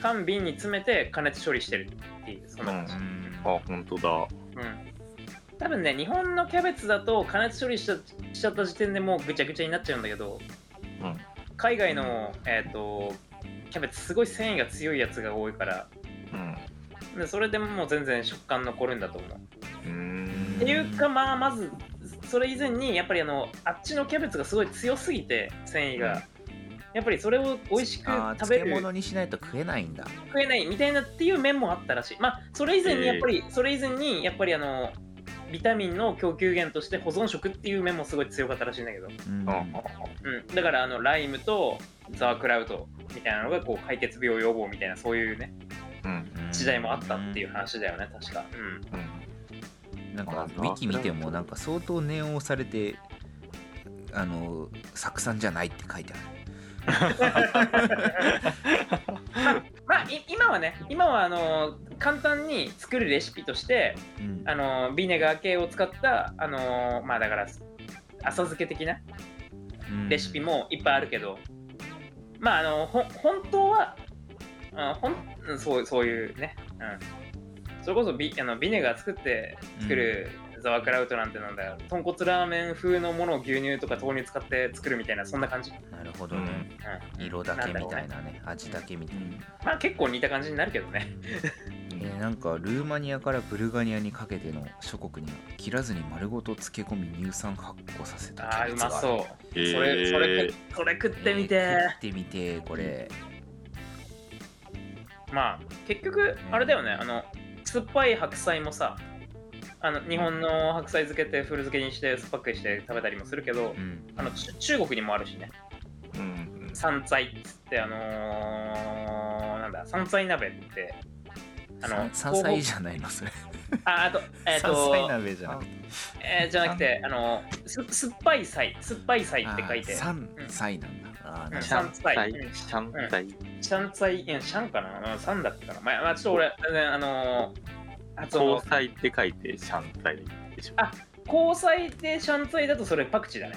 [SPEAKER 1] 缶瓶に詰めて加熱処理してるっていうそんな感じ、
[SPEAKER 3] う
[SPEAKER 2] うん
[SPEAKER 3] あ、本当だ。
[SPEAKER 1] うん、多分ね日本のキャベツだと加熱処理しちゃしちゃった時点でもうぐちゃぐちゃになっちゃうんだけど、
[SPEAKER 3] うん
[SPEAKER 1] 海外の、えー、とキャベツすごい繊維が強いやつが多いから
[SPEAKER 3] うん。
[SPEAKER 1] でそれでもう全然食感残るんだと思う。
[SPEAKER 3] うーん
[SPEAKER 1] っていうかまあまずそれ以前にやっぱりあのあっちのキャベツがすごい強すぎて繊維が、
[SPEAKER 3] うん
[SPEAKER 1] やっぱりそれを美味しく
[SPEAKER 2] あー
[SPEAKER 1] 食べ
[SPEAKER 2] 漬
[SPEAKER 1] る
[SPEAKER 2] 物にしないと食えないんだ
[SPEAKER 1] 食えないみたいなっていう面もあったらしいまあそれ以前にやっぱり、それ以前にやっぱりあのビタミンの供給源として保存食っていう面もすごい強かったらしいんだけど、
[SPEAKER 2] うん
[SPEAKER 3] うん
[SPEAKER 1] うん、だからあのライムとザワークラウトみたいなのがこう解決病予防みたいなそういうね
[SPEAKER 3] うん
[SPEAKER 1] 時代もあったっていう話だよね確か、うん、
[SPEAKER 3] うん
[SPEAKER 2] なんか
[SPEAKER 3] あ
[SPEAKER 2] ウィキ見てもなんか相当念を押されてあの酢酸じゃないって書いてある
[SPEAKER 1] まあい今はね今はあの簡単に作るレシピとして
[SPEAKER 2] うん
[SPEAKER 1] あのビネガー系を使ったあのまあだから浅漬け的な
[SPEAKER 2] うん
[SPEAKER 1] レシピもいっぱいあるけど、まああのほ本当はあほんうんそうそういうね、うん、それこそビあのビネガー作って作るザワークラウトなんてなんだよ豚骨ラーメン風のものを牛乳とか豆乳使って作るみたいなそんな感じ、
[SPEAKER 2] なるほどね
[SPEAKER 1] うん
[SPEAKER 2] 色だけみたい
[SPEAKER 1] んだろ
[SPEAKER 2] なね味だけみたいな
[SPEAKER 1] うまあ結構似た感じになるけどね
[SPEAKER 2] えーなんかルーマニアからブルガニアにかけての諸国には切らずに丸ごと漬け込み乳酸発酵させた
[SPEAKER 1] あーうまそう
[SPEAKER 3] え
[SPEAKER 1] それそれ食それ食
[SPEAKER 2] う
[SPEAKER 1] ってみて、
[SPEAKER 2] 食ってみてこれ
[SPEAKER 1] まあ結局あれだよねあの酸っぱい白菜もさあの日本の白菜漬けて古漬けにして酸っぱくして食べたりもするけど、
[SPEAKER 2] うん
[SPEAKER 1] あのち中国にもあるしね
[SPEAKER 3] うん
[SPEAKER 1] 山菜っつってあのー、なんだ山菜鍋ってあの
[SPEAKER 2] さ山菜じゃないのそれ
[SPEAKER 1] ああ とえっ、
[SPEAKER 2] 山菜
[SPEAKER 1] と、
[SPEAKER 2] 鍋じゃなくて
[SPEAKER 1] えーじゃなくてあのす酸っぱい菜酸っぱい菜って書いて
[SPEAKER 2] あー山菜なんだあーなるほど
[SPEAKER 1] 山菜
[SPEAKER 3] シャンタイ。
[SPEAKER 1] シャン菜いやシャンかなうんシャンだったかなまあ、まあ、ちょっと俺全然あのー、発音
[SPEAKER 3] 交際って書いてシャンタイでしょ。
[SPEAKER 1] あ交際でシャン菜だとそれパクチーだね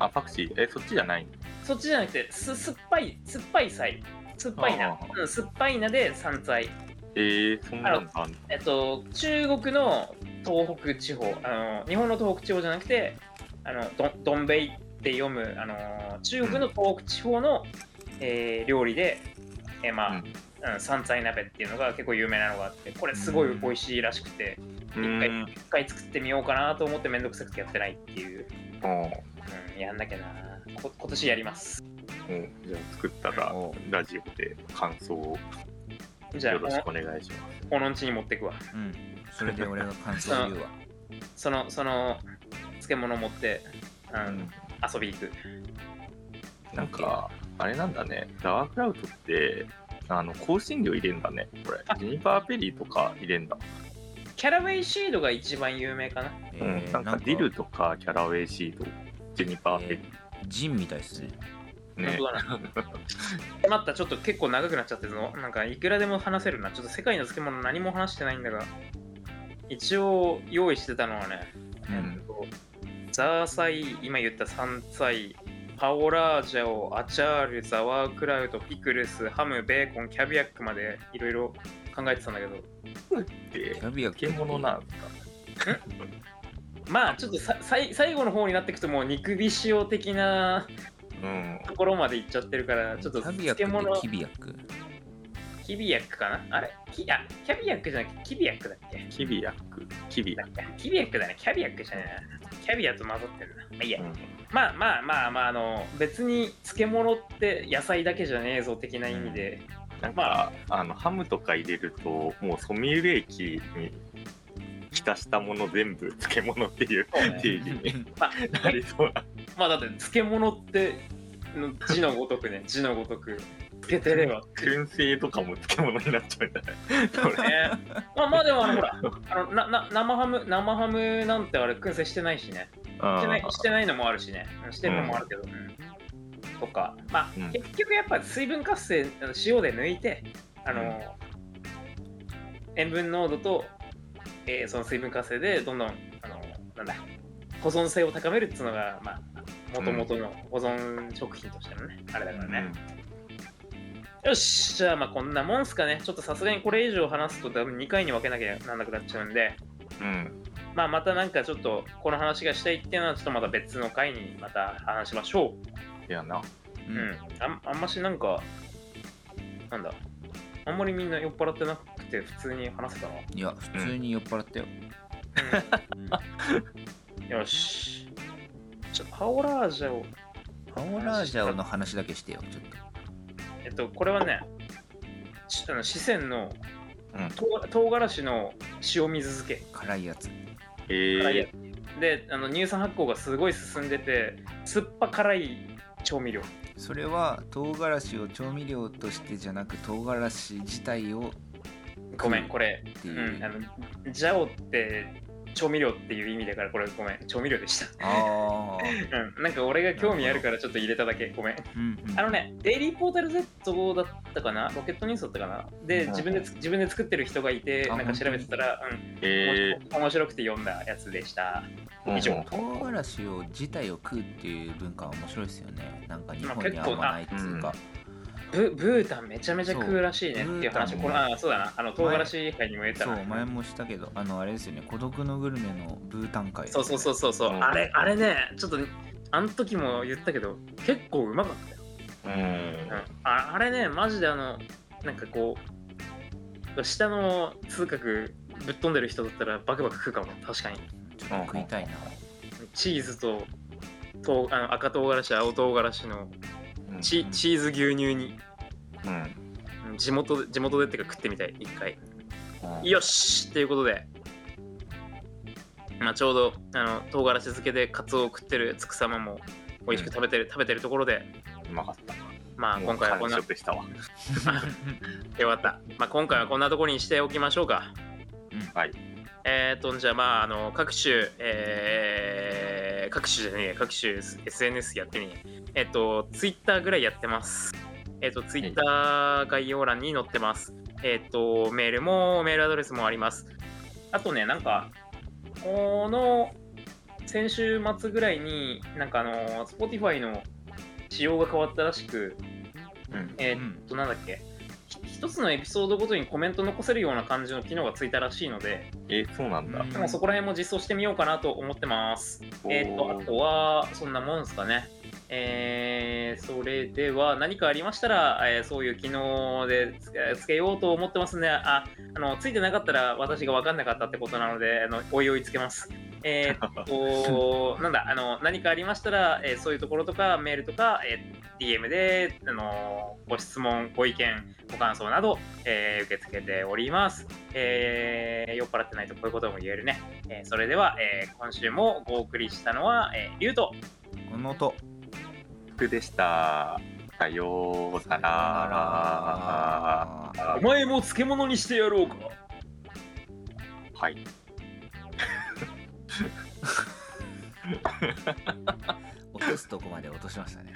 [SPEAKER 3] あ、パクチー。え、そっちじゃない
[SPEAKER 1] そっちじゃなくてす酸っぱい酸っぱい菜酸っぱい
[SPEAKER 3] あ
[SPEAKER 1] な
[SPEAKER 3] あ、
[SPEAKER 1] うん、酸っぱいなで山菜
[SPEAKER 3] えー、そんなのあんの
[SPEAKER 1] えっと、中国の東北地方あの日本の東北地方じゃなくてあのどんどんべいって読むあの中国の東北地方の、えー料理で、えーまあ
[SPEAKER 3] うん
[SPEAKER 1] うん山菜鍋っていうのが結構有名なのがあってこれすごい美味しいらしくて
[SPEAKER 3] うーん。
[SPEAKER 1] 一回作ってみようかなと思ってめんどくさくてやってないっていう、
[SPEAKER 3] うん
[SPEAKER 1] うん、やんなきゃなこ今年やります
[SPEAKER 3] うんじゃあ作ったら
[SPEAKER 2] お
[SPEAKER 3] ラジオで感想を。
[SPEAKER 1] じゃあ
[SPEAKER 3] よろしくお願いします。
[SPEAKER 1] このんちに持ってくわ
[SPEAKER 2] うんそれで俺が感想を言うわ
[SPEAKER 1] そのその漬物持って、う
[SPEAKER 3] うん
[SPEAKER 1] ん、遊び行く
[SPEAKER 3] なんか、あれなんだね、ダワークラウドって、あの香辛料入れんだね、これ。ジェニパーペリーとか入れんだ。
[SPEAKER 1] キャラウェイシードが一番有名かな
[SPEAKER 2] え
[SPEAKER 3] うん、
[SPEAKER 2] ー
[SPEAKER 3] なんかディルとかキャラウェイシード、ジェニパーペリ
[SPEAKER 2] ジンみたいですね
[SPEAKER 3] ーね。
[SPEAKER 1] 本当だな。またちょっと結構長くなっちゃってるの。なんかいくらでも話せるな。ちょっと世界の漬物何も話してないんだが。一応用意してたのはね、
[SPEAKER 2] う
[SPEAKER 1] え
[SPEAKER 2] ん
[SPEAKER 1] っとザーサイ、今言った山菜、パオラージャオ、アチャール、ザワークラウト、ピクルス、ハム、ベーコン、キャビアックまでいろいろ考えてたんだけど、
[SPEAKER 3] で
[SPEAKER 2] キ、ャビア
[SPEAKER 3] 漬物なんですか。
[SPEAKER 1] まあちょっとささい最後の方になっていくともう肉びしお的な
[SPEAKER 3] うん。
[SPEAKER 1] ところまで行っちゃってるから、ちょっと
[SPEAKER 2] キャビア
[SPEAKER 1] 漬物
[SPEAKER 2] ックってキビアック
[SPEAKER 1] キビアックかなあれキあキャビアックじゃなくてキビアックだっけ
[SPEAKER 3] キビアック、キビア
[SPEAKER 1] な
[SPEAKER 3] ッ
[SPEAKER 1] んかキビアックだね、キャビアックじゃないな。キャビアと混ざってるな。まあ、いいや
[SPEAKER 3] ク。、うん
[SPEAKER 1] まあまあまあまあ、あの、別に漬物って野菜だけじゃねえぞ的な意味で、
[SPEAKER 3] なんか、あのハムとか入れると、もうソミュレ液に浸したもの全部漬物っていう
[SPEAKER 1] そうね
[SPEAKER 3] 定義に
[SPEAKER 1] まあ、
[SPEAKER 3] なりそうな。
[SPEAKER 1] まあだって漬物っての字のごと くね、字のごとく、漬けてれば。
[SPEAKER 3] 燻製とかも漬物になっちゃうんじゃないそれ
[SPEAKER 1] ね、まあまあでもあのほらあのなな生ハム生ハムなんてあれ燻製してないしねしてないしてないのもあるしね、うんしてるのもあるけど。うんとか、まあ、
[SPEAKER 3] うん
[SPEAKER 1] 結局やっぱ水分活性、あの塩で抜いて、あの、
[SPEAKER 3] う
[SPEAKER 1] 塩分濃度と、えーその水分活性でどんどん、あの、なんだ、保存性を高めるっていうのが、まあ、もともとの保存食品としてのね、あれだからね。よし、じゃあまあこんなもんすかね。ちょっとさすがにこれ以上話すと多分2回に分けなきゃなんなくなっちゃうんで、
[SPEAKER 3] うん、
[SPEAKER 1] まあ、またなんかちょっとこの話がしたいっていうのはちょっとまた別の回にまた話しましょ
[SPEAKER 3] いやな。
[SPEAKER 2] う
[SPEAKER 1] う。うんん、ああんましなんかなんだあんまりみんな酔っ払ってなくて普通に話せたな、
[SPEAKER 2] いや普通に酔っ払ったよ、うんパ
[SPEAKER 1] うん よしちょパオラージャを
[SPEAKER 2] オラージャオの話だけしてよちょっ
[SPEAKER 1] えっとこれはねちあの四川の
[SPEAKER 3] うん
[SPEAKER 1] 唐唐辛子の塩水漬け
[SPEAKER 2] と辛いやつ
[SPEAKER 3] え
[SPEAKER 1] 辛いや
[SPEAKER 3] ー、
[SPEAKER 1] つであの乳酸発酵がすごい進んでて酸っぱ辛い調味料
[SPEAKER 2] それは唐辛子を調味料としてじゃなく唐辛子自体を
[SPEAKER 1] ごめんこれ
[SPEAKER 2] っていう、
[SPEAKER 1] うん、あのジャオって調味料っていう意味だからこれごめん調味料で し
[SPEAKER 2] ああー
[SPEAKER 1] た、うん、なんか俺が興味あるからちょっと入れただけごめん
[SPEAKER 2] うんうん
[SPEAKER 1] あのねデイリーポータル Z だったかなロケットニュースだったかなで
[SPEAKER 3] うん
[SPEAKER 1] 自分でつ自分で作ってる人がいて
[SPEAKER 2] あ
[SPEAKER 1] なんか調べてたら、うん
[SPEAKER 3] え
[SPEAKER 1] 面白面白くて読んだやつでした
[SPEAKER 3] ー、
[SPEAKER 1] 以上
[SPEAKER 3] うん
[SPEAKER 2] 唐辛子を自体を食うっていう文化は面白いですよねなんか日
[SPEAKER 1] まあ
[SPEAKER 2] 本に合
[SPEAKER 1] 結構な
[SPEAKER 2] わないっていうか、
[SPEAKER 1] ブブータンめちゃめちゃ食うらしいねっていう話
[SPEAKER 3] そう
[SPEAKER 1] このあそうだなあの唐辛子会にも言った
[SPEAKER 2] そう前
[SPEAKER 1] な
[SPEAKER 2] もしたけどあのあれですよね孤独のグルメのブータン会
[SPEAKER 1] そうそうそうそうそう
[SPEAKER 3] うん
[SPEAKER 1] あれあれねちょっとあの時も言ったけど結構うまかったよ
[SPEAKER 3] うん
[SPEAKER 1] ああれねマジであのなんかこう下の通覚ぶっ飛んでる人だったらバクバク食うかも確かに
[SPEAKER 2] ちょっと食いたいな、
[SPEAKER 1] チーズととあの赤唐辛子青唐辛子の
[SPEAKER 3] うん
[SPEAKER 1] チ,、
[SPEAKER 2] うん
[SPEAKER 1] チーズ牛乳に
[SPEAKER 3] うん
[SPEAKER 1] うん地元で地元でっていうか食ってみたい一回
[SPEAKER 3] うん
[SPEAKER 1] よしっていうことで、まあ、ちょうどあの唐辛子漬けでカツオを食ってるつくさまも美味しく食べてる、食べてるところで
[SPEAKER 3] うまかった。
[SPEAKER 1] まあ今回はこんな
[SPEAKER 3] もう完食したわ。
[SPEAKER 1] よかった、まあ、今回はこんなところにしておきましょうか
[SPEAKER 3] はい。
[SPEAKER 1] えー、とじゃあまああの各種、えー各種じゃねえや各種 S- SNS やってねええっ、と Twitter ぐらいやってますえっ、と Twitter 概要欄に載ってますえっ、とメールもメールアドレスもありますあとねなんかこの先週末ぐらいになんかあの Spotify の仕様が変わったらしく
[SPEAKER 3] うん
[SPEAKER 1] えーっと、なんだっけひ一つのエピソードごとにコメント残せるような感じの機能がついたらしいので、
[SPEAKER 3] えー、そうなんだ。
[SPEAKER 2] うん
[SPEAKER 1] もうそこら辺も実装してみようかなと思ってます。えーっと、あとは、そんなもんですかね。えー、それでは、何かありましたら、えーそういう機能でつけつけようと思ってますね。あ、あの、ついてなかったら私が分かんなかったってことなので、あのおいおいつけます。ええーっとなんだあの何かありましたら、えーそういうところとかメールとか、えー DM で、あのご質問ご意見ご感想など、えー受け付けております、えー酔っ払ってないとこういうことも言えるね、えーそれでは、えー今週もお送りしたのは、えー、リュウと
[SPEAKER 2] この音
[SPEAKER 3] 僕でした。さようなら。
[SPEAKER 2] あら
[SPEAKER 3] お
[SPEAKER 1] 前も漬物にしてやろうか
[SPEAKER 3] はい。
[SPEAKER 2] 落とすとこまで落としましたね